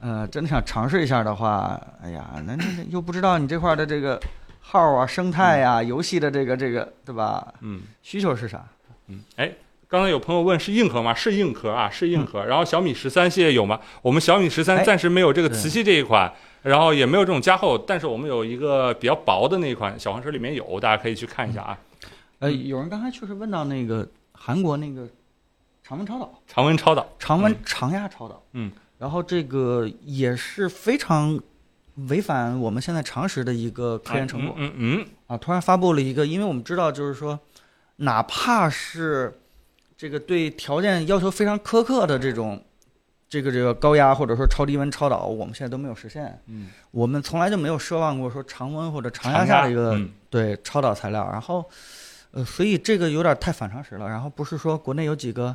[SPEAKER 2] 呃，真的想尝试一下的话，哎呀，那那那又不知道你这块儿的这个号啊、生态啊、游戏的这个这个对吧？
[SPEAKER 1] 嗯。
[SPEAKER 2] 需求是啥？
[SPEAKER 1] 嗯，哎，刚才有朋友问是硬壳吗？是硬壳啊，是硬壳。然后小米十三系列有吗？我们小米十
[SPEAKER 2] 嗯哎
[SPEAKER 1] 三暂时没有这个
[SPEAKER 2] 对
[SPEAKER 1] 磁吸这一款，然后也没有这种加厚，但是我们有一个比较薄的那一款，小黄车里面有，大家可以去看一下啊。
[SPEAKER 2] 呃，有人刚才确实问到那个韩国那个长文超导，
[SPEAKER 1] 常温超导，
[SPEAKER 2] 长文常压超导，
[SPEAKER 1] 嗯，
[SPEAKER 2] 然后这个也是非常违反我们现在常识的一个科研成果
[SPEAKER 1] 嗯嗯嗯，
[SPEAKER 2] 啊，突然发布了一个，因为我们知道就是说，哪怕是这个对条件要求非常苛刻的这种。这个这个高压或者说超低温超导，我们现在都没有实现。
[SPEAKER 1] 嗯，
[SPEAKER 2] 我们从来就没有奢望过说常温或者常压
[SPEAKER 1] 常
[SPEAKER 2] 下
[SPEAKER 1] 压
[SPEAKER 2] 的一个
[SPEAKER 1] 嗯
[SPEAKER 2] 对超导材料，然后，呃，所以这个有点太反常识了。然后不是说国内有几个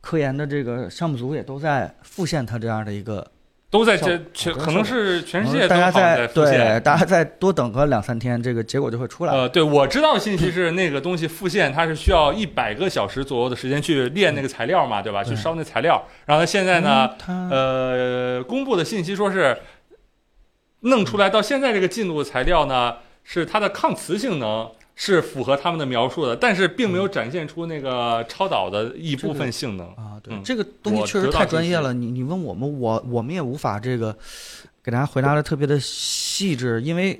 [SPEAKER 2] 科研的这个项目组也都在复现它这样的一个，
[SPEAKER 1] 都在
[SPEAKER 2] 效
[SPEAKER 1] 这
[SPEAKER 2] 果
[SPEAKER 1] 全
[SPEAKER 2] 好的
[SPEAKER 1] 可能是全世界都
[SPEAKER 2] 大
[SPEAKER 1] 好
[SPEAKER 2] 家
[SPEAKER 1] 像在复
[SPEAKER 2] 对
[SPEAKER 1] 现。
[SPEAKER 2] 大家再多等个两三天，这个结果就会出来。
[SPEAKER 1] 呃，对，我知道信息是那个东西复现，它是需要一百个小时左右的时间去炼那个材料嘛，对吧？
[SPEAKER 2] 对
[SPEAKER 1] 去烧那材料。然后它现在呢，
[SPEAKER 2] 嗯它
[SPEAKER 1] 呃，公布的信息说是弄出来到现在这个进度的材料呢，是它的抗磁性能是符合他们的描述的，但是并没有展现出那个超导的一部分性能。
[SPEAKER 2] 啊，对，
[SPEAKER 1] 嗯
[SPEAKER 2] 这个东西
[SPEAKER 1] 我
[SPEAKER 2] 确实
[SPEAKER 1] 得到
[SPEAKER 2] 太
[SPEAKER 1] 信
[SPEAKER 2] 专业
[SPEAKER 1] 息
[SPEAKER 2] 了。你你问我们，我我们也无法这个给大家回答的特别的细致，因为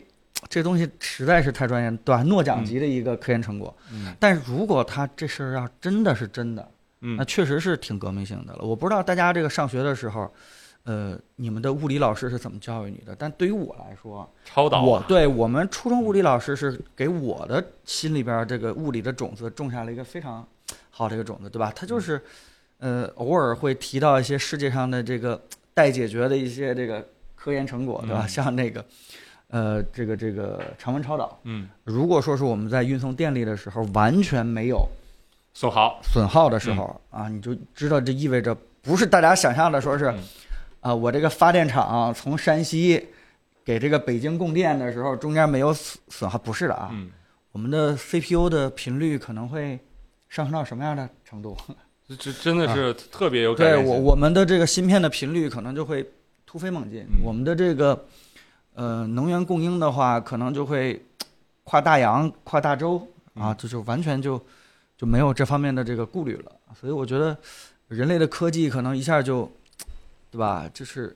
[SPEAKER 2] 这东西实在是太专业，对吧？诺奖级的一个科研成果。
[SPEAKER 1] 嗯
[SPEAKER 2] 但如果他这事儿要真的是真的，
[SPEAKER 1] 嗯
[SPEAKER 2] 那确实是挺革命性的了。我不知道大家这个上学的时候。呃，你们的物理老师是怎么教育你的？但对于我来说，
[SPEAKER 1] 超导啊
[SPEAKER 2] 我对我们初中物理老师是给我的心里边儿这个物理的种子种下了一个非常好的一个种子，对吧？他就是，呃，偶尔会提到一些世界上的这个待解决的一些这个科研成果，对吧？
[SPEAKER 1] 嗯
[SPEAKER 2] 像那个，呃，这个这个常温超导，
[SPEAKER 1] 嗯
[SPEAKER 2] 如果说是我们在运送电力的时候完全没有
[SPEAKER 1] 损耗
[SPEAKER 2] 损耗的时候、啊，你就知道这意味着不是大家想象的说是，啊、
[SPEAKER 1] 嗯嗯
[SPEAKER 2] 我这个发电厂从山西给这个北京供电的时候，中间没有损损耗，不是的啊，
[SPEAKER 1] 嗯。
[SPEAKER 2] 我们的 CPU 的频率可能会上升到什么样的程度？
[SPEAKER 1] 这这真的是特别有感
[SPEAKER 2] 啊对
[SPEAKER 1] 染性。
[SPEAKER 2] 我我们的这个芯片的频率可能就会突飞猛进，
[SPEAKER 1] 嗯
[SPEAKER 2] 我们的这个呃能源供应的话，可能就会跨大洋、跨大洲啊，
[SPEAKER 1] 嗯
[SPEAKER 2] 这就完全就就没有这方面的这个顾虑了。所以我觉得人类的科技可能一下就，对吧？就是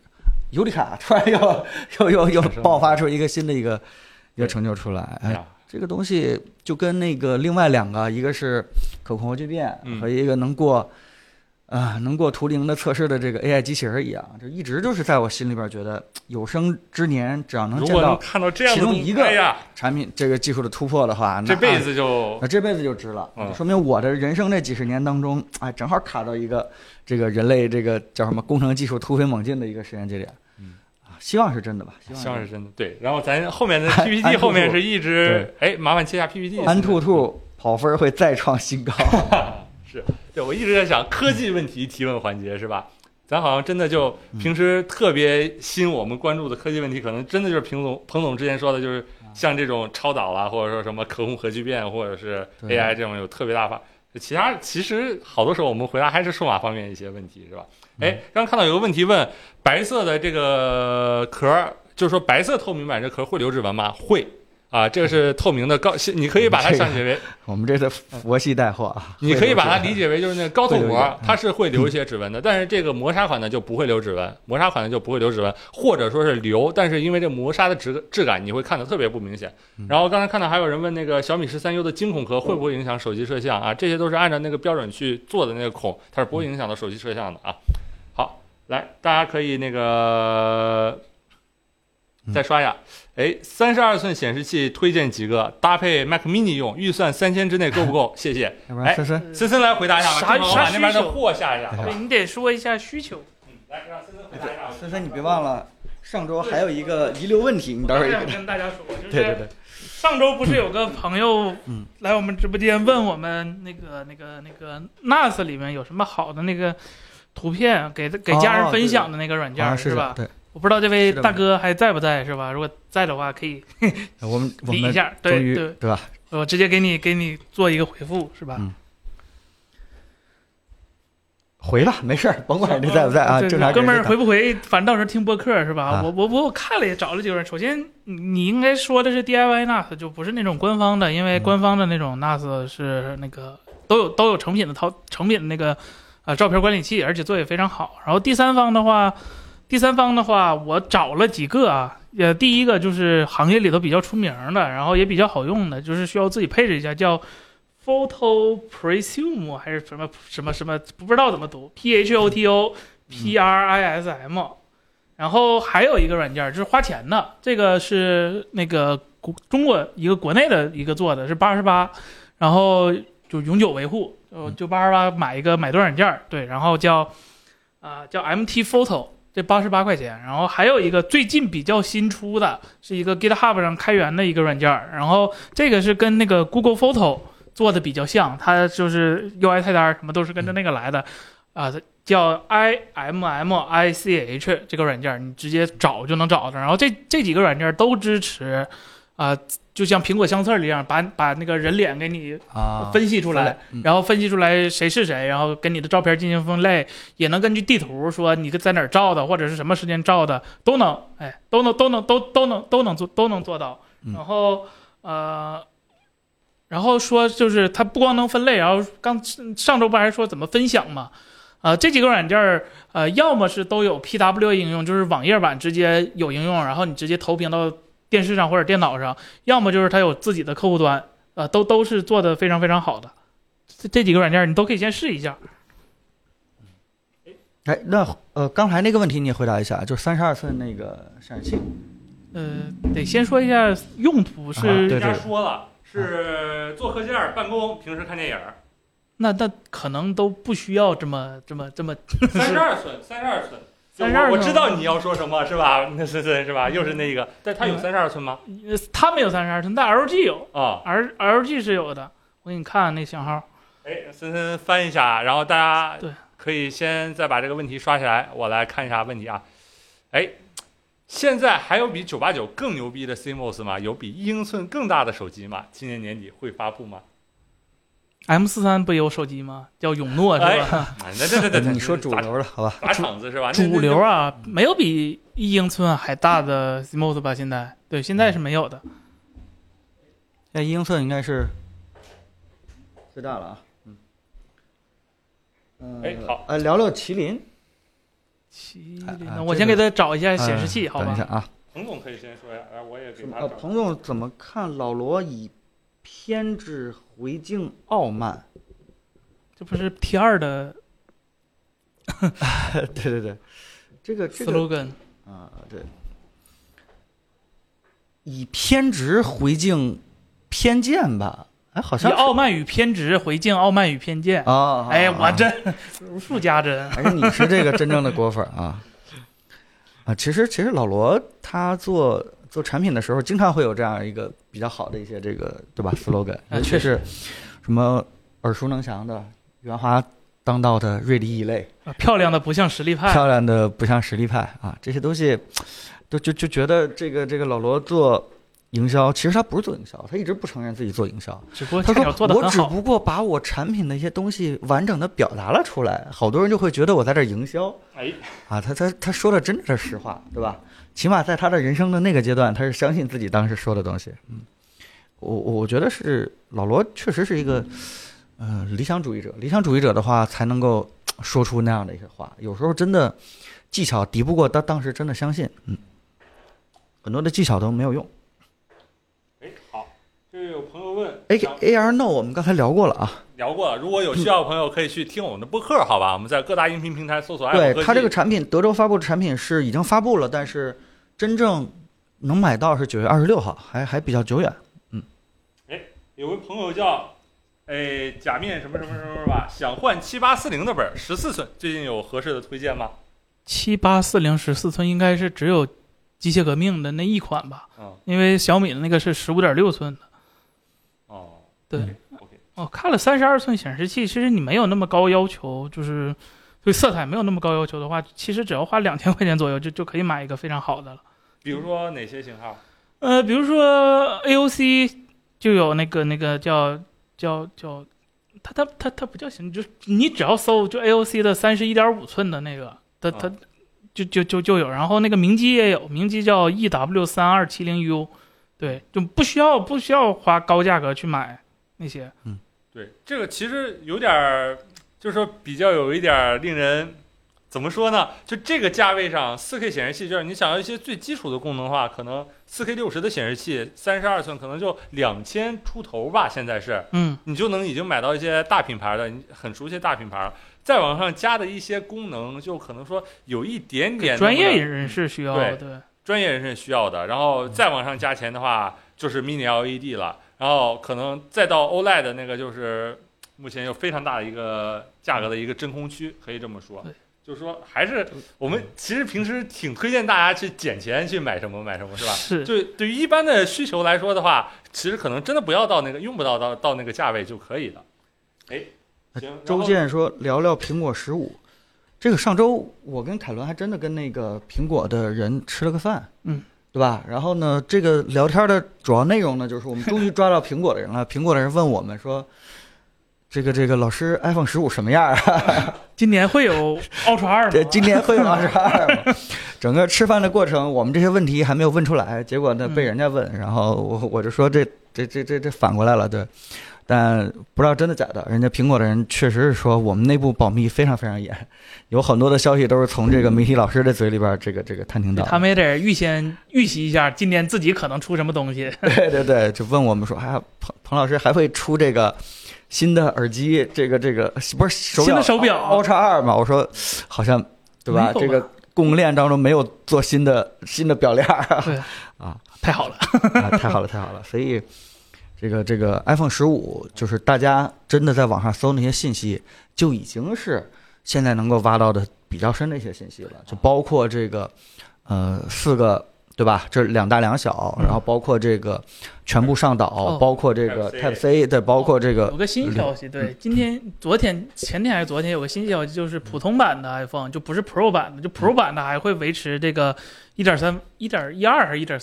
[SPEAKER 2] 尤里卡突然又又又又
[SPEAKER 1] 产生了
[SPEAKER 2] 爆发出一个新的一个一
[SPEAKER 1] 对
[SPEAKER 2] 个成就出来，
[SPEAKER 1] 哎
[SPEAKER 2] 哎，
[SPEAKER 1] 呀，
[SPEAKER 2] 这个东西就跟那个另外两个，一个是可控核聚变
[SPEAKER 1] 嗯
[SPEAKER 2] 和一个能过啊、能过图灵的测试的这个 AI 机器人一样，就一直就是在我心里边觉得有生之年只要能
[SPEAKER 1] 如
[SPEAKER 2] 见
[SPEAKER 1] 果能
[SPEAKER 2] 到
[SPEAKER 1] 看到这样的东西
[SPEAKER 2] 其中一个
[SPEAKER 1] 哎呀，
[SPEAKER 2] 产品这个技术的突破的话，那
[SPEAKER 1] 这辈
[SPEAKER 2] 啊
[SPEAKER 1] 子就
[SPEAKER 2] 那这辈子就值了，
[SPEAKER 1] 嗯
[SPEAKER 2] 说明我的人生这几十年当中，哎，正好卡到一个这个人类这个叫什么工程技术突飞猛进的一个时间节点，
[SPEAKER 1] 嗯
[SPEAKER 2] 啊，希望是真的吧，希望
[SPEAKER 1] 希望是
[SPEAKER 2] 真
[SPEAKER 1] 真的。对，然后咱后面的
[SPEAKER 2] 安安
[SPEAKER 1] PPT
[SPEAKER 2] 兔兔
[SPEAKER 1] 后面是一直哎，麻烦切下 PPT
[SPEAKER 2] 的。。安兔兔跑分会再创新高，
[SPEAKER 1] 是，对我一直在想科技问题提问环节是吧？咱好像真的就平时特别吸引我们关注的科技问题，可能真的就是彭总彭总之前说的，就是像这种超导啦，或者说什么可控核聚变，或者是
[SPEAKER 2] 对
[SPEAKER 1] AI 这种有特别大发。其他其实好多时候我们回答还是数码方面一些问题，是吧？哎，刚看到有个问题问白色的这个壳儿，就是说白色透明版这壳儿会留指纹吗？会啊，这个是透明的高，你可以把它
[SPEAKER 2] 这个
[SPEAKER 1] 想解为
[SPEAKER 2] 我们这是佛系带货啊，
[SPEAKER 1] 你可以把它
[SPEAKER 3] 哎
[SPEAKER 1] 理解为就是那个高透
[SPEAKER 2] 会留嗯指
[SPEAKER 1] 膜，它是会留一些指纹的，但是这个磨砂款呢就不会留指纹，磨砂款呢就不会留指纹，或者说是留，但是因为这磨砂的质质感你会看的特别不明显。
[SPEAKER 2] 嗯
[SPEAKER 1] 然后刚才看到还有人问那个小米十三 U 的惊孔壳会不会影响手机摄像啊？这些都是按照那个标准去做的那个孔，它是不会影响到手机摄像的啊。好，来大家可以那个
[SPEAKER 2] 嗯
[SPEAKER 1] 再刷一下。哎，三十二寸显示器推荐几个搭配 Mac mini 用，预算三千之内够不够？谢谢。
[SPEAKER 2] 要不然
[SPEAKER 1] 哎
[SPEAKER 2] 森森。
[SPEAKER 1] 森森来回答一下吧，
[SPEAKER 3] 啥
[SPEAKER 1] 正好我把
[SPEAKER 3] 啥
[SPEAKER 1] 那边
[SPEAKER 3] 需
[SPEAKER 1] 的
[SPEAKER 3] 求
[SPEAKER 1] 货下一下，好吧
[SPEAKER 3] 对？你得说一下需求。
[SPEAKER 1] 来，让森森回答一下。
[SPEAKER 2] 森森，你别忘了，上周还有一个遗留问题，你到时候
[SPEAKER 3] 我
[SPEAKER 2] 也
[SPEAKER 3] 想
[SPEAKER 2] 给
[SPEAKER 3] 跟大家说，就
[SPEAKER 2] 对对
[SPEAKER 3] 是
[SPEAKER 2] 对，
[SPEAKER 3] 上周不是有个朋友
[SPEAKER 2] 嗯
[SPEAKER 3] 来我们直播间问我们那个那个那个 NAS 里面有什么好的那个图片给给家人分享的那个软件、
[SPEAKER 2] 哦啊
[SPEAKER 3] 是
[SPEAKER 2] 的
[SPEAKER 3] 吧？
[SPEAKER 2] 对，
[SPEAKER 3] 我不知道这位
[SPEAKER 2] 是的
[SPEAKER 3] 大哥还在不在是吧？如果在的话，可以
[SPEAKER 2] 我们我
[SPEAKER 3] 理一
[SPEAKER 2] 们
[SPEAKER 3] 下，
[SPEAKER 2] 终
[SPEAKER 3] 对
[SPEAKER 2] 于
[SPEAKER 3] 对，
[SPEAKER 2] 对吧？
[SPEAKER 3] 我直接给你给你做一个回复是吧？
[SPEAKER 2] 嗯回了，没事儿，甭管你在不在啊，
[SPEAKER 3] 对
[SPEAKER 2] 正常
[SPEAKER 3] 对
[SPEAKER 2] 给
[SPEAKER 3] 哥
[SPEAKER 2] 人
[SPEAKER 3] 们儿
[SPEAKER 2] 打
[SPEAKER 3] 回不回？反正到时候听播客是吧？
[SPEAKER 2] 啊
[SPEAKER 3] 我我我我看了也找了几个人。首先，你你应该说的是 DIY NAS，就不是那种官方的，因为
[SPEAKER 2] 嗯
[SPEAKER 3] 官方的那种 NAS 是那个都有都有成品的淘成品的那个呃照片管理器，而且做得也非常好。然后第三方的话，第三方的话，我找了几个啊，呃，第一个就是行业里头比较出名的，然后也比较好用的，就是需要自己配置一下，叫 Photo Presume 还是什么什么什么，不知道怎么读，P H O T O P R I S M。然后还有一个软件儿就是花钱的，这个是那个国中国一个国内的一个做的，是八十八，然后就永久维护，就就八十八买一个买断软件儿，对，然后叫啊、叫 MT Photo，这八十八块钱。然后还有一个最近比较新出的是一个 GitHub 上开源的一个软件儿，然后这个是跟那个 Google Photo 做的比较像，它就是 UI 菜单儿什么都是跟着那个来的，啊、叫 I M M I C H 这个软件儿，你直接找就能找着。然后这这几个软件儿都支持，啊、就像苹果相册一样，把把那个人脸给你
[SPEAKER 2] 啊，
[SPEAKER 3] 分析出来，
[SPEAKER 2] 嗯
[SPEAKER 3] 然后分析出来谁是谁，然后跟你的照片进行分类，也能根据地图说你在哪儿照的，或者是什么时间照的，都能，哎，都能都能都都能都能做都能做到。
[SPEAKER 2] 嗯
[SPEAKER 3] 然后呃，然后说就是它不光能分类，然后刚上周不还说怎么分享嘛？啊、这几个软件儿，呃，要么是都有 PW 应用，就是网页版直接有应用，然后你直接投屏到电视上或者电脑上；要么就是它有自己的客户端，呃，都都是做的非常非常好的。这这几个软件儿你都可以先试一下。
[SPEAKER 2] 哎，那呃，刚才那个问题你也回答一下，就是三十二寸那个显示器，
[SPEAKER 3] 呃，得先说一下用途是，
[SPEAKER 2] 啊
[SPEAKER 1] 人
[SPEAKER 2] 对
[SPEAKER 1] 家说了是做课件儿、办公，平时看电影 儿。
[SPEAKER 3] 那那可能都不需要这么这么这么
[SPEAKER 1] 三十二寸，三十二寸。就
[SPEAKER 3] 32寸
[SPEAKER 1] 我我知道你要说什么是吧？那是是是吧？又是那个，但它有
[SPEAKER 3] 嗯
[SPEAKER 1] 三十二寸吗？
[SPEAKER 3] 呃他没有三十二寸，但 LG 有
[SPEAKER 1] 啊，
[SPEAKER 3] ，R LG 是有的。我给你看看那型号，
[SPEAKER 1] 哎，森森翻一下，然后大家
[SPEAKER 3] 对
[SPEAKER 1] 可以先再把这个问题刷起来，我来看一下问题啊。哎，现在还有比九八九更牛逼的 CMOS 吗？有比一英寸更大的手机吗？今年年底会发布吗？
[SPEAKER 3] M 四三不也有手机吗？叫永诺是
[SPEAKER 1] 哎
[SPEAKER 3] 吧？
[SPEAKER 1] 啊，那那那那，
[SPEAKER 2] 呃你说主
[SPEAKER 1] 砸
[SPEAKER 2] 流了，好吧？
[SPEAKER 1] 砸场子是吧？那
[SPEAKER 3] 主流啊，没有比一英寸还大的 CMOS 吧？现在对，现在是没有的。
[SPEAKER 2] 那一英寸应该是最大了啊。嗯，
[SPEAKER 1] 哎好，
[SPEAKER 2] 呃，聊聊麒麟，
[SPEAKER 3] 麒
[SPEAKER 2] 哎
[SPEAKER 3] 麟
[SPEAKER 2] 哎
[SPEAKER 3] 呢，
[SPEAKER 2] 这
[SPEAKER 3] 我先给
[SPEAKER 2] 个
[SPEAKER 3] 他找一下
[SPEAKER 2] 哎
[SPEAKER 3] 显示器，好
[SPEAKER 2] 等一下
[SPEAKER 3] 吧？
[SPEAKER 2] 啊，
[SPEAKER 1] 彭总可以先说呀，来我也给
[SPEAKER 2] 是吗
[SPEAKER 1] 他
[SPEAKER 2] 呃，
[SPEAKER 1] 找
[SPEAKER 2] 彭总怎么看老罗以偏执回敬傲慢？
[SPEAKER 3] 这不是 T 二的
[SPEAKER 2] 对对对，这个这个
[SPEAKER 3] slogan，
[SPEAKER 2] 啊，对，以偏执回敬偏见吧？哎，好
[SPEAKER 3] 以
[SPEAKER 2] 像
[SPEAKER 3] 傲慢与偏执回敬傲慢与偏见。
[SPEAKER 2] 啊啊，
[SPEAKER 3] 哎，我
[SPEAKER 2] 这
[SPEAKER 3] 真如数家珍。
[SPEAKER 2] 还是你是这个真正的果粉啊啊！其实其实老罗他做做产品的时候，经常会有这样一个比较好的一些这个对吧 slogan，
[SPEAKER 3] 啊
[SPEAKER 2] 尤其
[SPEAKER 3] 确
[SPEAKER 2] 是什么耳熟能详的圆滑当道的锐利异类。
[SPEAKER 3] 啊漂亮的不像实力派，
[SPEAKER 2] 漂亮的不像实力派啊，这些东西都就就觉得这个这个老罗做营销，其实他不是做营销，他一直不承认自己做营销。
[SPEAKER 3] 只不过
[SPEAKER 2] 他
[SPEAKER 3] 恰巧
[SPEAKER 2] 说
[SPEAKER 3] 做的
[SPEAKER 2] 我
[SPEAKER 3] 很
[SPEAKER 2] 只
[SPEAKER 3] 好。
[SPEAKER 2] 不过把我产品的一些东西完整的表达了出来，好多人就会觉得我在这儿营销
[SPEAKER 1] 哎，
[SPEAKER 2] 啊。他他他说的真的是实话，对吧？起码在他的人生的那个阶段，他是相信自己当时说的东西。嗯，我我觉得是老罗确实是一个。呃，理想主义者，理想主义者的话，才能够说出那样的一些话。有时候真的技巧敌不过他当时真的相信，嗯，很多的技巧都没有用。
[SPEAKER 1] 哎，好，这有朋友问
[SPEAKER 2] A
[SPEAKER 1] 想
[SPEAKER 2] A R No，我们刚才聊过了啊，
[SPEAKER 1] 聊过了，如果有需要的朋友可以去听我们的播客，好吧？我们在各大音频平台搜索“爱好科
[SPEAKER 2] 对
[SPEAKER 1] 技”。
[SPEAKER 2] 它这个产品，德州发布的产品是已经发布了，但是真正能买到是九月二十六号，还还比较久远。
[SPEAKER 1] 有位朋友叫，哎，假面什么什么什么吧，想换七八四零的本儿，十四寸，最近有合适的推荐吗？
[SPEAKER 3] 七八四零十四寸应该是只有机械革命的那一款吧，
[SPEAKER 2] 啊
[SPEAKER 1] 嗯，
[SPEAKER 3] 因为小米的那个是十五点六寸的。
[SPEAKER 1] 哦，
[SPEAKER 3] 对
[SPEAKER 2] 嗯
[SPEAKER 1] ，OK，
[SPEAKER 3] 我、看了三十二寸显示器，其实你没有那么高要求，就是对色彩没有那么高要求的话，其实只要花两千块钱左右就就可以买一个非常好的了。
[SPEAKER 1] 比如说哪些型号？
[SPEAKER 3] 呃，比如说 AOC 就有那个那个叫叫叫，它它它它不叫型，就是你只要搜就 AOC 的三十一点五寸的那个，它它
[SPEAKER 1] 啊
[SPEAKER 3] 就就就就有，然后那个明基也有，明基叫 EW 三二七零 U，对，就不需要不需要花高价格去买那些，
[SPEAKER 1] 对，这个其实有点儿，就是说比较有一点儿令人怎么说呢？就这个价位上，4 K 显示器，就是你想要一些最基础的功能的话，可能4 K 六十的显示器，三十二寸可能就两千出头吧，现在是，
[SPEAKER 3] 嗯
[SPEAKER 1] 你就能已经买到一些大品牌的，你很熟悉的大品牌了。再往上加的一些功能，就可能说有一点点
[SPEAKER 3] 专
[SPEAKER 1] 那么
[SPEAKER 3] 业
[SPEAKER 1] 的
[SPEAKER 3] 人士需要
[SPEAKER 1] 对
[SPEAKER 3] 对，
[SPEAKER 1] 专业人士需要的，然后再往上加钱的话，就是 Mini LED E 了，然后可能再到 OLED 的那个，就是目前有非常大的一个价格的一个真空区，可以这么说
[SPEAKER 3] 对。
[SPEAKER 1] 就是说，还是我们其实平时挺推荐大家去捡钱去买什么买什么，是吧？
[SPEAKER 3] 是
[SPEAKER 1] 就对于一般的需求来说的话，其实可能真的不要到那个用不到到到那个价位就可以了。哎，行，然
[SPEAKER 2] 周
[SPEAKER 1] 后
[SPEAKER 2] 健说聊聊苹果十五，这个上周我跟凯伦还真的跟那个苹果的人吃了个饭，
[SPEAKER 3] 嗯，
[SPEAKER 2] 对吧？然后呢，这个聊天的主要内容呢，就是我们终于抓到苹果的人了。 苹果的人问我们说，这个这个老师 iPhone 十五什么样啊？
[SPEAKER 3] 今年会有 Ultra 二
[SPEAKER 2] 这
[SPEAKER 3] 吗？
[SPEAKER 2] 今年会有 二十二吗？整个吃饭的过程，我们这些问题还没有问出来，结果呢
[SPEAKER 3] 嗯
[SPEAKER 2] 被人家问，然后我我就说这这这这这反过来了，对。但不知道真的假的，人家苹果的人确实是说我们内部保密非常非常严，有很多的消息都是从这个媒体老师的嘴里边儿这个这个探听到的。
[SPEAKER 3] 嗯他们也得预先预习一下，今年自己可能出什么东西。
[SPEAKER 2] 对对对，就问我们说，哎呀，彭彭老师还会出这个新的耳机，这个这个不是手表
[SPEAKER 3] 新的手表
[SPEAKER 2] Ultra 二吗？我说好像对吧？
[SPEAKER 3] 没有吧
[SPEAKER 2] 这个供应链当中没有做新的新的表链儿
[SPEAKER 3] 对
[SPEAKER 2] 啊
[SPEAKER 3] 太好了，
[SPEAKER 2] 啊，太好了太好了，所以。这个这个 iPhone 十五，就是大家真的在网上搜那些信息，就已经是现在能够挖到的比较深的一些信息了，就包括这个，呃，四个对吧？这两大两小，
[SPEAKER 3] 嗯
[SPEAKER 2] 然后包括这个全部上岛，
[SPEAKER 3] 哦
[SPEAKER 2] 包括这个
[SPEAKER 1] Type
[SPEAKER 2] Type C，对，包括这个
[SPEAKER 3] 有个新消息，对，今天、昨天、前天还是昨天有个新消息，就是普通版的 iPhone 就不是 Pro 版的，就 Pro 版的还会维持这个一点三、一点一二还是一点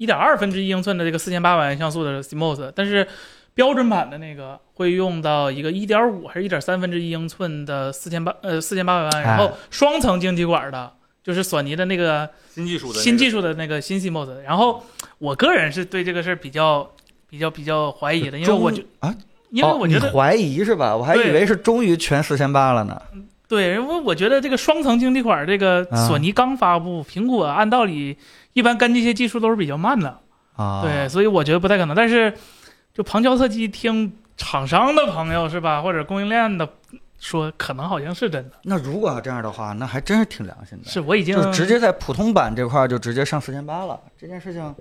[SPEAKER 3] 一点二分之一英寸的这个四千八百万像素的 CMOS，但是标准版的那个会用到一个一点五还是一点三分之一英寸的四千八呃四千八百万，然后双层晶体管的，就是索尼的那个
[SPEAKER 1] 新技术的那个
[SPEAKER 3] 新技术的那个新 CMOS。然后我个人是对这个事儿比较比较比较怀疑的，因为
[SPEAKER 2] 中
[SPEAKER 3] 我就
[SPEAKER 2] 啊，
[SPEAKER 3] 因为
[SPEAKER 2] 哦
[SPEAKER 3] 我觉
[SPEAKER 2] 你
[SPEAKER 3] 得、
[SPEAKER 2] 怀疑是吧？我还
[SPEAKER 3] 对
[SPEAKER 2] 以为是终于全四千八了呢。
[SPEAKER 3] 对，因为我觉得这个双层晶体管儿，这个
[SPEAKER 2] 啊
[SPEAKER 3] 索尼刚发布，苹果按道理一般跟这些技术都是比较慢的，
[SPEAKER 2] 啊，
[SPEAKER 3] 对，所以我觉得不太可能。但是就旁敲侧击听厂商的朋友是吧，或者供应链的说，可能好像是真的，
[SPEAKER 2] 那如果要这样的话，那还真是挺良心的，
[SPEAKER 3] 是我已经
[SPEAKER 2] 就是直接在普通版这块儿就直接上四千八了。这件事情，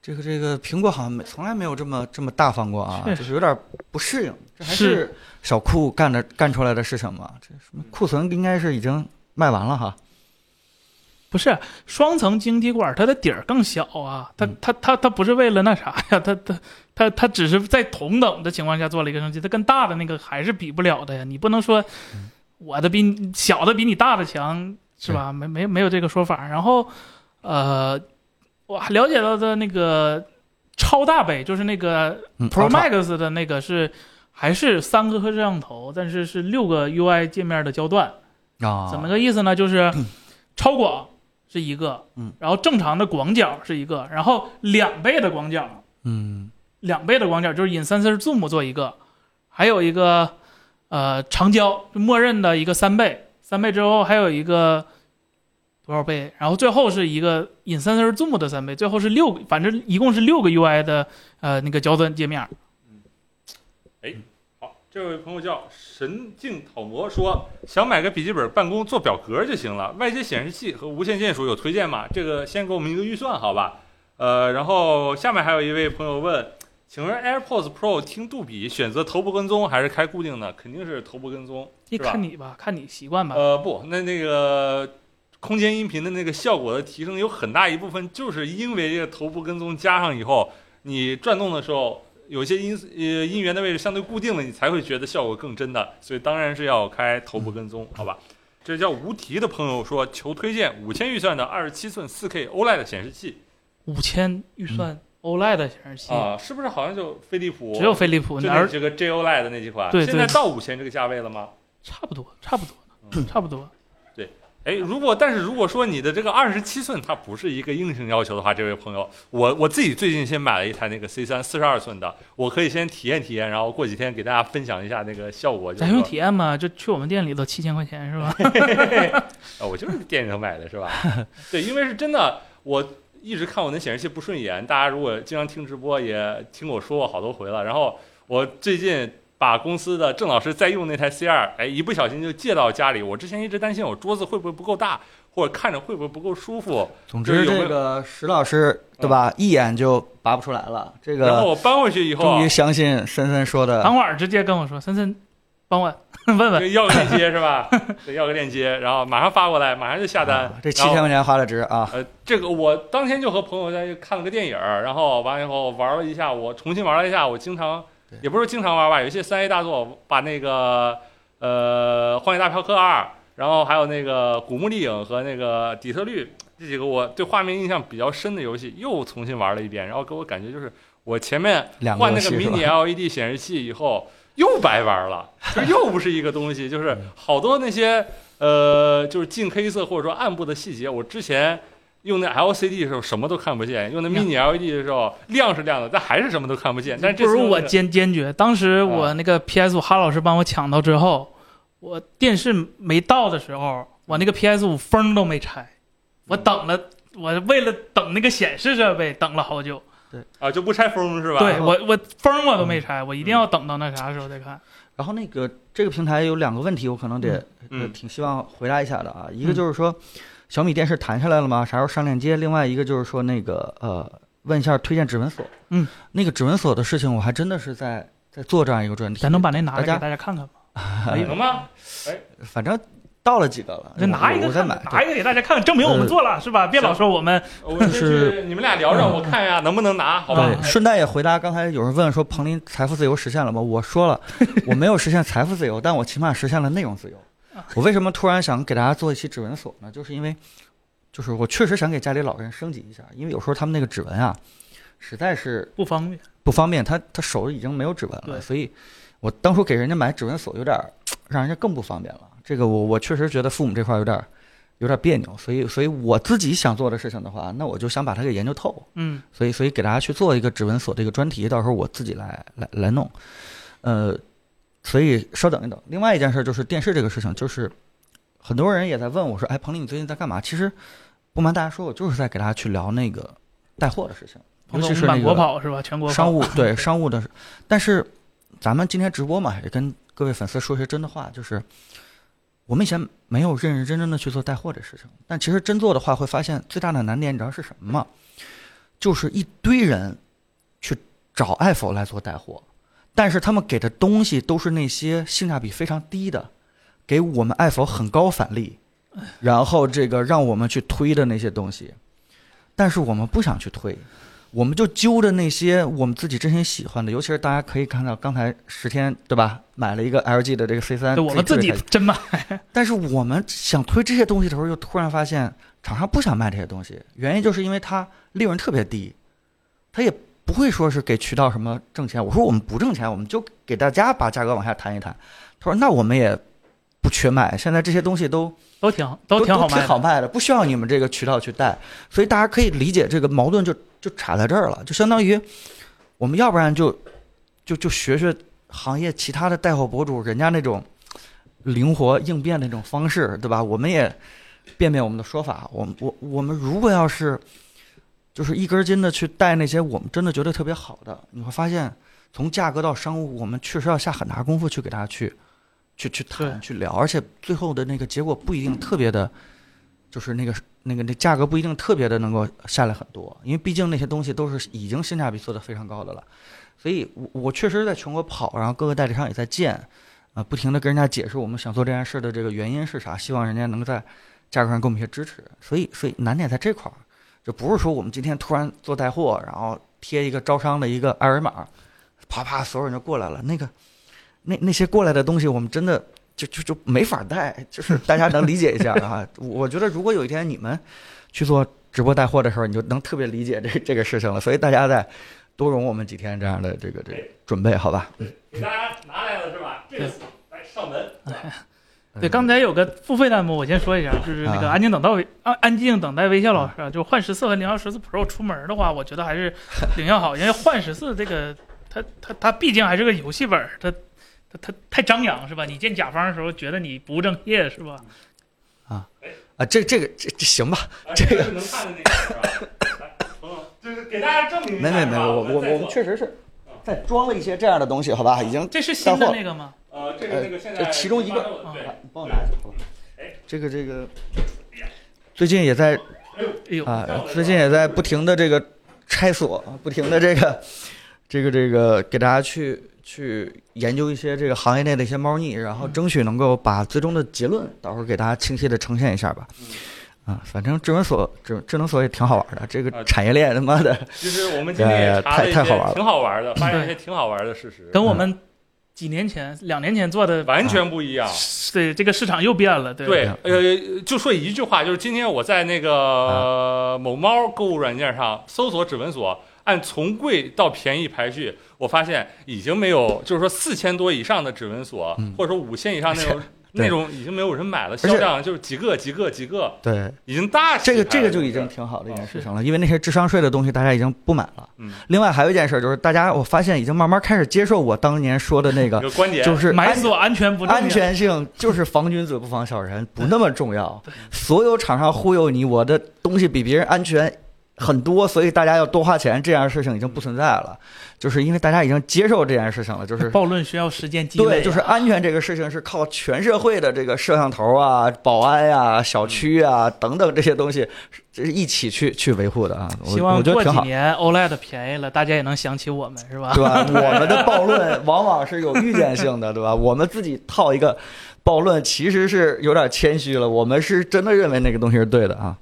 [SPEAKER 2] 这个这个苹果好像没从来没有这么这么大方过啊，
[SPEAKER 3] 是
[SPEAKER 2] 就是有点不适应。这还
[SPEAKER 3] 是
[SPEAKER 2] 是小库干的干出来的事情嘛？这什么库存应该是已经卖完了哈。
[SPEAKER 3] 不是双层晶体管，它的底儿更小啊，它
[SPEAKER 2] 嗯
[SPEAKER 3] 它它它不是为了那啥呀，它它它它只是在同等的情况下做了一个升级，它跟大的那个还是比不了的呀。你不能说我的比你小的比你大的强是吧？没没没有这个说法。然后呃，我还了解到的那个超大杯就是那个
[SPEAKER 2] 嗯
[SPEAKER 3] Pro
[SPEAKER 2] Ultra
[SPEAKER 3] Max 的那个是还是三个摄像头，但是是六个 UI 界面的焦段。
[SPEAKER 2] 啊，
[SPEAKER 3] 怎么个意思呢？就是
[SPEAKER 1] 嗯
[SPEAKER 3] 超广是一个，
[SPEAKER 2] 嗯，
[SPEAKER 3] 然后正常的广角是一个，然后两倍的广角，
[SPEAKER 2] 嗯
[SPEAKER 3] 两倍的广角就是 in sensor zoom 做一个，还有一个呃长焦，就默认的一个三倍，三倍之后还有一个多少倍，然后最后是一个 in sensor zoom 的三倍，最后是六个，反正一共是六个 UI 的呃那个焦段界面。
[SPEAKER 1] 好，这位朋友叫神镜讨魔说，想买个笔记本办公做表格就行了。外接显示器和无线键鼠有推荐吗？这个先给我们一个预算，好吧？呃，然后下面还有一位朋友问，请问 AirPods Pro 听杜比选择头部跟踪还是开固定的？肯定是头部跟踪。
[SPEAKER 3] 你
[SPEAKER 1] 是吧
[SPEAKER 3] 看你吧，看你习惯吧。
[SPEAKER 1] 呃，不，那那个空间音频的那个效果的提升，有很大一部分就是因为这个头部跟踪加上以后，你转动的时候，有些音呃音源的位置相对固定了，你才会觉得效果更真的。所以当然是要开头部跟踪，好吧？这叫无题的朋友说，求推荐五千预算的二十七寸四 K OLED 显示器
[SPEAKER 3] 五千预算 OLED 的显示器，
[SPEAKER 1] 嗯啊、是不是好像就飞利浦
[SPEAKER 3] 只有飞利浦，
[SPEAKER 1] 就
[SPEAKER 3] 哪
[SPEAKER 1] 那
[SPEAKER 3] 儿
[SPEAKER 1] 这个 J OLED 的那几款，
[SPEAKER 3] 对
[SPEAKER 1] 现
[SPEAKER 3] 对
[SPEAKER 1] 在到五千这个价位了吗？嗯
[SPEAKER 3] 嗯差不多，差不多，差不多。
[SPEAKER 1] 哎，如果但是如果说你的这个二十七寸它不是一个硬性要求的话，这位朋友，我我自己最近先买了一台那个 C 三四十二寸的，我可以先体验体验，然后过几天给大家分享一下那个效果。就是
[SPEAKER 3] 咱用
[SPEAKER 1] 说
[SPEAKER 3] 体验嘛，就去我们店里头七千块 钱是吧？
[SPEAKER 1] 啊，我就是店里头买的是 吧？对，因为是真的，我一直看我那显示器不顺眼，大家如果经常听直播也听我说过好多回了。然后我最近把公司的郑老师在用那台 C 二，哎，一不小心就借到家里。我之前一直担心我桌子会不会不够大，或者看着会不会不够舒服。
[SPEAKER 2] 总
[SPEAKER 1] 就是
[SPEAKER 2] 之，
[SPEAKER 1] 有没
[SPEAKER 2] 这
[SPEAKER 1] 有
[SPEAKER 2] 个石老师对吧，一眼就拔不出来了。这
[SPEAKER 1] 然后
[SPEAKER 2] 个
[SPEAKER 1] 我搬回去以后
[SPEAKER 2] 终
[SPEAKER 1] 啊
[SPEAKER 2] 于，相信森森说的
[SPEAKER 3] 当晚直接跟我说，森森，帮我 问问。
[SPEAKER 1] 要个链接是吧？ 对，要个链接，然后马上发过来，马上就下单。
[SPEAKER 2] 啊这七
[SPEAKER 1] 然后
[SPEAKER 2] 千块钱花的值啊！
[SPEAKER 1] 呃，这个我当天就和朋友在看了个电影儿，然后完了以后玩了一下，我重新玩了一下，我经常
[SPEAKER 2] 对
[SPEAKER 1] 也不是经常玩吧，有一些三 A 大作，把那个呃《荒野大镖客二》，然后还有那个《古墓丽影》和那个《底特律》这几个我对画面印象比较深的游戏又重新玩了一遍，然后给我感觉就是我前面
[SPEAKER 2] 两
[SPEAKER 1] 换
[SPEAKER 2] 游
[SPEAKER 1] 那个
[SPEAKER 2] 戏是吧
[SPEAKER 1] mini？LED E 显示器以后又白玩了，就又不是一个东西，就是
[SPEAKER 2] 嗯
[SPEAKER 1] 好多那些呃，就是近黑色或者说暗部的细节，我之前。用那 LCD 的时候什么都看不见，用那 mini LED E 的时候亮是亮的，但还是什么都看不见。
[SPEAKER 2] 嗯
[SPEAKER 1] 但是这
[SPEAKER 3] 不
[SPEAKER 1] 次啊
[SPEAKER 3] 如
[SPEAKER 1] 用
[SPEAKER 3] 我
[SPEAKER 1] 这个
[SPEAKER 3] 坚坚决。当时我那个 PS 五哈老师帮我抢到之后，我电视没到的时候，我那个 PS 五封都没拆，我等了，我为了等那个显示设备等了好久。
[SPEAKER 1] 啊就不拆封是吧？哎嗯
[SPEAKER 3] 对我我封我都没拆，我一定要等到那啥时候再看。
[SPEAKER 2] 然后那个这个平台有两个问题，我可能得呃
[SPEAKER 1] 嗯，
[SPEAKER 2] 挺希望回答一下的啊。一个
[SPEAKER 3] 嗯
[SPEAKER 2] 就是说，小米电视谈下来了吗？啥时候上链接？另外一个就是说那个呃，问一下推荐指纹锁。
[SPEAKER 3] 嗯，
[SPEAKER 2] 那个指纹锁的事情，我还真的是在在做这样一个专题。
[SPEAKER 3] 咱能把那拿来
[SPEAKER 2] 大家
[SPEAKER 3] 给大家看看吗？
[SPEAKER 2] 哎
[SPEAKER 1] 能吗？
[SPEAKER 2] 反正到了几个了，
[SPEAKER 1] 哎
[SPEAKER 3] 就拿一
[SPEAKER 2] 我
[SPEAKER 3] 个
[SPEAKER 2] 我再
[SPEAKER 3] 看，
[SPEAKER 2] 买。
[SPEAKER 3] 拿一个给大家看看，证明我们
[SPEAKER 1] 嗯
[SPEAKER 3] 做了是吧？别老说我们
[SPEAKER 1] 我先去
[SPEAKER 2] 是
[SPEAKER 1] 你们俩聊着，我看一下能不能拿，好
[SPEAKER 2] 对
[SPEAKER 1] 吧？
[SPEAKER 2] 对，
[SPEAKER 3] 嗯
[SPEAKER 2] 顺带也回答刚才有人问说彭林财富自由实现了吗？我说 了，我没有实现财富自由，但我起码实现了内容自由
[SPEAKER 3] 啊。
[SPEAKER 2] 我为什么突然想给大家做一期指纹锁呢？就是因为，就是我确实想给家里老人升级一下，因为有时候他们那个指纹啊，实在是
[SPEAKER 3] 不方便。
[SPEAKER 2] 不方便，他他手已经没有指纹
[SPEAKER 3] 对
[SPEAKER 2] 了，所以我当初给人家买指纹锁有点儿让人家更不方便了。这个我我确实觉得父母这块儿有点儿有点儿别扭，所以所以我自己想做的事情的话，那我就想把它给研究透，
[SPEAKER 3] 嗯，
[SPEAKER 2] 所以所以给大家去做一个指纹锁这个专题，到时候我自己来来来弄，呃，所以稍等一等。另外一件事就是电视这个事情，就是很多人也在问我说，哎，彭丽你最近在干嘛？其实不瞒大家说，我就是在给大家去聊那个带货的事情，尤
[SPEAKER 3] 彭
[SPEAKER 2] 其
[SPEAKER 3] 总
[SPEAKER 2] 是那
[SPEAKER 3] 满国
[SPEAKER 2] 个。
[SPEAKER 3] 跑是吧？全国跑
[SPEAKER 2] 商务 对商务的，但是咱们今天直播嘛，也跟各位粉丝说一些真的话，就是我们以前没有认认真真的去做带货这事情，但其实真做的话，会发现最大的难点，你知道是什么吗？就是一堆人去找爱否来做带货，但是他们给的东西都是那些性价比非常低的，给我们爱否很高返利，然后这个让我们去推的那些东西，但是我们不想去推，我们就揪着那些我们自己真心喜欢的，尤其是大家可以看到刚才十天对吧，买了一个 LG 的这个 C 三，
[SPEAKER 3] 对我们自己真买，
[SPEAKER 2] 但是我们想推这些东西的时候，又突然发现厂商不想卖这些东西，原因就是因为它利润特别低，它也不会说是给渠道什么挣钱。我说我们不挣钱，我们就给大家把价格往下谈一谈。他说那我们也不缺卖，现在这些东西都
[SPEAKER 3] 都挺都挺好
[SPEAKER 2] 都
[SPEAKER 3] 卖
[SPEAKER 2] 挺好
[SPEAKER 3] 的。
[SPEAKER 2] 卖的，不需要你们这个渠道去带，所以大家可以理解这个矛盾就就插在这儿了，就相当于我们要不然就就就学学行业其他的带货博主人家那种灵活应变的那种方式，对吧？我们也变变我们的说法，我们我我们如果要是就是一根筋的去带那些我们真的觉得特别好的，你会发现从价格到商务，我们确实要下很大功夫去给大家去。去去谈
[SPEAKER 3] 对
[SPEAKER 2] 去聊，而且最后的那个结果不一定特别的，就是那个那个那价格不一定特别的能够下来很多，因为毕竟那些东西都是已经性价比做得非常高的了。所以我我确实在全国跑，然后各个代理商也在见，啊、不停的跟人家解释我们想做这件事的这个原因是啥，希望人家能在价格上给我们一些支持。所以所以难点在这块儿，就不是说我们今天突然做带货，然后贴一个招商的一个二维码，啪啪所有人就过来了，那个那那些过来的东西我们真的。就就就没法带，就是大家能理解一下啊。 我我觉得如果有一天你们去做直播带货的时候，你就能特别理解这这个事情了。所以大家再多容我们几天这样的这个这个准备，好吧？
[SPEAKER 1] 给大家拿来了是吧？这次来上门，
[SPEAKER 3] 对，
[SPEAKER 2] 嗯
[SPEAKER 3] 刚才有个付费弹幕，我先说一下，就是那个
[SPEAKER 2] 啊嗯
[SPEAKER 3] 安静等到微安安静等待微笑老师啊，就幻十四和零幺十四 Pro 出门的话，我觉得还是零幺好，因为幻十四这个它它它毕竟还是个游戏本儿，它它它太张扬是吧？你见甲方的时候觉得你不务正业是吧？
[SPEAKER 2] 啊，这这个这这行吧，
[SPEAKER 1] 哎
[SPEAKER 2] 这个
[SPEAKER 1] 是能看的那个是吧，来冯总就是给大家证明一
[SPEAKER 2] 没
[SPEAKER 1] 下
[SPEAKER 2] 没
[SPEAKER 1] 是
[SPEAKER 2] 没，
[SPEAKER 1] 吧
[SPEAKER 2] 我
[SPEAKER 1] 们
[SPEAKER 2] 我
[SPEAKER 1] 在
[SPEAKER 2] 我们
[SPEAKER 1] 做
[SPEAKER 2] 确实是在装了一些这样的东西，好吧，已经
[SPEAKER 3] 这是新的那个吗？
[SPEAKER 1] 呃，这个这个现在
[SPEAKER 2] 呃其中一
[SPEAKER 1] 发
[SPEAKER 2] 个
[SPEAKER 1] 售的对
[SPEAKER 3] 啊，
[SPEAKER 2] 帮我拿一下，好吧，哎这个这个最近也在
[SPEAKER 3] 哎呦，
[SPEAKER 2] 啊，最近也在不停的这个拆锁，啊不停的这个这个这个给大家去去研究一些这个行业内的一些猫腻，然后争取能够把最终的结论到时候给大家清晰的呈现一下吧。啊，反正智能所智智能所也挺好玩的，这
[SPEAKER 1] 啊
[SPEAKER 2] 个产业链他妈的
[SPEAKER 1] 其实我们今天也查了一
[SPEAKER 2] 哎太太好玩
[SPEAKER 1] 些
[SPEAKER 2] 了
[SPEAKER 1] 挺好玩的，发现一些挺好玩的事实，
[SPEAKER 3] 跟我们几年前、两年前做的，
[SPEAKER 1] 完全不一样。
[SPEAKER 3] 对这个市场又变了，对
[SPEAKER 1] 对
[SPEAKER 2] 嗯，
[SPEAKER 1] 呃，就说一句话，就是今天我在那
[SPEAKER 2] 啊
[SPEAKER 1] 个某猫购物软件上搜索指纹锁，按从贵到便宜排序，我发现已经没有，就是说四千多以上的指纹锁，
[SPEAKER 2] 嗯
[SPEAKER 1] 或者说五千以上那种
[SPEAKER 2] 对
[SPEAKER 1] 那种已经没有人买了，
[SPEAKER 2] 且
[SPEAKER 1] 销量就是几个几个几个，
[SPEAKER 2] 对
[SPEAKER 1] 已经大洗
[SPEAKER 2] 这个
[SPEAKER 1] 牌
[SPEAKER 2] 这个
[SPEAKER 1] 了
[SPEAKER 2] 就已经
[SPEAKER 1] 是
[SPEAKER 2] 挺好的一件
[SPEAKER 1] 啊
[SPEAKER 2] 事情了，因为那些智商税的东西大家已经不买了。
[SPEAKER 1] 嗯
[SPEAKER 2] 另外还有一件事就是，大家我发现已经慢慢开始接受我当年说的那
[SPEAKER 1] 一
[SPEAKER 2] 个，
[SPEAKER 1] 个观点，
[SPEAKER 2] 就是
[SPEAKER 3] 买
[SPEAKER 2] 安
[SPEAKER 3] 锁安全不重要
[SPEAKER 2] 安全性就是防君子不防小人，不那么重要。所有厂商忽悠你，我的东西比别人安全很多，所以大家要多花钱，这样的事情已经不存在了。就是因为大家已经接受这件事情了，就是
[SPEAKER 3] 暴论需要时间积累啊，
[SPEAKER 2] 对，就是安全这个事情是靠全社会的这个摄像头啊、保安呀、小区啊等等这些东西，这是一起去去维护的啊。我
[SPEAKER 3] 希望
[SPEAKER 2] 我觉
[SPEAKER 3] 过
[SPEAKER 2] 得
[SPEAKER 3] 几
[SPEAKER 2] 挺好。
[SPEAKER 3] 年 OLED 便宜了，大家也能想起我们是吧？
[SPEAKER 2] 对吧？我们的暴论往往是有预见性的，对吧？我们自己套一个暴论，其实是有点谦虚了。我们是真的认为那个东西是对的啊。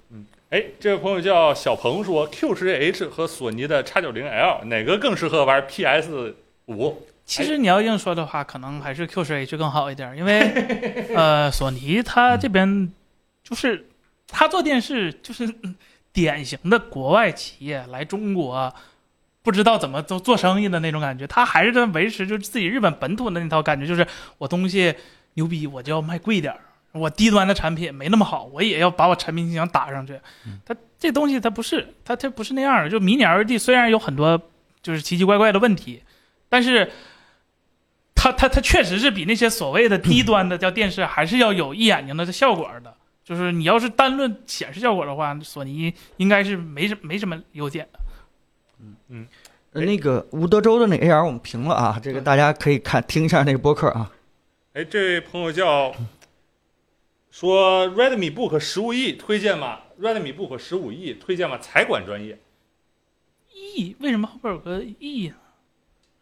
[SPEAKER 1] 哎，这位朋友叫小鹏说，Q 十 H 和索尼的 X 九零 L 哪个更适合玩 PS 五？
[SPEAKER 3] 其实你要硬说的话，可能还是 Q 十 H 更好一点，因为呃，索尼它这边就是它做电视就是嗯典型的国外企业来中国。不知道怎么做做生意的那种感觉，它还是在维持就是自己日本本土的那套感觉，就是我东西牛逼，我就要卖贵点儿，我低端的产品没那么好，我也要把我产品形象打上去。它这东西它不是，它它不是那样的。就迷你 LED 虽然有很多就是奇奇怪怪的问题，但是它它它确实是比那些所谓的低端的叫电视还是要有一眼睛的效果的。就是你要是单论显示效果的话，索尼应该是没什没什么优点的。
[SPEAKER 2] 呃那个吴德州的那 AR 我们评了啊，这个大家可以看听一下那个播客啊。
[SPEAKER 1] 哎，这位朋友叫说 Redmi Book 十五 E 推荐吗？Redmi Book 十五 E 推荐吗？财管专业，
[SPEAKER 3] E 为什么后边有个 E 呢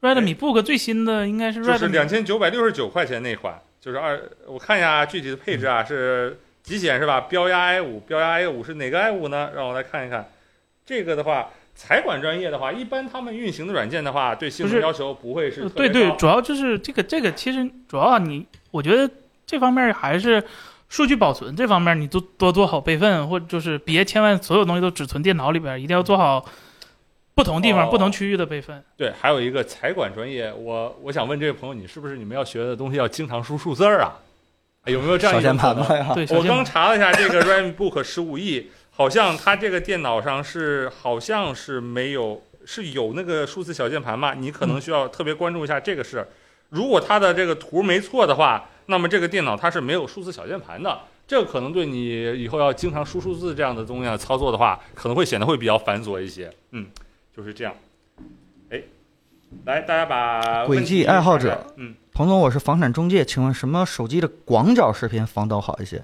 [SPEAKER 3] ？Redmi Book 最新的应该是
[SPEAKER 1] 就是
[SPEAKER 3] Redmi
[SPEAKER 1] 两千九百六十九块钱那款，就是二，我看一下啊具体的配置啊，
[SPEAKER 3] 嗯
[SPEAKER 1] 是极显是吧？标压 i 五，标压 i 五是哪个 i 五呢？让我来看一看，这个的话。财管专业的话，一般他们运行的软件的话，对性
[SPEAKER 3] 不
[SPEAKER 1] 能
[SPEAKER 3] 是
[SPEAKER 1] 要求不会是
[SPEAKER 3] 呃
[SPEAKER 1] 特
[SPEAKER 3] 对
[SPEAKER 1] 别
[SPEAKER 3] 对，
[SPEAKER 1] 高
[SPEAKER 3] 主要就是这个这个，其实主要你，我觉得这方面还是数据保存这方面，你多多做好备份，或者就是别千万所有东西都只存电脑里边，一定要做好不同地方、
[SPEAKER 1] 哦
[SPEAKER 3] 不同区域的备份。
[SPEAKER 1] 对，还有一个财管专业，我我想问这位朋友，你是不是你们要学的东西要经常输数字儿啊？哎有没有这样
[SPEAKER 2] 小
[SPEAKER 1] 一种
[SPEAKER 2] 键
[SPEAKER 1] 可
[SPEAKER 2] 盘
[SPEAKER 1] 能
[SPEAKER 2] 嘛？呀，
[SPEAKER 3] 对，小
[SPEAKER 1] 啊
[SPEAKER 3] 啊
[SPEAKER 1] 我
[SPEAKER 3] 键
[SPEAKER 1] 刚
[SPEAKER 3] 盘
[SPEAKER 1] 查了一下，这个 Redmi Book 十五 E，好像它这个电脑上是好像是没有，是有那个数字小键盘嘛？你可
[SPEAKER 3] 嗯
[SPEAKER 1] 能需要特别关注一下这个事儿。如果它的这个图没错的话，那么这个电脑它是没有数字小键盘的。这个可能对你以后要经常输数字这样的东西啊操作的话，可能会显得会比较繁琐一些。嗯，就是这样。哎，来，大家把
[SPEAKER 2] 轨
[SPEAKER 1] 问
[SPEAKER 2] 迹
[SPEAKER 1] 题
[SPEAKER 2] 爱
[SPEAKER 1] 打
[SPEAKER 2] 好
[SPEAKER 1] 开
[SPEAKER 2] 者，
[SPEAKER 1] 嗯。
[SPEAKER 2] 彭总，我是房产中介，请问什么手机的广角视频防抖好一些？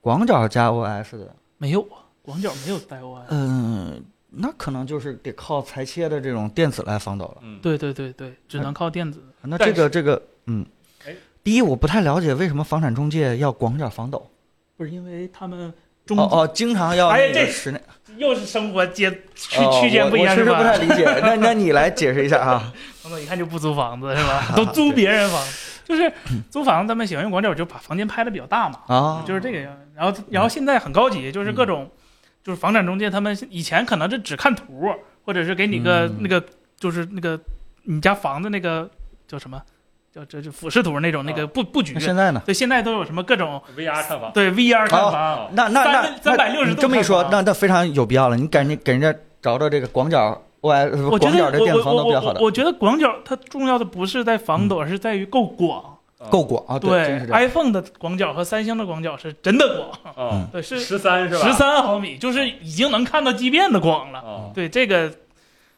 [SPEAKER 2] 广角加 OS 的，
[SPEAKER 3] 没有啊，广角没有带 OS。
[SPEAKER 2] 嗯，那可能就是得靠裁切的这种电子来防抖了。
[SPEAKER 1] 嗯，
[SPEAKER 3] 对对对对，只能靠电子。
[SPEAKER 2] 那
[SPEAKER 1] 但
[SPEAKER 2] 这个这个，嗯
[SPEAKER 1] 哎，
[SPEAKER 2] 第一，我不太了解为什么房产中介要广角防抖。
[SPEAKER 3] 不是因为他们中
[SPEAKER 2] 哦哦，经常要
[SPEAKER 3] 哎
[SPEAKER 2] 那
[SPEAKER 3] 这
[SPEAKER 2] 个室内
[SPEAKER 3] 又是生活接区
[SPEAKER 2] 哦
[SPEAKER 3] 区间
[SPEAKER 2] 我
[SPEAKER 3] 不一样
[SPEAKER 2] 我确
[SPEAKER 3] 是
[SPEAKER 2] 实不太
[SPEAKER 3] 吧？
[SPEAKER 2] 理解。那那你来解释一下啊？
[SPEAKER 3] 王总一看就不租 房子是吧？都租别人房子，就是租房子他们喜欢用广角，就把房间拍的比较大嘛。
[SPEAKER 2] 啊，
[SPEAKER 3] 就是这个样。然后，然后现在很高
[SPEAKER 2] 嗯
[SPEAKER 3] 级，就是各种，就是房产中介他们以前可能是只看图，或者是给你个、
[SPEAKER 2] 嗯
[SPEAKER 3] 那个，就是那个你家房子那个叫什么叫这就俯视图那种那个
[SPEAKER 1] 啊
[SPEAKER 3] 布布局
[SPEAKER 2] 那。现在呢？
[SPEAKER 3] 对，现在都有什么各种
[SPEAKER 1] VR 看哦法，
[SPEAKER 3] 对 VR 看房，
[SPEAKER 2] 那那那
[SPEAKER 3] 三360
[SPEAKER 2] 那你
[SPEAKER 3] 度
[SPEAKER 2] 这么一说
[SPEAKER 3] 看，啊
[SPEAKER 2] 那那非常有必要了。你给人家给人家找找这个广角 O S
[SPEAKER 3] 我觉
[SPEAKER 2] 广角的
[SPEAKER 3] 得我
[SPEAKER 2] 电
[SPEAKER 3] 我
[SPEAKER 2] 房都
[SPEAKER 3] 我
[SPEAKER 2] 比较
[SPEAKER 3] 我
[SPEAKER 2] 好的
[SPEAKER 3] 我，我觉得广角它重要的不是在防抖，而是在于够广。
[SPEAKER 1] 哦
[SPEAKER 2] 够广啊！真是这样。
[SPEAKER 3] ，iPhone 的广角和三星的广角是真的广，
[SPEAKER 1] 啊，
[SPEAKER 3] 对，是
[SPEAKER 1] 十三是吧？
[SPEAKER 3] 十三毫米，就是已经能看到畸变的广了。
[SPEAKER 1] 啊，
[SPEAKER 3] 对这个，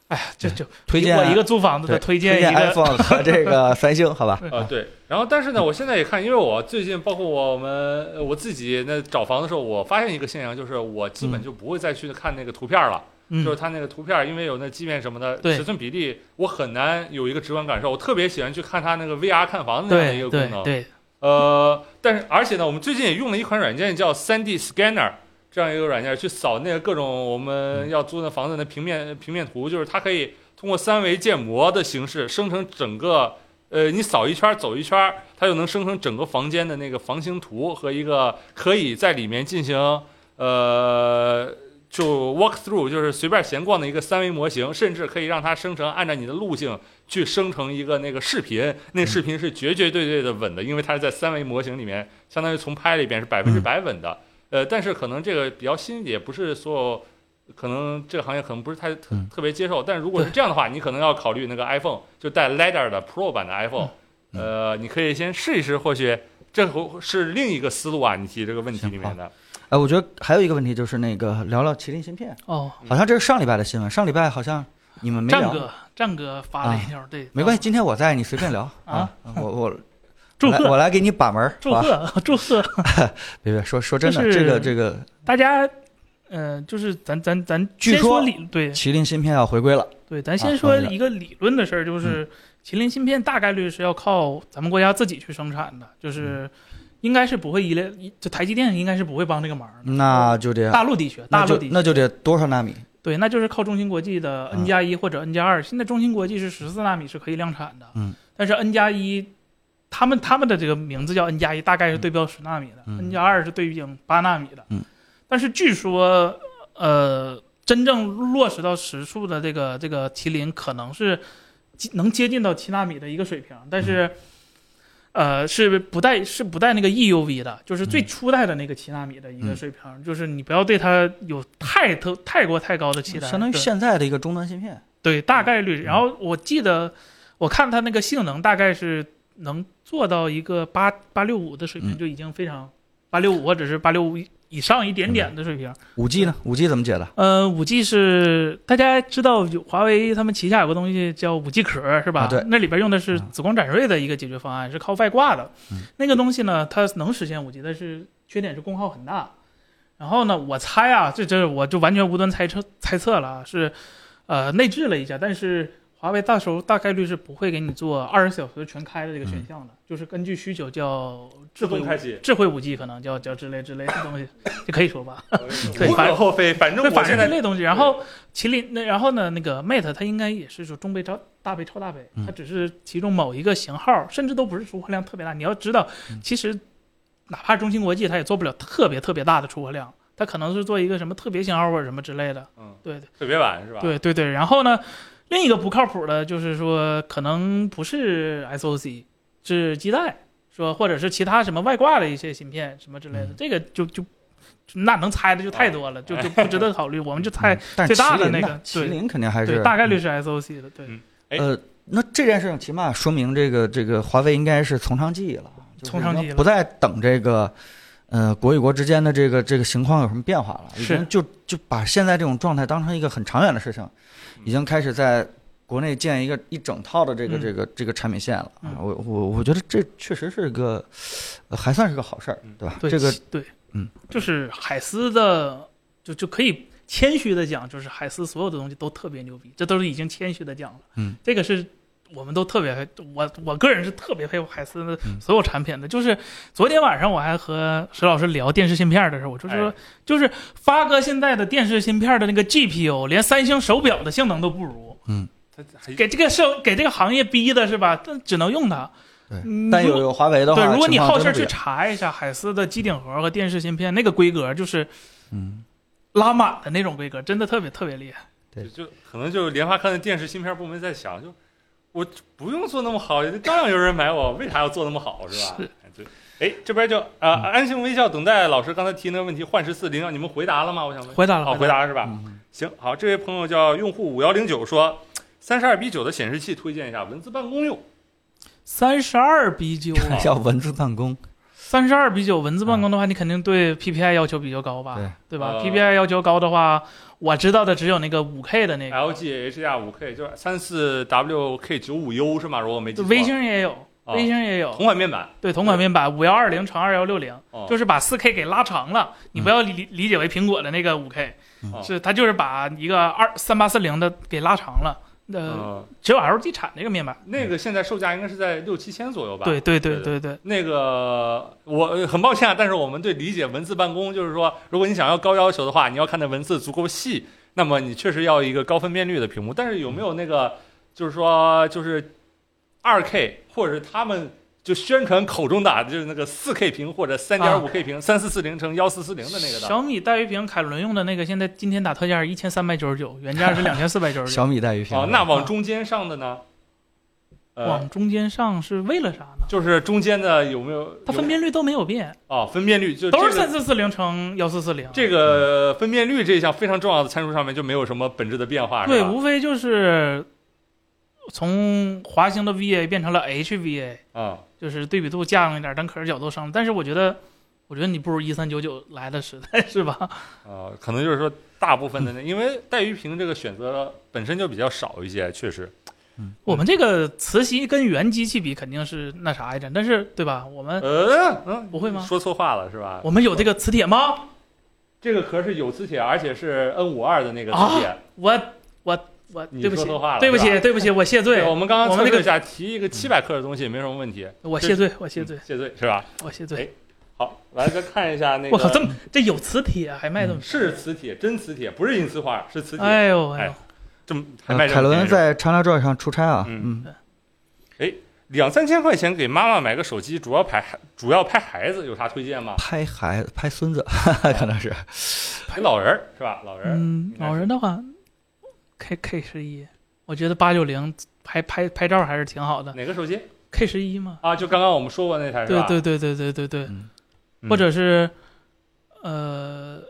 [SPEAKER 3] 哎呀，这就
[SPEAKER 2] 推荐
[SPEAKER 3] 我一个租房子的
[SPEAKER 2] 对
[SPEAKER 3] 推
[SPEAKER 2] 推
[SPEAKER 3] 荐一个
[SPEAKER 2] iPhone 和这个三星，好吧？
[SPEAKER 1] 啊，对。然后，但是呢，我现在也看，因为我最近包括我们呃我自己那找房的时候，我发现一个现象，就是我基本就不会再去看那个图片了，
[SPEAKER 3] 嗯
[SPEAKER 1] 就是它那个图片，因为有那畸变什么的，
[SPEAKER 3] 对
[SPEAKER 1] 尺寸比例，我很难有一个直观感受。我特别喜欢去看它那个 VR 看房的那样的一个
[SPEAKER 3] 对
[SPEAKER 1] 功
[SPEAKER 3] 对
[SPEAKER 1] 能。
[SPEAKER 3] 对，
[SPEAKER 1] 呃，但是而且呢，我们最近也用了一款软件叫 3D Scanner 这样一个软件，去扫那个各种我们要租的房子的平面平面图，就是它可以通过三维建模的形式生成整个，呃，你扫一圈儿走一圈儿，它就能生成整个房间的那个房型图和一个可以在里面进行呃。就 walk through，就是随便闲逛的一个三维模型，甚至可以让它生成按照你的路径去生成一个那个视频，
[SPEAKER 2] 嗯
[SPEAKER 1] 那视频是绝绝对对的稳的，因为它是在三维模型里面，相当于从拍了一遍是百
[SPEAKER 2] 嗯
[SPEAKER 1] 分之百稳的。呃，但是可能这个比较新，也不是所有，可能这个行业可能不是太特
[SPEAKER 2] 嗯
[SPEAKER 1] 特别接受。但如果是这样的话，你可能要考虑那个 iPhone，就带 LiDAR 的 Pro 版的 iPhone，
[SPEAKER 2] 嗯
[SPEAKER 1] 呃，你可以先试一试，或许这会是另一个思路啊。你提这个问题
[SPEAKER 2] 行
[SPEAKER 1] 里面的，
[SPEAKER 2] 哎，我觉得还有一个问题就是那个聊聊麒麟芯片，
[SPEAKER 3] 哦，
[SPEAKER 2] 好像这是上礼拜的新闻，上礼拜好像你们没
[SPEAKER 3] 战
[SPEAKER 2] 聊，啊
[SPEAKER 3] 哥战哥发了一条，对，
[SPEAKER 2] 没关系，，今天我在，你随便聊
[SPEAKER 3] 啊。
[SPEAKER 2] 我我
[SPEAKER 3] 祝
[SPEAKER 2] 来
[SPEAKER 3] 贺
[SPEAKER 2] 我来给你把门儿，
[SPEAKER 3] 祝
[SPEAKER 2] 好吧
[SPEAKER 3] 贺 祝贺
[SPEAKER 2] 别别说说真的，
[SPEAKER 3] 就是
[SPEAKER 2] 这个这个
[SPEAKER 3] 大家。呃，就是咱咱咱
[SPEAKER 2] 据
[SPEAKER 3] 先说
[SPEAKER 2] 说
[SPEAKER 3] 理对
[SPEAKER 2] 麒麟芯片要回归了，
[SPEAKER 3] 对，咱
[SPEAKER 2] 啊
[SPEAKER 3] 先
[SPEAKER 2] 说
[SPEAKER 3] 说
[SPEAKER 2] 一下
[SPEAKER 3] 一个理论的事儿，
[SPEAKER 2] 嗯
[SPEAKER 3] 就是麒麟芯片大概率是要靠咱们国家自己去生产的，
[SPEAKER 2] 嗯
[SPEAKER 3] 就是应该是不会依赖，就台积电应该是不会帮这个忙的。
[SPEAKER 2] 那就得
[SPEAKER 3] 大陆地区，
[SPEAKER 2] 嗯那
[SPEAKER 3] 大陆
[SPEAKER 2] 就
[SPEAKER 3] 地区，
[SPEAKER 2] 那嗯就得多少纳米？
[SPEAKER 3] 对，那就是靠中芯国际的 N 加一或者 N 加二。现在中芯国际是十四纳米是可以量产的，
[SPEAKER 2] 嗯，
[SPEAKER 3] 但是 N 加一，他们他们的这个名字叫 N 加一，大概是对标十纳米的、
[SPEAKER 2] 嗯
[SPEAKER 3] n 加二是对应八纳米的，
[SPEAKER 2] 嗯，
[SPEAKER 3] 但是据说，呃，真正落实到实处的这个这个麒麟可能是接能接近到七纳米的一个水平，但是。
[SPEAKER 2] 嗯
[SPEAKER 3] 呃，是不带是不带那个 EUV 的，就是最
[SPEAKER 2] 嗯
[SPEAKER 3] 初代的那个七纳米的一个
[SPEAKER 2] 嗯
[SPEAKER 3] 水平，就是你不要对它有太特太过太高的期待，
[SPEAKER 2] 相当于嗯
[SPEAKER 3] 对
[SPEAKER 2] 现在的一个终端芯片。
[SPEAKER 3] 对大概率。然后我记得我看它那个性能大概是能做到一个八八六五的水平，
[SPEAKER 2] 嗯
[SPEAKER 3] 就已经非常八六五或者是八六五以上一点点的水平。
[SPEAKER 2] 五 G 呢？五 G 怎么解的？
[SPEAKER 3] 呃，五 G 是大家知道有华为他们旗下有个东西叫五 G 壳是吧？
[SPEAKER 2] 啊对
[SPEAKER 3] 那里边用的是
[SPEAKER 2] 啊
[SPEAKER 3] 紫光展锐的一个解决方案，是靠外挂的。
[SPEAKER 2] 嗯
[SPEAKER 3] 那个东西呢，它能实现五 G，但是缺点是功耗很大。然后呢，我猜啊，这这我就完全无端猜测猜测了，啊，是呃内置了一下，但是华为到时候大概率是不会给你做二十小时全开
[SPEAKER 2] 嗯
[SPEAKER 3] 的这个选项的，就是根据需求叫
[SPEAKER 1] 自
[SPEAKER 3] 智慧
[SPEAKER 1] 动
[SPEAKER 3] 五
[SPEAKER 1] 开启，
[SPEAKER 3] 智慧五 G 可能叫叫之类之类的东西，就可以说吧。对
[SPEAKER 1] 无可厚非。反正
[SPEAKER 3] 对，
[SPEAKER 1] 我
[SPEAKER 3] 反
[SPEAKER 1] 现
[SPEAKER 3] 正这
[SPEAKER 1] 在
[SPEAKER 3] 类东西。然后麒麟，那然后呢，那个 Mate 它应该也是说中杯超大杯超大杯，
[SPEAKER 2] 嗯
[SPEAKER 3] 它只是其中某一个型号，甚至都不是出货量特别大。你要知道，
[SPEAKER 1] 嗯
[SPEAKER 3] 其实哪怕中芯国际它也做不了特别特别大的出货量，它可能是做一个什么特别型号或者什么之类的。
[SPEAKER 1] 嗯
[SPEAKER 3] 对
[SPEAKER 1] 特别晚是吧？
[SPEAKER 3] 对对对。然后呢，另一个不靠谱的就是说，可能不是 SOC，是基带，说或者是其他什么外挂的一些芯片什么之类的，
[SPEAKER 2] 嗯
[SPEAKER 3] 这个就就。就那能猜的就太多了，就就不值得考虑。我们就猜
[SPEAKER 2] 嗯但是
[SPEAKER 3] 哎最大的
[SPEAKER 2] 麒麟
[SPEAKER 3] 那
[SPEAKER 2] 呢
[SPEAKER 3] 个
[SPEAKER 2] 麒
[SPEAKER 3] 对
[SPEAKER 2] 麟肯定还
[SPEAKER 3] 对，
[SPEAKER 2] 是
[SPEAKER 3] 大概率是 SOC 的，对，
[SPEAKER 1] 嗯哎
[SPEAKER 2] 呃。那这件事情起码说明这个这个华为应该是从长计议了，啊就是
[SPEAKER 3] 从长计议了
[SPEAKER 2] 不再等这个呃国与国之间的这个这个情况有什么变化了，已
[SPEAKER 3] 是
[SPEAKER 2] 经就就把现在这种状态当成一个很长远的事情，已经开始在国内建一个一整套的这个
[SPEAKER 3] 嗯
[SPEAKER 2] 这个这个产品线了啊
[SPEAKER 3] 嗯！
[SPEAKER 2] 我我我觉得这确实是个呃还算是个好事儿
[SPEAKER 1] 嗯，
[SPEAKER 2] 对吧？
[SPEAKER 3] 对
[SPEAKER 2] 这个
[SPEAKER 3] 其对，
[SPEAKER 2] 嗯，
[SPEAKER 3] 就是海思的，就就可以谦虚的讲，就是海思所有的东西都特别牛逼，这都是已经谦虚的讲了，
[SPEAKER 2] 嗯，
[SPEAKER 3] 这个是。我们都特别，我我个人是特别佩服海思的
[SPEAKER 2] 嗯
[SPEAKER 3] 所有产品的。就是昨天晚上我还和石老师聊电视芯片的时候，我就说，
[SPEAKER 1] 哎
[SPEAKER 3] 就是发哥现在的电视芯片的那个 GPU，连三星手表的性能都不如。
[SPEAKER 2] 嗯
[SPEAKER 1] 它还
[SPEAKER 3] 给这个社给这个行业逼的是吧？但只能用它。
[SPEAKER 2] 对
[SPEAKER 3] 嗯
[SPEAKER 2] 但有
[SPEAKER 3] 如
[SPEAKER 2] 有华为的话，
[SPEAKER 3] 对，如果你
[SPEAKER 2] 情况
[SPEAKER 3] 好
[SPEAKER 2] 真
[SPEAKER 3] 事
[SPEAKER 2] 不一样
[SPEAKER 3] 去查一下海思的机顶盒和电视芯片，那个规格就是
[SPEAKER 2] 嗯。
[SPEAKER 3] 拉满的那种规格，真的特别特别厉害。
[SPEAKER 2] 对
[SPEAKER 1] 就就可能就是联发科的电视芯片部门在想，就我不用做那么好，照样有人买我，为啥要做那么好是吧？
[SPEAKER 3] 是
[SPEAKER 1] 哎对。哎，这边就啊、呃安心微笑等待老师刚才提那个问题，幻十四零幺，你们回答了吗？我想问。
[SPEAKER 3] 回答了，
[SPEAKER 1] 哦，回答了是吧？
[SPEAKER 2] 嗯
[SPEAKER 1] 行，好，这位朋友叫用户五幺零九说，三十二比九的显示器推荐一下，文字办公用。
[SPEAKER 3] 三十二比九，
[SPEAKER 2] 叫文字办公，
[SPEAKER 3] 三十二比九文字办公的话，你肯定对 PPI 要求比较高吧？
[SPEAKER 2] 嗯对
[SPEAKER 3] 吧、
[SPEAKER 1] 呃
[SPEAKER 3] p p i 要求高的话，我知道的只有那个五 K 的那个，
[SPEAKER 1] LG HDR 五 K 就是三四 WK 九五 U 是吗？如果我没记错，
[SPEAKER 3] 微星也有，
[SPEAKER 1] 啊
[SPEAKER 3] 微星也有，
[SPEAKER 1] 同款面板，
[SPEAKER 3] 对同款面板五幺二零乘二幺六零，
[SPEAKER 1] 哦、
[SPEAKER 3] 就是把四 K 给拉长了。你不要理理解为苹果的那个五 K，、
[SPEAKER 1] 嗯
[SPEAKER 3] 是它就是把一个二三八四零的给拉长了。呃，
[SPEAKER 1] 嗯
[SPEAKER 3] 只有 LG 产这个面板。
[SPEAKER 1] 那个现在售价应该是在六七千左右吧？
[SPEAKER 3] 对对对
[SPEAKER 1] 对
[SPEAKER 3] 对对，
[SPEAKER 1] 那个我呃很抱歉啊，但是我们对理解文字办公，就是说，如果你想要高要求的话，你要看的文字足够细，那么你确实要一个高分辨率的屏幕。但是有没有那个，就是说，就是二 K 或者是他们就宣传口中打的就是那个四 K 屏或者三点五 K 屏，三四四零乘幺四四零的那个的？
[SPEAKER 3] 啊小米带鱼屏凯伦用的那个，现在今天打特价是一千三百九十九，原价 是两千四百九十九。
[SPEAKER 2] 小米带鱼屏。
[SPEAKER 1] 哦，那往中间上的呢？呃，
[SPEAKER 3] 啊往中间上是为了啥呢？
[SPEAKER 1] 就是中间的有没有？
[SPEAKER 3] 它分辨率都没有变，
[SPEAKER 1] 有哦，分辨率就
[SPEAKER 3] 都是
[SPEAKER 1] 这个
[SPEAKER 3] 三四四零乘幺四四零。
[SPEAKER 1] 这个分辨率这一项非常重要的参数上面就没有什么本质的变化，是
[SPEAKER 3] 对，
[SPEAKER 1] 吧
[SPEAKER 3] 无非就是从华星的 VA 变成了 HVA，
[SPEAKER 1] 啊、
[SPEAKER 3] 就是对比度降了一点，但可视角度升了。但是我觉得，我觉得你不如一三九九来的实在，是吧？
[SPEAKER 1] 啊、可能就是说大部分的那，因为带鱼屏这个选择本身就比较少一些，确实，
[SPEAKER 2] 嗯
[SPEAKER 3] 我们这个磁吸跟原机器比肯定是那啥一点，但是对吧？我们
[SPEAKER 1] 呃，嗯，
[SPEAKER 3] 不会吗？
[SPEAKER 1] 说错话了是吧？
[SPEAKER 3] 我们有这个磁铁吗？
[SPEAKER 1] 这个壳是有磁铁，而且是 N 五二的那个
[SPEAKER 3] 啊
[SPEAKER 1] 磁铁。
[SPEAKER 3] 我我我，
[SPEAKER 1] 你
[SPEAKER 3] 对不
[SPEAKER 1] 说
[SPEAKER 3] 起
[SPEAKER 1] 错话了，
[SPEAKER 3] 对不
[SPEAKER 1] 是
[SPEAKER 3] 起，
[SPEAKER 1] 吧
[SPEAKER 3] 对不起，我谢罪，
[SPEAKER 1] 我们刚刚
[SPEAKER 3] 我
[SPEAKER 1] 测
[SPEAKER 3] 们那
[SPEAKER 1] 试
[SPEAKER 3] 个嗯
[SPEAKER 1] 一下，提一个七百克的东西也没什么问题。
[SPEAKER 3] 我谢罪，我谢罪
[SPEAKER 1] 嗯，谢罪是吧？
[SPEAKER 3] 我谢
[SPEAKER 1] 哎
[SPEAKER 3] 罪。
[SPEAKER 1] 好，来再看一下哎那个，
[SPEAKER 3] 我靠，这么这有磁铁还卖这么
[SPEAKER 1] 是磁铁，真磁铁，不是银丝花，是磁铁。
[SPEAKER 3] 哎呦哎
[SPEAKER 1] 哎
[SPEAKER 3] 呦，
[SPEAKER 1] 这么还
[SPEAKER 2] 呃
[SPEAKER 1] 卖这么
[SPEAKER 2] 凯
[SPEAKER 1] 便宜
[SPEAKER 2] 伦
[SPEAKER 1] 是吧
[SPEAKER 2] 在 ChinaJoy 上出差啊，
[SPEAKER 1] 嗯
[SPEAKER 2] 嗯，
[SPEAKER 1] 两三千块钱给妈妈买个手机，主要拍主要拍孩子，有啥推荐吗？
[SPEAKER 2] 拍孩子拍孙子， 哈哈，可能是
[SPEAKER 1] 拍老人儿是吧？老人儿，
[SPEAKER 3] 嗯
[SPEAKER 1] 应，该是
[SPEAKER 3] 老人的话，K K 十一，我觉得八九零拍拍拍照还是挺好的
[SPEAKER 1] 哪个手机
[SPEAKER 3] ，K 十一嘛。
[SPEAKER 1] 啊？就刚刚我们说过那台是
[SPEAKER 3] 对
[SPEAKER 1] 吧？
[SPEAKER 3] 对对对对对对，
[SPEAKER 2] 嗯
[SPEAKER 3] 或者是，呃，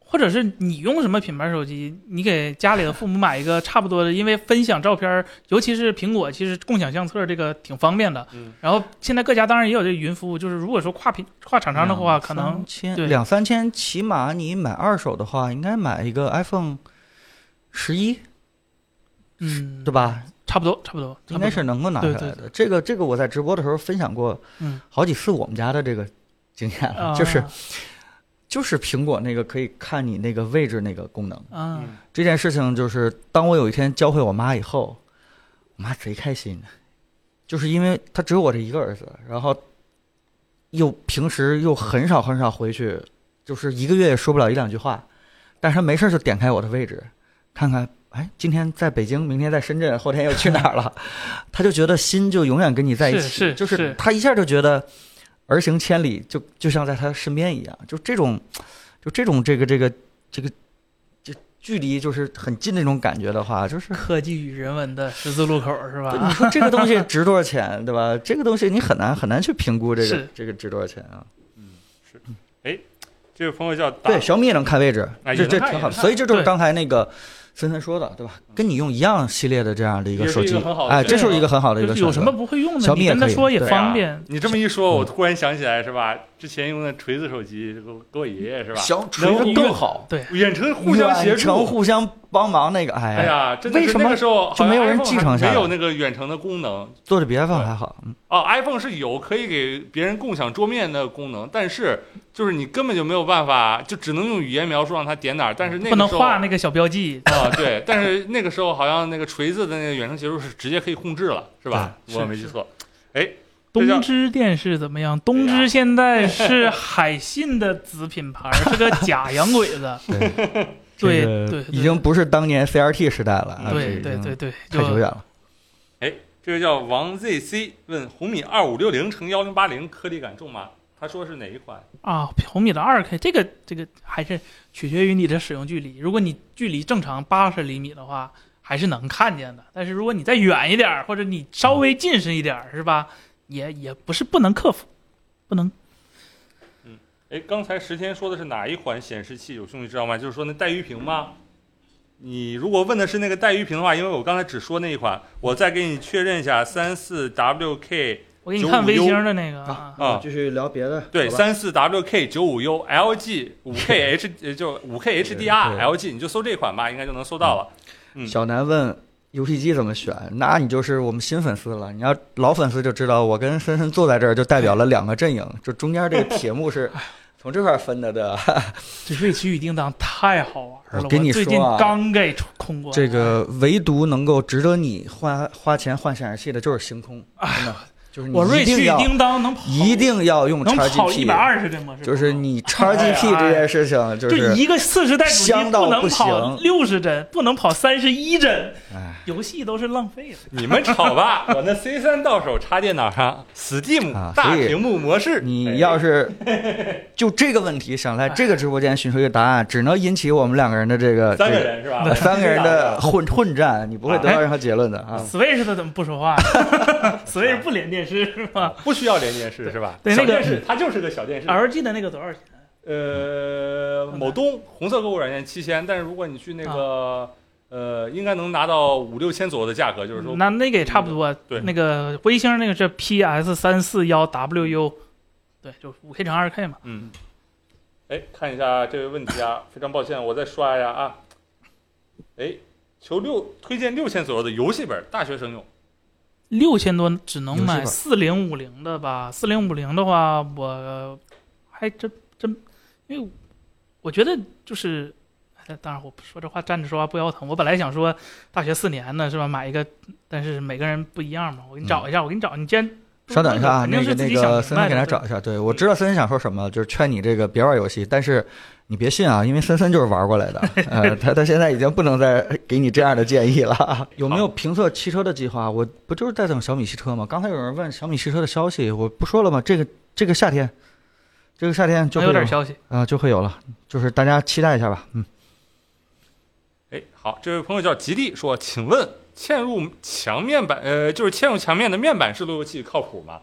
[SPEAKER 3] 或者是你用什么品牌手机，你给家里的父母买 一个差不多的，因为分享照片儿，尤其是苹果，其实共享相册这个挺方便的。
[SPEAKER 1] 嗯
[SPEAKER 3] 然后现在各家当然也有这云服务，就是如果说跨品跨厂商的
[SPEAKER 1] 嗯
[SPEAKER 3] 话，可能
[SPEAKER 2] 两千
[SPEAKER 3] 对
[SPEAKER 2] 两三千，起码你买二手的话，应该买一个 iPhone 十一，
[SPEAKER 3] 嗯，
[SPEAKER 2] 对？吧？
[SPEAKER 3] 差不多，差不多，
[SPEAKER 2] 应该是能够拿下
[SPEAKER 3] 对
[SPEAKER 2] 来
[SPEAKER 3] 对
[SPEAKER 2] 的。这个这个我在直播的时候分享过
[SPEAKER 3] 嗯
[SPEAKER 2] 好几次我们家的这个经验
[SPEAKER 3] 啊
[SPEAKER 2] 了，啊就是就是苹果那个可以看你那个位置那个功能。
[SPEAKER 3] 啊
[SPEAKER 1] 嗯
[SPEAKER 2] 这件事情就是，当我有一天教会我妈以后，我妈贼开心，就是因为她只有我这一个儿子，然后又平时又很少很少回去，就是一个月也说不了一两句话，但是她没事儿就点开我的位置，看看，哎，今天在北京，明天在深圳，后天又去哪儿了， 她就觉得心就永远跟你在一起，
[SPEAKER 3] 是是
[SPEAKER 2] 就是她一下就觉得儿行千里就就像在她身边一样，就这种，就这种这个这个这个这距离就是很近那种感觉的话，就是
[SPEAKER 3] 科技与人文的十字路口是吧？
[SPEAKER 2] 对
[SPEAKER 1] 啊
[SPEAKER 2] 你说这个东西值多少钱，对吧？这个东西你很难很难去评估这个
[SPEAKER 3] 是
[SPEAKER 2] 这个值多少钱啊？
[SPEAKER 1] 嗯是，哎，这位朋友叫打
[SPEAKER 2] 对，小米也能看位置，
[SPEAKER 1] 哎也
[SPEAKER 2] 这
[SPEAKER 1] 能
[SPEAKER 2] 这
[SPEAKER 1] 看
[SPEAKER 2] 挺
[SPEAKER 1] 也
[SPEAKER 2] 好
[SPEAKER 1] 能
[SPEAKER 2] 的。
[SPEAKER 1] 看
[SPEAKER 2] 所以这就是
[SPEAKER 3] 对
[SPEAKER 2] 刚才那个森森说的，对吧？跟你用一样系列的这样的一个
[SPEAKER 1] 也是
[SPEAKER 2] 手
[SPEAKER 1] 一个
[SPEAKER 2] 机
[SPEAKER 1] 很好，的
[SPEAKER 2] 哎，
[SPEAKER 1] 选择
[SPEAKER 2] 这就是一个很好的一
[SPEAKER 3] 就
[SPEAKER 2] 个
[SPEAKER 3] 是
[SPEAKER 2] 选
[SPEAKER 3] 有什么
[SPEAKER 2] 择。
[SPEAKER 3] 不会用的，
[SPEAKER 2] 小米
[SPEAKER 3] 你
[SPEAKER 2] 也
[SPEAKER 3] 跟他
[SPEAKER 2] 可以
[SPEAKER 3] 说也
[SPEAKER 2] 对
[SPEAKER 1] 啊
[SPEAKER 2] 啊
[SPEAKER 3] 方便。
[SPEAKER 1] 你这么一说，我突然想起来是吧？之前用的锤子手机，给我给我爷爷是吧？
[SPEAKER 2] 小
[SPEAKER 1] 能一个
[SPEAKER 2] 好，
[SPEAKER 1] 远程互相协
[SPEAKER 2] 远程
[SPEAKER 1] 助。
[SPEAKER 2] 互相帮忙那个，
[SPEAKER 1] 哎
[SPEAKER 2] 哎，
[SPEAKER 1] 呀，真的是
[SPEAKER 2] 为什么
[SPEAKER 1] 那个时候
[SPEAKER 2] 就没有人继承下
[SPEAKER 1] 没
[SPEAKER 2] 来
[SPEAKER 1] 有那个远程的功能
[SPEAKER 2] 做的比 iPhone 还好，嗯
[SPEAKER 1] 哦 iPhone 是有可以给别人共享桌面的功能，但是就是你根本就没有办法，就只能用语言描述让他点哪儿。但是那个
[SPEAKER 3] 不能
[SPEAKER 1] 时候
[SPEAKER 3] 画那个小标记，
[SPEAKER 1] 啊，对，但是那个时候好像那个锤子的那个远程协助是直接可以控制了，是吧？
[SPEAKER 3] 对
[SPEAKER 1] 我
[SPEAKER 3] 是
[SPEAKER 1] 没记错。这叫
[SPEAKER 3] 东芝电视怎么样？东芝现在是海信的子品牌，是个假洋 鬼子。
[SPEAKER 2] 对，
[SPEAKER 3] 对
[SPEAKER 2] 这个
[SPEAKER 3] 对对
[SPEAKER 2] 已经不是当年 CRT 时代了，啊这
[SPEAKER 3] 对
[SPEAKER 2] 已
[SPEAKER 3] 对
[SPEAKER 2] 经
[SPEAKER 3] 对对，
[SPEAKER 2] 太久
[SPEAKER 3] 就
[SPEAKER 2] 远了。
[SPEAKER 1] 这位叫王 ZC 问红米二五六零乘幺零八零颗粒感重吗？他说是哪一款？
[SPEAKER 3] 啊，红米的二 K 这个这个还是取决于你的使用距离。如果你距离正常八十厘米的话，还是能看见的。但是如果你再远一点儿，或者你稍微近身一点儿，是吧？也也不是不能克服，不能。
[SPEAKER 1] 哎，刚才石天说的是哪一款显示器？有兄弟知道吗？就是说那带鱼屏吗？你如果问的是那个带鱼屏的话，因为我刚才只说那一款，我再给你确认一下，三四 WK
[SPEAKER 3] 我给你看
[SPEAKER 1] 95U
[SPEAKER 3] 卫星的那个啊，
[SPEAKER 1] 啊，
[SPEAKER 2] 继续聊别的。
[SPEAKER 1] 对，
[SPEAKER 2] 好吧
[SPEAKER 1] 三四 WK 九五 U LG 五 K H 呃就五 K
[SPEAKER 2] 对
[SPEAKER 1] HDR LG，你就搜这款吧，应该就能搜到了。嗯
[SPEAKER 2] 小南问 UPG 怎么选，那你就是我们新粉丝了。你要老粉丝就知道，我跟深深坐在这儿就代表了两个阵营，就中间这个铁幕 是从这块儿分的的。
[SPEAKER 3] 这瑞奇与叮当太好玩了。
[SPEAKER 2] 我跟你
[SPEAKER 3] 最近
[SPEAKER 2] 说啊
[SPEAKER 3] 刚给空过
[SPEAKER 2] 这个唯独能够值得你花花钱换显示器的就是星空，真的，就是
[SPEAKER 3] 哎我
[SPEAKER 2] 你
[SPEAKER 3] 瑞
[SPEAKER 2] 一
[SPEAKER 3] 奇
[SPEAKER 2] 定
[SPEAKER 3] 与
[SPEAKER 2] 要
[SPEAKER 3] 叮当能跑，
[SPEAKER 2] 一定要用
[SPEAKER 3] 能跑一
[SPEAKER 2] XGP，
[SPEAKER 3] 百二十帧吗？
[SPEAKER 2] 就是是
[SPEAKER 3] 吗哎
[SPEAKER 2] 你 XGP 这件事情就，
[SPEAKER 3] 就是一个四十代主机
[SPEAKER 2] 香到
[SPEAKER 3] 能
[SPEAKER 2] 不
[SPEAKER 3] 跑
[SPEAKER 2] 行
[SPEAKER 3] 六十帧，不能跑三十一帧，
[SPEAKER 2] 哎，
[SPEAKER 3] 游戏都是浪费的。
[SPEAKER 1] 你们吵 吧，我那 C 3到手插电脑上
[SPEAKER 2] 啊
[SPEAKER 1] ，Steam
[SPEAKER 2] 所
[SPEAKER 1] 大
[SPEAKER 2] 以
[SPEAKER 1] 屏幕模式，哎
[SPEAKER 2] 你要 是就这个问题想
[SPEAKER 3] 哎
[SPEAKER 2] 来这个直播间寻求一个答案，只能引起我们两个人的这个
[SPEAKER 1] 三个
[SPEAKER 2] 这
[SPEAKER 1] 人是 吧
[SPEAKER 2] 呃？三个人的混混战，你不会得到
[SPEAKER 3] 哎
[SPEAKER 2] 任何结论的啊。
[SPEAKER 3] Switch 它怎么不说话 ？Switch 不连电视是吧
[SPEAKER 1] 不需要连电视是吧？
[SPEAKER 3] 对
[SPEAKER 1] 小
[SPEAKER 3] 那个
[SPEAKER 1] 电视它就是个小电视。
[SPEAKER 3] ？LG 的那个多少钱？
[SPEAKER 1] 呃，某东红色购物软件七千，但是如果你去那
[SPEAKER 3] 啊
[SPEAKER 1] 个呃，应该能拿到五六千左右的价格，就是说嗯
[SPEAKER 3] 那那个也差不多。
[SPEAKER 1] 对
[SPEAKER 3] 那个微星那个是 PS 三四幺 WU，对，就五 K 乘二 K 嘛。
[SPEAKER 1] 嗯，哎，看一下这位问题啊，非常抱歉，我再刷一下啊。哎，求六推荐六千左右的游戏本，大学生用。
[SPEAKER 3] 六千多只能
[SPEAKER 2] 游
[SPEAKER 3] 买
[SPEAKER 2] 戏
[SPEAKER 3] 四零五零的吧？四零五零的话，我还真真，因为我觉得就是，哎当然我不说这话站着说话不腰疼。我本来想说大学四年呢，是吧？买一个，但是每个人不一样嘛。我给你找一下，我给你找，你既然
[SPEAKER 2] 嗯稍等一下啊，
[SPEAKER 3] 肯
[SPEAKER 2] 那
[SPEAKER 3] 定
[SPEAKER 2] 个
[SPEAKER 3] 是自
[SPEAKER 2] 那
[SPEAKER 3] 己想
[SPEAKER 2] 个，
[SPEAKER 3] 明
[SPEAKER 2] 森森
[SPEAKER 3] 白
[SPEAKER 2] 给
[SPEAKER 3] 的
[SPEAKER 2] 大家找一下。对，我知道森森想说什么，就是劝你这个别玩游戏，但是你别信啊，因为森森就是玩过来 的，呃，他他现在已经不能再给你这样的建议了。有没有评测汽车的计划？我不就是在等小米汽车吗？刚才有人问小米汽车的消息，我不说了吗？这个这个夏天，这个夏天就会
[SPEAKER 3] 能有点
[SPEAKER 2] 啊、
[SPEAKER 3] 消息，
[SPEAKER 2] 就会有了，就是大家期待一下吧。嗯，
[SPEAKER 1] 哎，好，这位朋友叫吉利说，请问嵌入墙面板，呃，就是嵌入墙面的面板式路由器靠谱吗？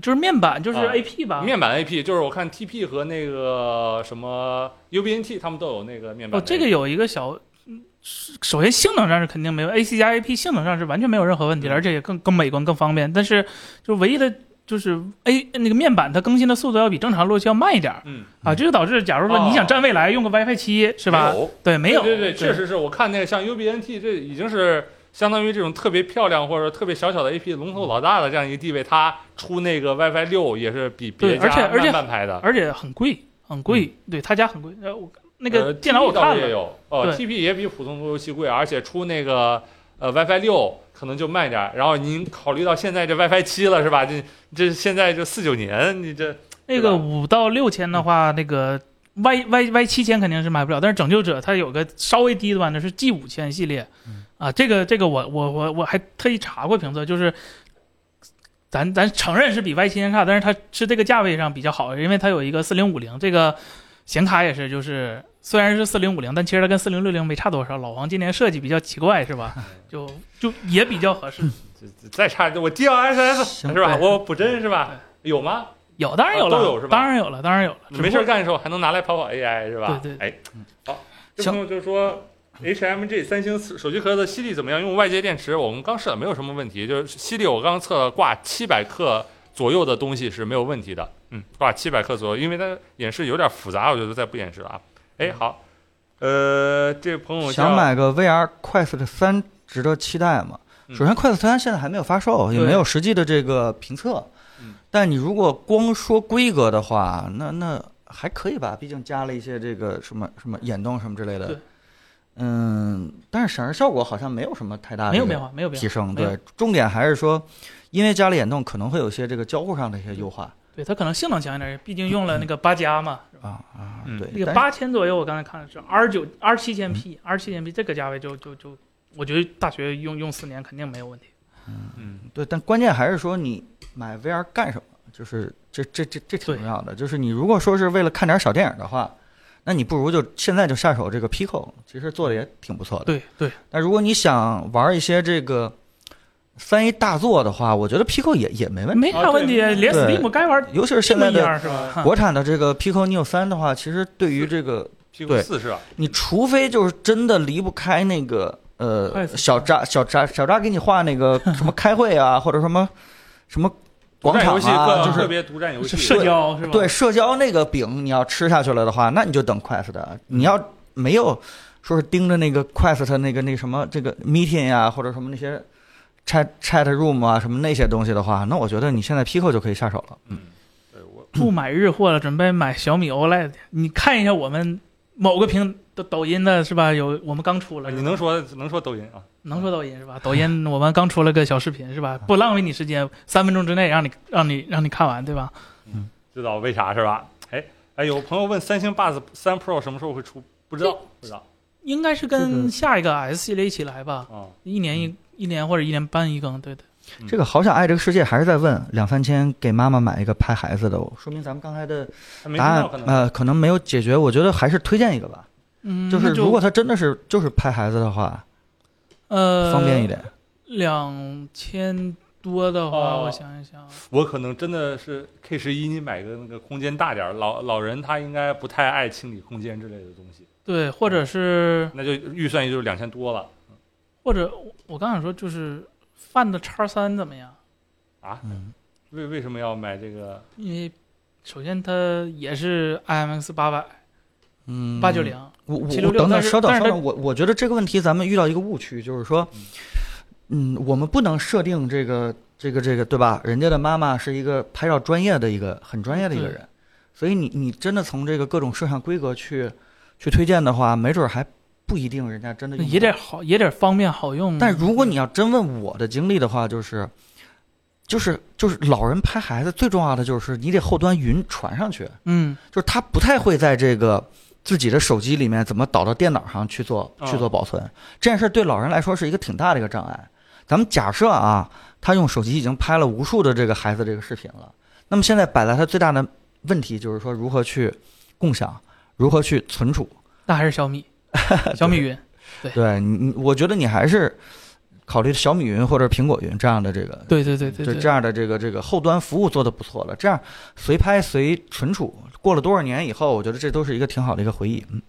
[SPEAKER 3] 就是面板，就是
[SPEAKER 1] 啊
[SPEAKER 3] AP 吧？
[SPEAKER 1] 面板 AP 就是我看 TP 和那个什么 UBNT 他们都有那个面板
[SPEAKER 3] 哦，
[SPEAKER 1] 的。
[SPEAKER 3] 这个有一个小，嗯是首先性能上是肯定没有，AC 加 AP 性能上是完全没有任何问题
[SPEAKER 1] 嗯
[SPEAKER 3] 的，而且也更更美观、更方便。但是就唯一的就是 A 那个面板它更新的速度要比正常路由器要慢一点儿
[SPEAKER 1] 嗯，
[SPEAKER 3] 啊，这就导致假如说
[SPEAKER 1] 哦
[SPEAKER 3] 你想占未来用个 WiFi 七是
[SPEAKER 1] 是
[SPEAKER 3] 吧？对，没有，
[SPEAKER 1] 对对对，确实是我看那个像 UBNT 这已经是相当于这种特别漂亮或者说特别小巧的 AP 龙头老大的这样一个地位，它出那个 WiFi 六也是比别
[SPEAKER 3] 对
[SPEAKER 1] 家
[SPEAKER 3] 而且而且
[SPEAKER 1] 慢半拍的。
[SPEAKER 3] 而且很贵，很贵，对他家很贵。呃，我那个
[SPEAKER 1] 嗯呃
[SPEAKER 3] 电脑我
[SPEAKER 1] TP 倒
[SPEAKER 3] 看
[SPEAKER 1] 是也
[SPEAKER 3] 了，
[SPEAKER 1] 有，哦
[SPEAKER 3] 对
[SPEAKER 1] ，TP 也比普通路由器贵，而且出那个呃 WiFi 六可能就慢一点儿。然后您考虑到现在这 WiFi 七了是吧？这这现在就四九年，你这对
[SPEAKER 3] 那
[SPEAKER 1] 吧嗯
[SPEAKER 3] 个五到六千的话，那个 Y Y Y 七千肯定是买不了，但是拯救者它有个稍微低端的是 G 五千系列，
[SPEAKER 1] 嗯
[SPEAKER 3] 啊，这个这个我我我我还特意查过评测，就是咱咱承认是比 Y 七千差，但是它是这个价位上比较好，因为它有一个四零五零这个显卡也是，就是虽然是四零五零，但其实它跟四零六零没差多少。老黄今年设计比较奇怪是
[SPEAKER 1] 嗯
[SPEAKER 3] 吧？就就也比较合适，
[SPEAKER 1] 这再差我 DLSS
[SPEAKER 2] 行
[SPEAKER 1] 是吧？
[SPEAKER 3] 对
[SPEAKER 1] 我补帧是吧？有吗？
[SPEAKER 3] 有当然有了，
[SPEAKER 1] 啊都有是吧
[SPEAKER 3] 当然有了，当然有了，
[SPEAKER 1] 你没事儿干的时候还能拿来跑跑 AI 是吧？
[SPEAKER 3] 对对
[SPEAKER 1] 哎，
[SPEAKER 2] 嗯
[SPEAKER 1] 好，这
[SPEAKER 2] 行
[SPEAKER 1] 朋友就说 HMG 三星手机壳的吸力怎么样？用外接电池，我们刚试了没有什么问题，就是吸力我刚测了挂七百克左右的东西是没有问题的，嗯，挂七百克左右，因为它演示有点复杂，我觉得再不演示了啊。
[SPEAKER 2] 嗯
[SPEAKER 1] 哎，好，呃，这朋友叫
[SPEAKER 2] 想买个 VR Quest 三值得期待吗？
[SPEAKER 1] 嗯
[SPEAKER 2] 首先，Quest 三现在还没有发售，也
[SPEAKER 3] 对
[SPEAKER 2] 没有实际的这个评测
[SPEAKER 1] 嗯。
[SPEAKER 2] 但你如果光说规格的话，那那还可以吧，毕竟加了一些这个什么什么眼动什么之类
[SPEAKER 3] 对
[SPEAKER 2] 的。嗯，但是显示效果好像没有什么太大的
[SPEAKER 3] 没有变化，没有变化
[SPEAKER 2] 提。升。
[SPEAKER 3] 没有
[SPEAKER 2] 对，重点还是说，因为加了眼动，可能会有一些这个交互上的一些优化
[SPEAKER 3] 对，它可能性能强一点，毕竟用了那个八加嘛，
[SPEAKER 2] 啊啊。
[SPEAKER 1] 嗯
[SPEAKER 3] 那
[SPEAKER 2] 对，
[SPEAKER 3] 个
[SPEAKER 2] 但是
[SPEAKER 3] 八千左右，我刚才看了是 R 九 R 七千 P R 七千 P 这个价位就就就，我觉得大学用用四年肯定没有问题。
[SPEAKER 1] 嗯，
[SPEAKER 2] 对，但关键还是说你买 VR 干什么？就是这这这这挺
[SPEAKER 3] 对
[SPEAKER 2] 重要的。就是你如果说是为了看点小电影的话，那你不如就现在就下手这个 Pico，其实做的也挺不错的。
[SPEAKER 3] 对对，
[SPEAKER 2] 那如果你想玩一些这个三 A 大作的话，我觉得 Pico 也也没问题，
[SPEAKER 3] 没啥问题，
[SPEAKER 1] 啊对
[SPEAKER 3] 连
[SPEAKER 2] 对
[SPEAKER 3] Steam 该玩
[SPEAKER 2] 尤其是
[SPEAKER 3] 这
[SPEAKER 2] 现
[SPEAKER 3] 么
[SPEAKER 2] 在
[SPEAKER 3] 一
[SPEAKER 2] 的
[SPEAKER 3] 样是吧？哈
[SPEAKER 2] 国产的这个 Pico Neo 三的话，其实对于这个
[SPEAKER 1] 屁股
[SPEAKER 2] 对
[SPEAKER 1] 四是吧？
[SPEAKER 2] 你除非就是真的离不开那个
[SPEAKER 3] 快
[SPEAKER 2] 呃
[SPEAKER 3] 速
[SPEAKER 2] 小扎小扎小扎给你画那个什么开会啊，或者什么什么
[SPEAKER 1] 独
[SPEAKER 2] 广
[SPEAKER 1] 占
[SPEAKER 2] 场
[SPEAKER 1] 游戏
[SPEAKER 2] 啊，就
[SPEAKER 1] 特特
[SPEAKER 2] 是
[SPEAKER 1] 别独占游戏，
[SPEAKER 3] 社交是吧？
[SPEAKER 2] 对社交那个饼，你要吃下去了的话，那你就等 Quest。你要没有说是盯着那个 Quest 那个那什么这个 meeting 呀、或者什么那些 chat chat room 啊什么那些东西的话，那我觉得你现在 Pico 就可以下手了。
[SPEAKER 1] 嗯，对我
[SPEAKER 3] 不买日货了，准备买小米 OLED。你看一下我们某个平抖抖音的是吧？有我们刚出了，
[SPEAKER 1] 啊你能说能说抖音啊？
[SPEAKER 3] 能说抖音是吧？抖音我们刚出了个小视频是吧？不浪费你时间，三分钟之内让你让你让你看完对吧？
[SPEAKER 1] 知道为啥是吧？哎哎，有朋友问三星 Buds 三 Pro 什么时候会出？不知道，不知道
[SPEAKER 3] 应该是
[SPEAKER 2] 这
[SPEAKER 3] 跟
[SPEAKER 2] 个嗯
[SPEAKER 3] 下一个 S 系列一起来吧，
[SPEAKER 1] 啊。
[SPEAKER 3] 一年一一年或者一年半一更，对的。
[SPEAKER 2] 这个好想爱这个世界还是在问两三千给妈妈买一个拍孩子的，说明咱们刚才的
[SPEAKER 1] 还没听到
[SPEAKER 2] 答案
[SPEAKER 1] 可能。
[SPEAKER 2] 呃可能没有解决，我觉得还是推荐一个吧。
[SPEAKER 3] 嗯，
[SPEAKER 2] 就是
[SPEAKER 3] 那
[SPEAKER 2] 如果他真的是就是拍孩子的话，
[SPEAKER 3] 呃
[SPEAKER 2] 方便一，点。
[SPEAKER 3] 两千多的话，
[SPEAKER 1] 哦
[SPEAKER 3] 我想一想，
[SPEAKER 1] 我可能真的是 K 十一，你买个那个空间大点儿，老老人他应该不太爱清理空间之类的东西，
[SPEAKER 3] 对，或者是
[SPEAKER 1] 那就预算也就是两千多了
[SPEAKER 3] 或者我我刚想说就是泛的叉三怎么样？
[SPEAKER 1] 啊。
[SPEAKER 2] 嗯，
[SPEAKER 1] 为为什么要买这个？
[SPEAKER 3] 因为首先它也是 IMX 八百
[SPEAKER 2] 嗯
[SPEAKER 3] 八九。零，
[SPEAKER 2] 我我
[SPEAKER 3] 766
[SPEAKER 2] 我等
[SPEAKER 3] 但
[SPEAKER 2] 等，
[SPEAKER 3] 是
[SPEAKER 2] 稍等
[SPEAKER 3] 但是
[SPEAKER 2] 稍
[SPEAKER 3] 它
[SPEAKER 2] 等，我我觉得这个问题咱们遇到一个误区，就是说，嗯，我们不能设定这个这个这个，对吧？人家的妈妈是一个拍照专业的一个很专业的一个
[SPEAKER 3] 对
[SPEAKER 2] 人，所以你你真的从这个各种摄像规格去去推荐的话，没准还不一定人家真的用
[SPEAKER 3] 也
[SPEAKER 2] 得
[SPEAKER 3] 得好，也得方便好用。
[SPEAKER 2] 但如果你要真问我的经历的话，就是，就是就是老人拍孩子最重要的就是你得后端云传上去，
[SPEAKER 3] 嗯，
[SPEAKER 2] 就是他不太会在这个自己的手机里面怎么导到电脑上去做
[SPEAKER 1] 啊
[SPEAKER 2] 去做保存，这件事对老人来说是一个挺大的一个障碍。咱们假设啊，他用手机已经拍了无数的这个孩子这个视频了，那么现在摆在他最大的问题就是说如何去共享，如何去存储。
[SPEAKER 3] 那还是 小米，小米云。
[SPEAKER 2] 对你，你我觉得你还是考虑小米云或者苹果云这样的这个
[SPEAKER 3] 对对对对
[SPEAKER 2] 就
[SPEAKER 3] 对，
[SPEAKER 2] 这样的这个这个后端服务做的不错了，这样随拍随存储，过了多少年以后，我觉得这都是一个挺好的一个回忆。嗯，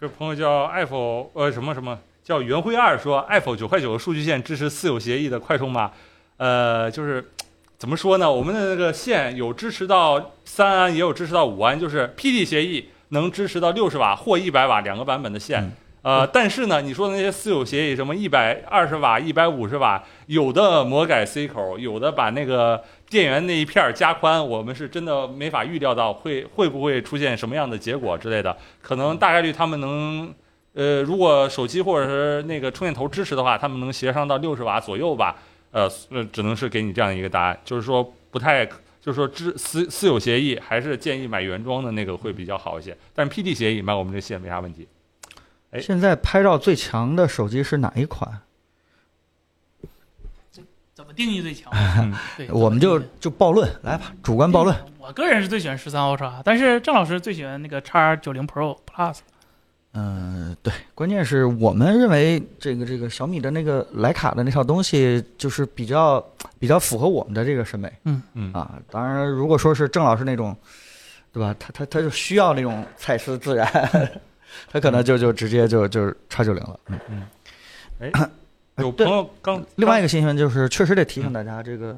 [SPEAKER 1] 这朋友叫 iPhone 呃什么什么叫袁辉二说 iPhone 九块九数据线支持私有协议的快充吗？呃，就是怎么说呢？我们的那个线有支持到三安，也有支持到五安，就是 PD 协议能支持到六十瓦或一百瓦两个版本的线。
[SPEAKER 2] 嗯
[SPEAKER 1] 呃，但是呢，你说的那些私有协议，什么一百二十瓦、一百五十瓦，有的魔改 C 口，有的把那个电源那一片儿加宽，我们是真的没法预料到会会不会出现什么样的结果之类的。可能大概率他们能，呃，如果手机或者是那个充电头支持的话，他们能协商到六十瓦左右吧。呃，呃只能是给你这样一个答案，就是说不太，就是说知私私有协议还是建议买原装的那个会比较好一些。但是 PD 协议买我们这线没啥问题。哎
[SPEAKER 2] 现在拍照最强的手机是哪一款？
[SPEAKER 3] 怎么定 义最强？对，
[SPEAKER 2] 我们就就暴论来吧，主观暴论。。
[SPEAKER 3] 嗯我个人是最喜欢十三 Ultra，但是郑老师最喜欢那个叉九零 Pro Plus。
[SPEAKER 2] 嗯、对，关键是我们认为这个这个小米的那个徕卡的那套东西，就是比较比较符合我们的这个审美。
[SPEAKER 1] 嗯，
[SPEAKER 2] 啊，当然，如果说是郑老师那种，对吧？他他他就需要那种彩丝自然， 他可能就就直接就就是叉九零了。嗯
[SPEAKER 1] 嗯，哎
[SPEAKER 2] 呃
[SPEAKER 1] 有朋
[SPEAKER 2] 对，
[SPEAKER 1] 友刚
[SPEAKER 2] 另外一个新闻就是，确实得提醒大家，这个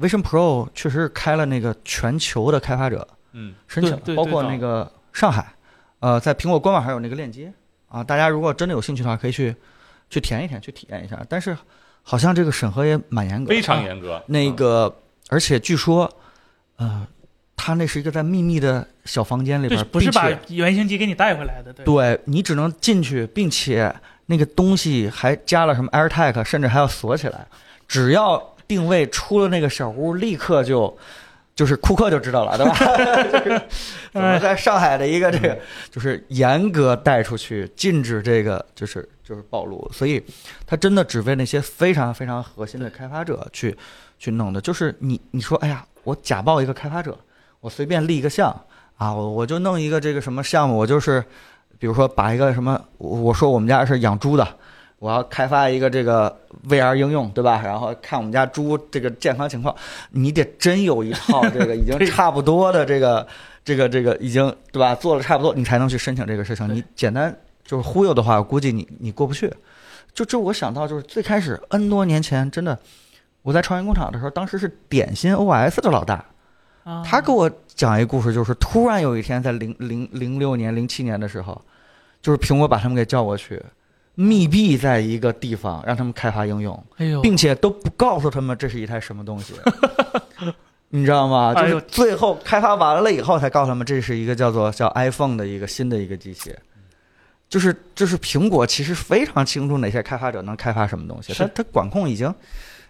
[SPEAKER 2] Vision Pro 确实开了那个全球的开发者
[SPEAKER 1] 嗯
[SPEAKER 2] 申请
[SPEAKER 3] 对对
[SPEAKER 2] 了，包
[SPEAKER 3] 对
[SPEAKER 2] 括
[SPEAKER 3] 的
[SPEAKER 2] 那个上海，呃，在苹果官网上有那个链接啊，大家如果真的有兴趣的话，可以去去填一填，去体验一下。但是好像这个审核也蛮严格的，
[SPEAKER 1] 非常严格，
[SPEAKER 2] 那个，而且据说，呃，他那是一个在秘密的小房间里边
[SPEAKER 3] 对
[SPEAKER 2] 儿，，
[SPEAKER 3] 不是
[SPEAKER 2] 并
[SPEAKER 3] 把
[SPEAKER 2] 且
[SPEAKER 3] 原型机给你带回来的，对。
[SPEAKER 2] 对你只能进去，并且那个东西还加了什么 AirTag，甚至还要锁起来。只要定位出了那个小屋，立刻就就是库克就知道了，对吧？就是怎么在上海的一个这个，就是严格带出去，禁止这个就是就是暴露，所以他真的只为那些非常非常核心的开发者去去弄的。就是你你说，哎呀，我假冒一个开发者，我随便立一个像。啊，我我就弄一个这个什么项目，我就是比如说把一个什么，我我说我们家是养猪的，我要开发一个这个 VR 应用，对吧？然后看我们家猪这个健康情况，你得真有一套这个已经
[SPEAKER 3] 对
[SPEAKER 2] 差不多的这个这个这个已经对吧做的差不多，你才能去申请这个事情。
[SPEAKER 3] 对
[SPEAKER 2] 你简单就是忽悠的话，我估计你你过不去。就这我想到就是最开始 N 多年前，真的我在创业工厂的时候，当时是点心 OS 的老大，
[SPEAKER 3] 啊
[SPEAKER 2] 他给我讲一故事，就是突然有一天，在零零零六年、零七年的时候，就是苹果把他们给叫过去，密闭在一个地方，让他们开发应用，
[SPEAKER 3] 哎呦，
[SPEAKER 2] 并且都不告诉他们这是一台什么东 西，你知道吗？就
[SPEAKER 3] 哎
[SPEAKER 2] 是
[SPEAKER 3] 呦
[SPEAKER 2] 最后开发完了以后，才告诉他们这是一个叫做叫 iPhone 的一个新的一个机器。就是就是苹果其实非常清楚哪些开发者能开发什么东西，
[SPEAKER 3] 是
[SPEAKER 2] 它它管控已经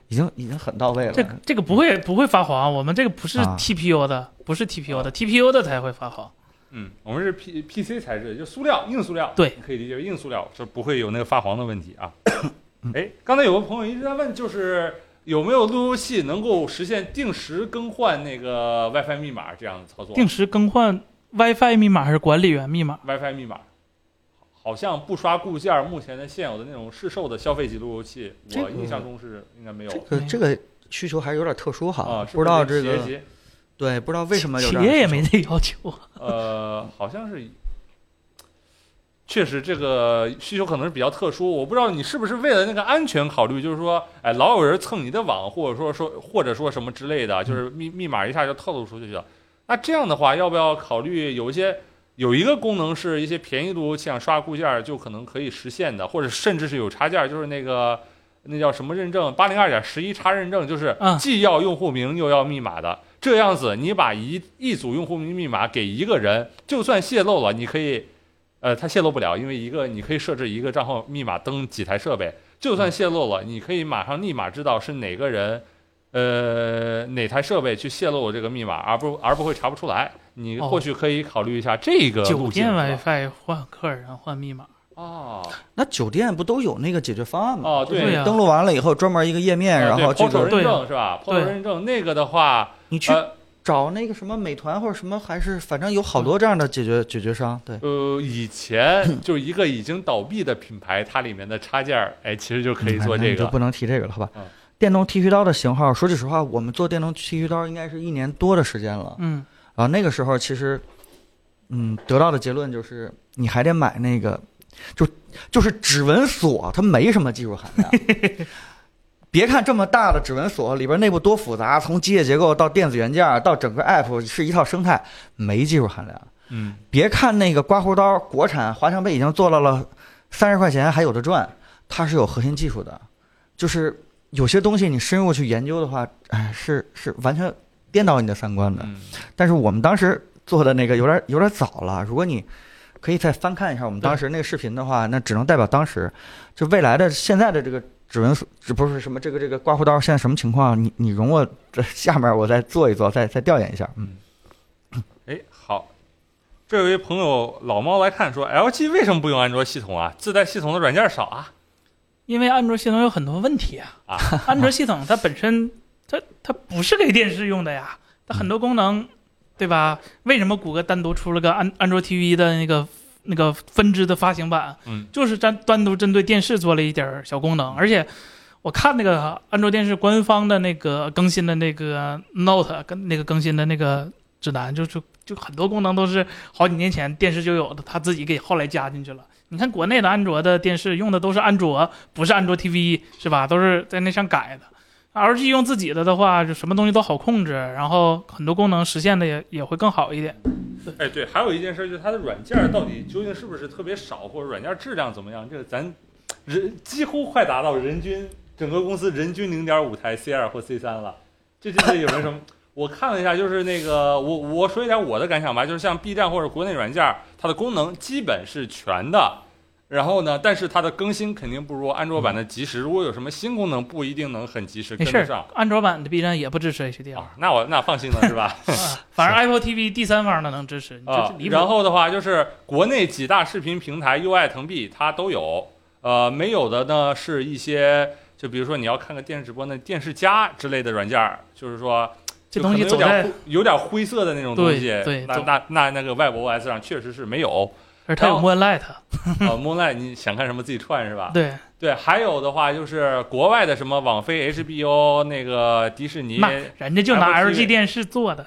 [SPEAKER 2] 已经已经很到位了。
[SPEAKER 3] 这个这个不会不会发黄，我们这个不是
[SPEAKER 2] 啊
[SPEAKER 3] TPU 的，不是 TPU 的，TPU 的才会发黄。
[SPEAKER 1] 嗯，我们是 P P C 材质，就塑料硬塑料，
[SPEAKER 3] 对，
[SPEAKER 1] 可以理解为硬塑料，就不会有那个发黄的问 题啊。哎，刚才有个朋友一直在问，就是有没有路由器能够实现定时更换那个 WiFi 密码这样的操作
[SPEAKER 3] 定时更换 WiFi 密码还是管理员密码？
[SPEAKER 1] ？WiFi 密码好像不刷固件儿，目前的现有的那种市售的消费级路由器，
[SPEAKER 2] 这
[SPEAKER 1] 我
[SPEAKER 2] 个
[SPEAKER 1] 印象中是应该没有
[SPEAKER 2] 这个这个需求还是有点特殊哈，
[SPEAKER 1] 啊，是
[SPEAKER 2] 不知道这
[SPEAKER 1] 是
[SPEAKER 2] 个
[SPEAKER 1] 企业级
[SPEAKER 2] 对，不知道为什么有
[SPEAKER 3] 企
[SPEAKER 2] 这样的
[SPEAKER 3] 业也
[SPEAKER 2] 需求
[SPEAKER 3] 没这要求啊。
[SPEAKER 1] 呃，好像是，确实这个需求可能是比较特殊。我不知道你是不是为了那个安全考虑，就是说，哎，老有人蹭你的网，或者说说或者说什么之类的，就是密密码一下就透露出去了。那这样的话，要不要考虑有一些有一个功能是一些便宜路由器上刷固件儿就可能可以实现的，或者甚至是有插件儿，就是那个那叫什么认证，八零二点十一叉认证，就是
[SPEAKER 3] 嗯
[SPEAKER 1] 既要用户名又要密码的。这样子，你把一一组用户名密码给一个人，就算泄露了，你可以，呃，他泄露不了，因为一个你可以设置一个账号密码登几台设备，就算泄露了，你可以马上立马知道是哪个人，呃，哪台设备去泄露我这个密码，而不而不会查不出来。你
[SPEAKER 3] 哦
[SPEAKER 1] 或许可以考虑一下这
[SPEAKER 2] 呃
[SPEAKER 1] 个
[SPEAKER 3] 酒
[SPEAKER 1] 路径
[SPEAKER 3] 店
[SPEAKER 1] 是吧
[SPEAKER 3] WiFi 换客人换密码，
[SPEAKER 1] 哦
[SPEAKER 2] 那酒店不都有那个解决方案吗？
[SPEAKER 1] 哦，
[SPEAKER 3] 对
[SPEAKER 1] 对，啊
[SPEAKER 3] 呀
[SPEAKER 2] 登录完了以后，专门一个页面，哎然后这
[SPEAKER 1] 呃抛头
[SPEAKER 2] 个
[SPEAKER 1] 认证是吧？抛头认证那个的话，
[SPEAKER 2] 你去
[SPEAKER 1] 呃
[SPEAKER 2] 找那个什么美团或者什么，还是反正有好多这样的解决解决商。对，
[SPEAKER 1] 呃，以前就是一个已经倒闭的品牌，它里面的插件儿，哎，其实就可以做
[SPEAKER 2] 哎那
[SPEAKER 1] 这
[SPEAKER 2] 你就
[SPEAKER 1] 个。
[SPEAKER 2] 不能提这个了，好吧
[SPEAKER 1] 嗯？
[SPEAKER 2] 电动剃须刀的型号，说句实话，我们做电动剃须刀应该是一年多的时间了。
[SPEAKER 3] 嗯，
[SPEAKER 2] 啊，那个时候其实，嗯，得到的结论就是你还得买那个，就就是指纹锁，它没什么技术含量。别看这么大的指纹锁，里边内部多复杂，从机械结构到电子元件儿到整个 app 是一套生态，没技术含量。
[SPEAKER 1] 嗯，
[SPEAKER 2] 别看那个刮胡刀，国产华强北已经做到了三十块钱还有的赚，它是有核心技术的，就是有些东西你深入去研究的话，哎，是是完全颠倒你的三观的。
[SPEAKER 1] 嗯
[SPEAKER 2] 但是我们当时做的那个有点有点早了，如果你可以再翻看一下我们当时那个视频的话，那只能代表当时，就未来的现在的这个指纹锁，只不是什么这个这个刮胡刀现在什么情况？你你容我在下面我再做一做，再再调研一下。嗯，
[SPEAKER 1] 哎，好，这位朋友老猫来看说，LG 为什么不用安卓系统啊？自带系统的软件少啊？
[SPEAKER 3] 因为安卓系统有很多问题啊。
[SPEAKER 1] 啊
[SPEAKER 3] 安卓系统它本身它它不是给电视用的呀，它很多功能，对吧？为什么谷歌单独出了个安安卓 TV 的那个那个分支的发行版？
[SPEAKER 1] 嗯，
[SPEAKER 3] 就是单单独针对电视做了一点儿小功能，而且我看那个安卓电视官方的那个更新的那个 Note 跟那个更新的那个指南，就就就很多功能都是好几年前电视就有的，他自己给后来加进去了。你看国内的安卓的电视用的都是安卓，不是安卓 TV 是吧？都是在那上改的。LG 用自己的的话，就什么东西都好控制，然后很多功能实现的也也会更好一点。
[SPEAKER 1] 哎，对，还有一件事就是它的软件到底究竟是不是特别少，或者软件质量怎么样？这个咱人几乎快达到人均整个公司人均零点五台 C 二或 C 三了。这这这有没有什么？我看了一下，就是那个我我说一点我的感想吧，就是像 B 站或者国内软件，它的功能基本是全的。然后呢，但是它的更新肯定不如安卓版的及时。如果有什么新功能，不一定能很及时
[SPEAKER 3] 嗯没
[SPEAKER 1] 跟
[SPEAKER 3] 事
[SPEAKER 1] 得
[SPEAKER 3] 儿哎
[SPEAKER 1] 上。，
[SPEAKER 3] 安卓版的 B 站也不支持 HDR。
[SPEAKER 1] 啊，那我那放心了，是吧？
[SPEAKER 3] 啊，反正 Apple TV 第三方的能支持，你这
[SPEAKER 1] 啊
[SPEAKER 3] 是离谱。
[SPEAKER 1] 然后的话就是国内几大视频平台，优爱、腾币它都有。呃，没有的呢是一些，就比如说你要看个电视直播，那电视家之类的软件儿，就是说
[SPEAKER 3] 这
[SPEAKER 1] 就
[SPEAKER 3] 东西
[SPEAKER 1] 可能
[SPEAKER 3] 总
[SPEAKER 1] 有点
[SPEAKER 3] 在
[SPEAKER 1] 灰，有点灰色的那种东西，
[SPEAKER 3] 对对
[SPEAKER 1] 那
[SPEAKER 3] 总
[SPEAKER 1] 那那那个外国 OS 上确实是没 有。
[SPEAKER 3] 而它有
[SPEAKER 1] 然
[SPEAKER 3] Moonlight，
[SPEAKER 1] 呃，Moonlight 你想看什么自己串是吧？
[SPEAKER 3] 对
[SPEAKER 1] 对，还有的话就是国外的什么网飞、HBO、那个迪士尼
[SPEAKER 3] 那
[SPEAKER 1] 啊
[SPEAKER 3] 人家就拿
[SPEAKER 1] LG
[SPEAKER 3] LG 电视做的，，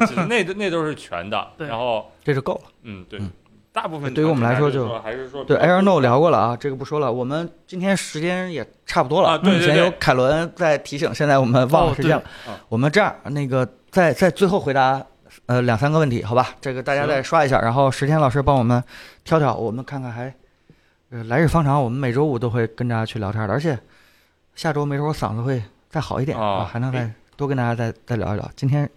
[SPEAKER 1] 就是那那都是全的。
[SPEAKER 3] 对
[SPEAKER 1] 然后
[SPEAKER 2] 这就够了。
[SPEAKER 1] 嗯，对
[SPEAKER 2] 嗯，
[SPEAKER 1] 大部分
[SPEAKER 2] 对于我们来
[SPEAKER 1] 说
[SPEAKER 2] 说就
[SPEAKER 1] 还是说
[SPEAKER 2] 对
[SPEAKER 1] 比较
[SPEAKER 2] ，Air No 聊过了啊，这个不说了。我们今天时间也差不多了。
[SPEAKER 1] 啊对对
[SPEAKER 2] 以前
[SPEAKER 1] 对
[SPEAKER 2] 有凯伦在提醒，现在我们忘
[SPEAKER 3] 哦
[SPEAKER 2] 了是这样。
[SPEAKER 1] 对啊
[SPEAKER 2] 我们这样，那个再再最后回答呃两三个问题，好吧？这个大家
[SPEAKER 1] 行
[SPEAKER 2] 再刷一下，然后石天老师帮我们挑挑，我们看看还呃来日方长。我们每周五都会跟大家去聊天的，而且下周没准我嗓子会再好一点、
[SPEAKER 1] 哦
[SPEAKER 2] 啊，还能再
[SPEAKER 1] 哎
[SPEAKER 2] 多跟大家再再聊一聊。今天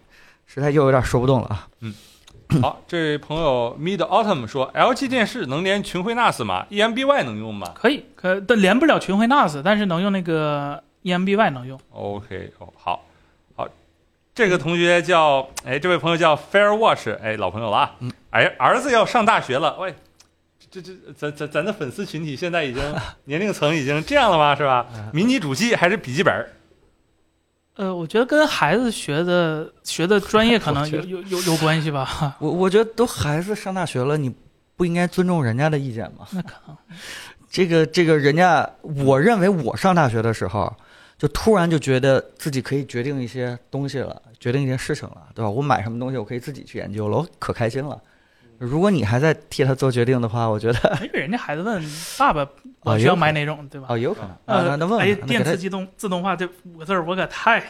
[SPEAKER 2] 实在又有点说不动了啊。
[SPEAKER 1] 好，这位朋友 Mid Autumn 说，LG 电视能连群晖 NAS 吗？EMBY E 能用吗
[SPEAKER 3] 可以，可但连不了群晖 NAS，但是能用那个 E EMBY 能用。
[SPEAKER 1] ？OK，哦，好，好，这个同学叫，哎，这位朋友叫 Fair Watch，哎，老朋友了啊，
[SPEAKER 2] 嗯
[SPEAKER 1] 哎，儿子要上大学了，喂，这这咱咱咱的粉丝群体现在已 经年龄层已经这样了吗？是吧？
[SPEAKER 2] 嗯
[SPEAKER 1] 迷你主机还是笔记本儿？
[SPEAKER 3] 呃，我觉得跟孩子学的学的专业可
[SPEAKER 2] 我
[SPEAKER 3] 能
[SPEAKER 2] 觉
[SPEAKER 3] 有
[SPEAKER 2] 得
[SPEAKER 3] 有有有关系吧，
[SPEAKER 2] 我我觉得都孩子上大学了，你不应该尊重人家的意见吗？
[SPEAKER 3] 那可能
[SPEAKER 2] 这个这个，人家我认为我上大学的时候，就突然就觉得自己可以决定一些东西了，决定一些事情了，对吧？我买什么东西，我可以自己去研究了，我可开心了。如果你还在替他做决定的话，我觉 得
[SPEAKER 3] 没准人家孩子问爸爸，我
[SPEAKER 2] 啊
[SPEAKER 3] 需
[SPEAKER 2] 有
[SPEAKER 3] 要
[SPEAKER 2] 可
[SPEAKER 3] 买
[SPEAKER 2] 能
[SPEAKER 3] 哪种，对吧？
[SPEAKER 2] 哦，也有可能啊，那
[SPEAKER 3] 呃
[SPEAKER 2] 那
[SPEAKER 1] 嗯
[SPEAKER 2] 问
[SPEAKER 3] 哎
[SPEAKER 2] 问，，那
[SPEAKER 3] 电
[SPEAKER 2] 给他
[SPEAKER 3] 磁机动自动化这五个字儿，我可太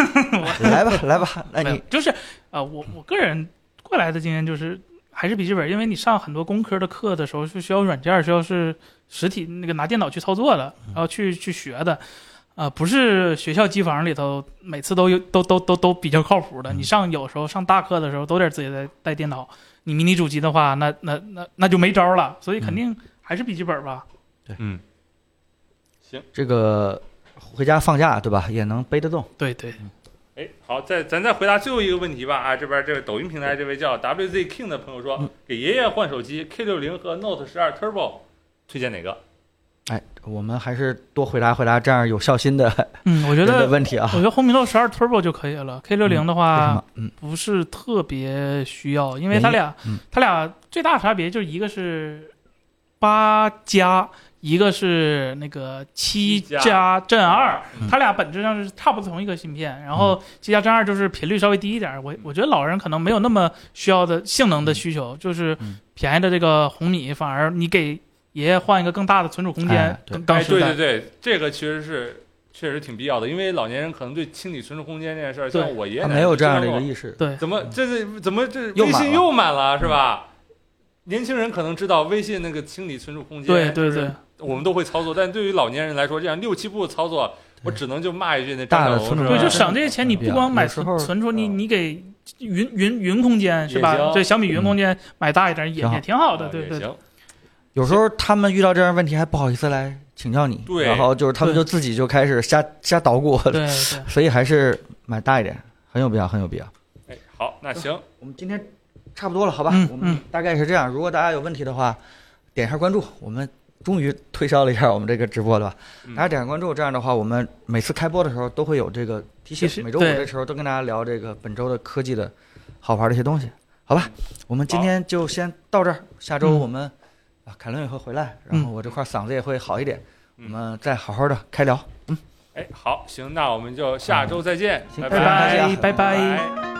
[SPEAKER 2] 来吧，来 吧，那
[SPEAKER 3] 没
[SPEAKER 2] 哎
[SPEAKER 3] 有
[SPEAKER 2] 你，
[SPEAKER 3] 就是啊、呃我我个人过来的经验就是还是笔记本，因为你上很多工科的课的时候是需要软件儿，需要是实体那个拿电脑去操作的，
[SPEAKER 2] 嗯
[SPEAKER 3] 然后去去学的，啊、不是学校机房里头每次都有都都都都比较靠谱的。
[SPEAKER 2] 嗯
[SPEAKER 3] 你上有时候上大课的时候都得自己带带电脑，你迷你主机的话，那那那那就没招儿了，所以肯
[SPEAKER 2] 嗯
[SPEAKER 3] 定还是笔记本吧。
[SPEAKER 1] 嗯，
[SPEAKER 2] 这个回家放假对吧？也能背得动。
[SPEAKER 3] 对对，
[SPEAKER 1] 哎，好，再咱再回答最后一个问题吧。啊，这边这个抖音平台这位叫 WZ King 的朋友说
[SPEAKER 2] 嗯，
[SPEAKER 1] 给爷爷换手机 K 六零和 Note 十二 Turbo，推荐哪个？
[SPEAKER 2] 哎，我们还是多回答回答这样有孝心的
[SPEAKER 3] 嗯，我觉
[SPEAKER 2] 人的
[SPEAKER 3] 得
[SPEAKER 2] 问题啊。
[SPEAKER 3] 我觉得红啊米 Note 十二 Turbo 就可以了，K 六零的
[SPEAKER 2] 为
[SPEAKER 3] 话。
[SPEAKER 2] 什么？嗯，
[SPEAKER 3] 不是特别需要，因为
[SPEAKER 2] 原
[SPEAKER 3] 它
[SPEAKER 2] 因
[SPEAKER 3] 俩、
[SPEAKER 2] 嗯
[SPEAKER 3] 它俩最大差别就是一个是八加，一个是那个
[SPEAKER 1] 七
[SPEAKER 3] 七
[SPEAKER 1] 加
[SPEAKER 3] 加正二，
[SPEAKER 2] 嗯
[SPEAKER 3] 它俩本质上是差不多同一个芯片。然后七加正二就是频率稍微低一点，我我觉得老人可能没有那么需要的性能的需求，就是
[SPEAKER 2] 嗯嗯
[SPEAKER 3] 便宜的这个红米反而你给爷爷换一个更大的存储空间
[SPEAKER 2] 哎，对
[SPEAKER 3] 更
[SPEAKER 1] 哎，
[SPEAKER 3] 刚需
[SPEAKER 1] 对
[SPEAKER 3] 的。
[SPEAKER 1] 对对，这个其实是确实挺必要的，因为老年人可能对清理存储空间这件事儿，
[SPEAKER 3] 对
[SPEAKER 1] 像我爷爷
[SPEAKER 2] 他
[SPEAKER 1] 奶奶
[SPEAKER 2] 啊没有这样的
[SPEAKER 1] 就
[SPEAKER 2] 一
[SPEAKER 1] 告
[SPEAKER 2] 个
[SPEAKER 1] 诉我
[SPEAKER 2] 意识。
[SPEAKER 3] 对
[SPEAKER 1] 怎么这这怎么这
[SPEAKER 2] 又
[SPEAKER 1] 微
[SPEAKER 2] 满
[SPEAKER 1] 信
[SPEAKER 2] 了嗯
[SPEAKER 1] 又满了是吧？年轻人可能知道微信那个清理存储空间，
[SPEAKER 3] 对对
[SPEAKER 1] 就
[SPEAKER 3] 对
[SPEAKER 1] 是，我们都会操作，但对于老年人来说，这样六七步操作，我
[SPEAKER 2] 对
[SPEAKER 1] 只能就骂一句那
[SPEAKER 2] 大
[SPEAKER 1] 张
[SPEAKER 2] 的
[SPEAKER 1] 小龙
[SPEAKER 2] 存储
[SPEAKER 1] 是
[SPEAKER 2] 空
[SPEAKER 3] 对，
[SPEAKER 1] 吧
[SPEAKER 2] 间
[SPEAKER 3] 就省这些钱，你不光买
[SPEAKER 2] 有时候
[SPEAKER 3] 存存储，你
[SPEAKER 1] 嗯
[SPEAKER 3] 你给云云云空间是
[SPEAKER 1] 也
[SPEAKER 3] 吧
[SPEAKER 1] 行？
[SPEAKER 3] 对，小米云空间买大一点也
[SPEAKER 2] 挺好
[SPEAKER 3] 也挺好
[SPEAKER 1] 啊
[SPEAKER 3] 的，对
[SPEAKER 1] 也
[SPEAKER 3] 对。
[SPEAKER 1] 行。
[SPEAKER 2] 有时候他们遇到这样的问题还不好意思来请教你，
[SPEAKER 1] 对
[SPEAKER 2] 然后就是他们就自己就开始瞎瞎捣鼓，
[SPEAKER 3] 对对，
[SPEAKER 2] 所以还是买大一点，很有必要，很有必要。
[SPEAKER 1] 哎，好，那行，
[SPEAKER 2] 我们今天差不多了，好吧？
[SPEAKER 3] 嗯
[SPEAKER 2] 我们大概是这样。如果大家有问题的话，点一下关注，我们终于推销了一下我们这个直播，对吧？
[SPEAKER 1] 嗯
[SPEAKER 2] 大家点下关注，这样的话，我们每次开播的时候都会有这个提
[SPEAKER 3] 提示
[SPEAKER 2] 醒，每周五
[SPEAKER 3] 对
[SPEAKER 2] 的时候都跟大家聊这个本周的科技的好玩的一些东西，好吧？我们今天就先到这儿，下周
[SPEAKER 3] 嗯
[SPEAKER 2] 我们、啊，凯伦也会回来，然后我这块嗓子也会好一点，
[SPEAKER 1] 嗯
[SPEAKER 2] 我们再好好的开聊。
[SPEAKER 1] 哎，好，行，那我们就下周再见，
[SPEAKER 2] 行
[SPEAKER 1] 拜
[SPEAKER 2] 拜
[SPEAKER 3] 拜
[SPEAKER 2] 拜
[SPEAKER 3] 拜拜。
[SPEAKER 1] 拜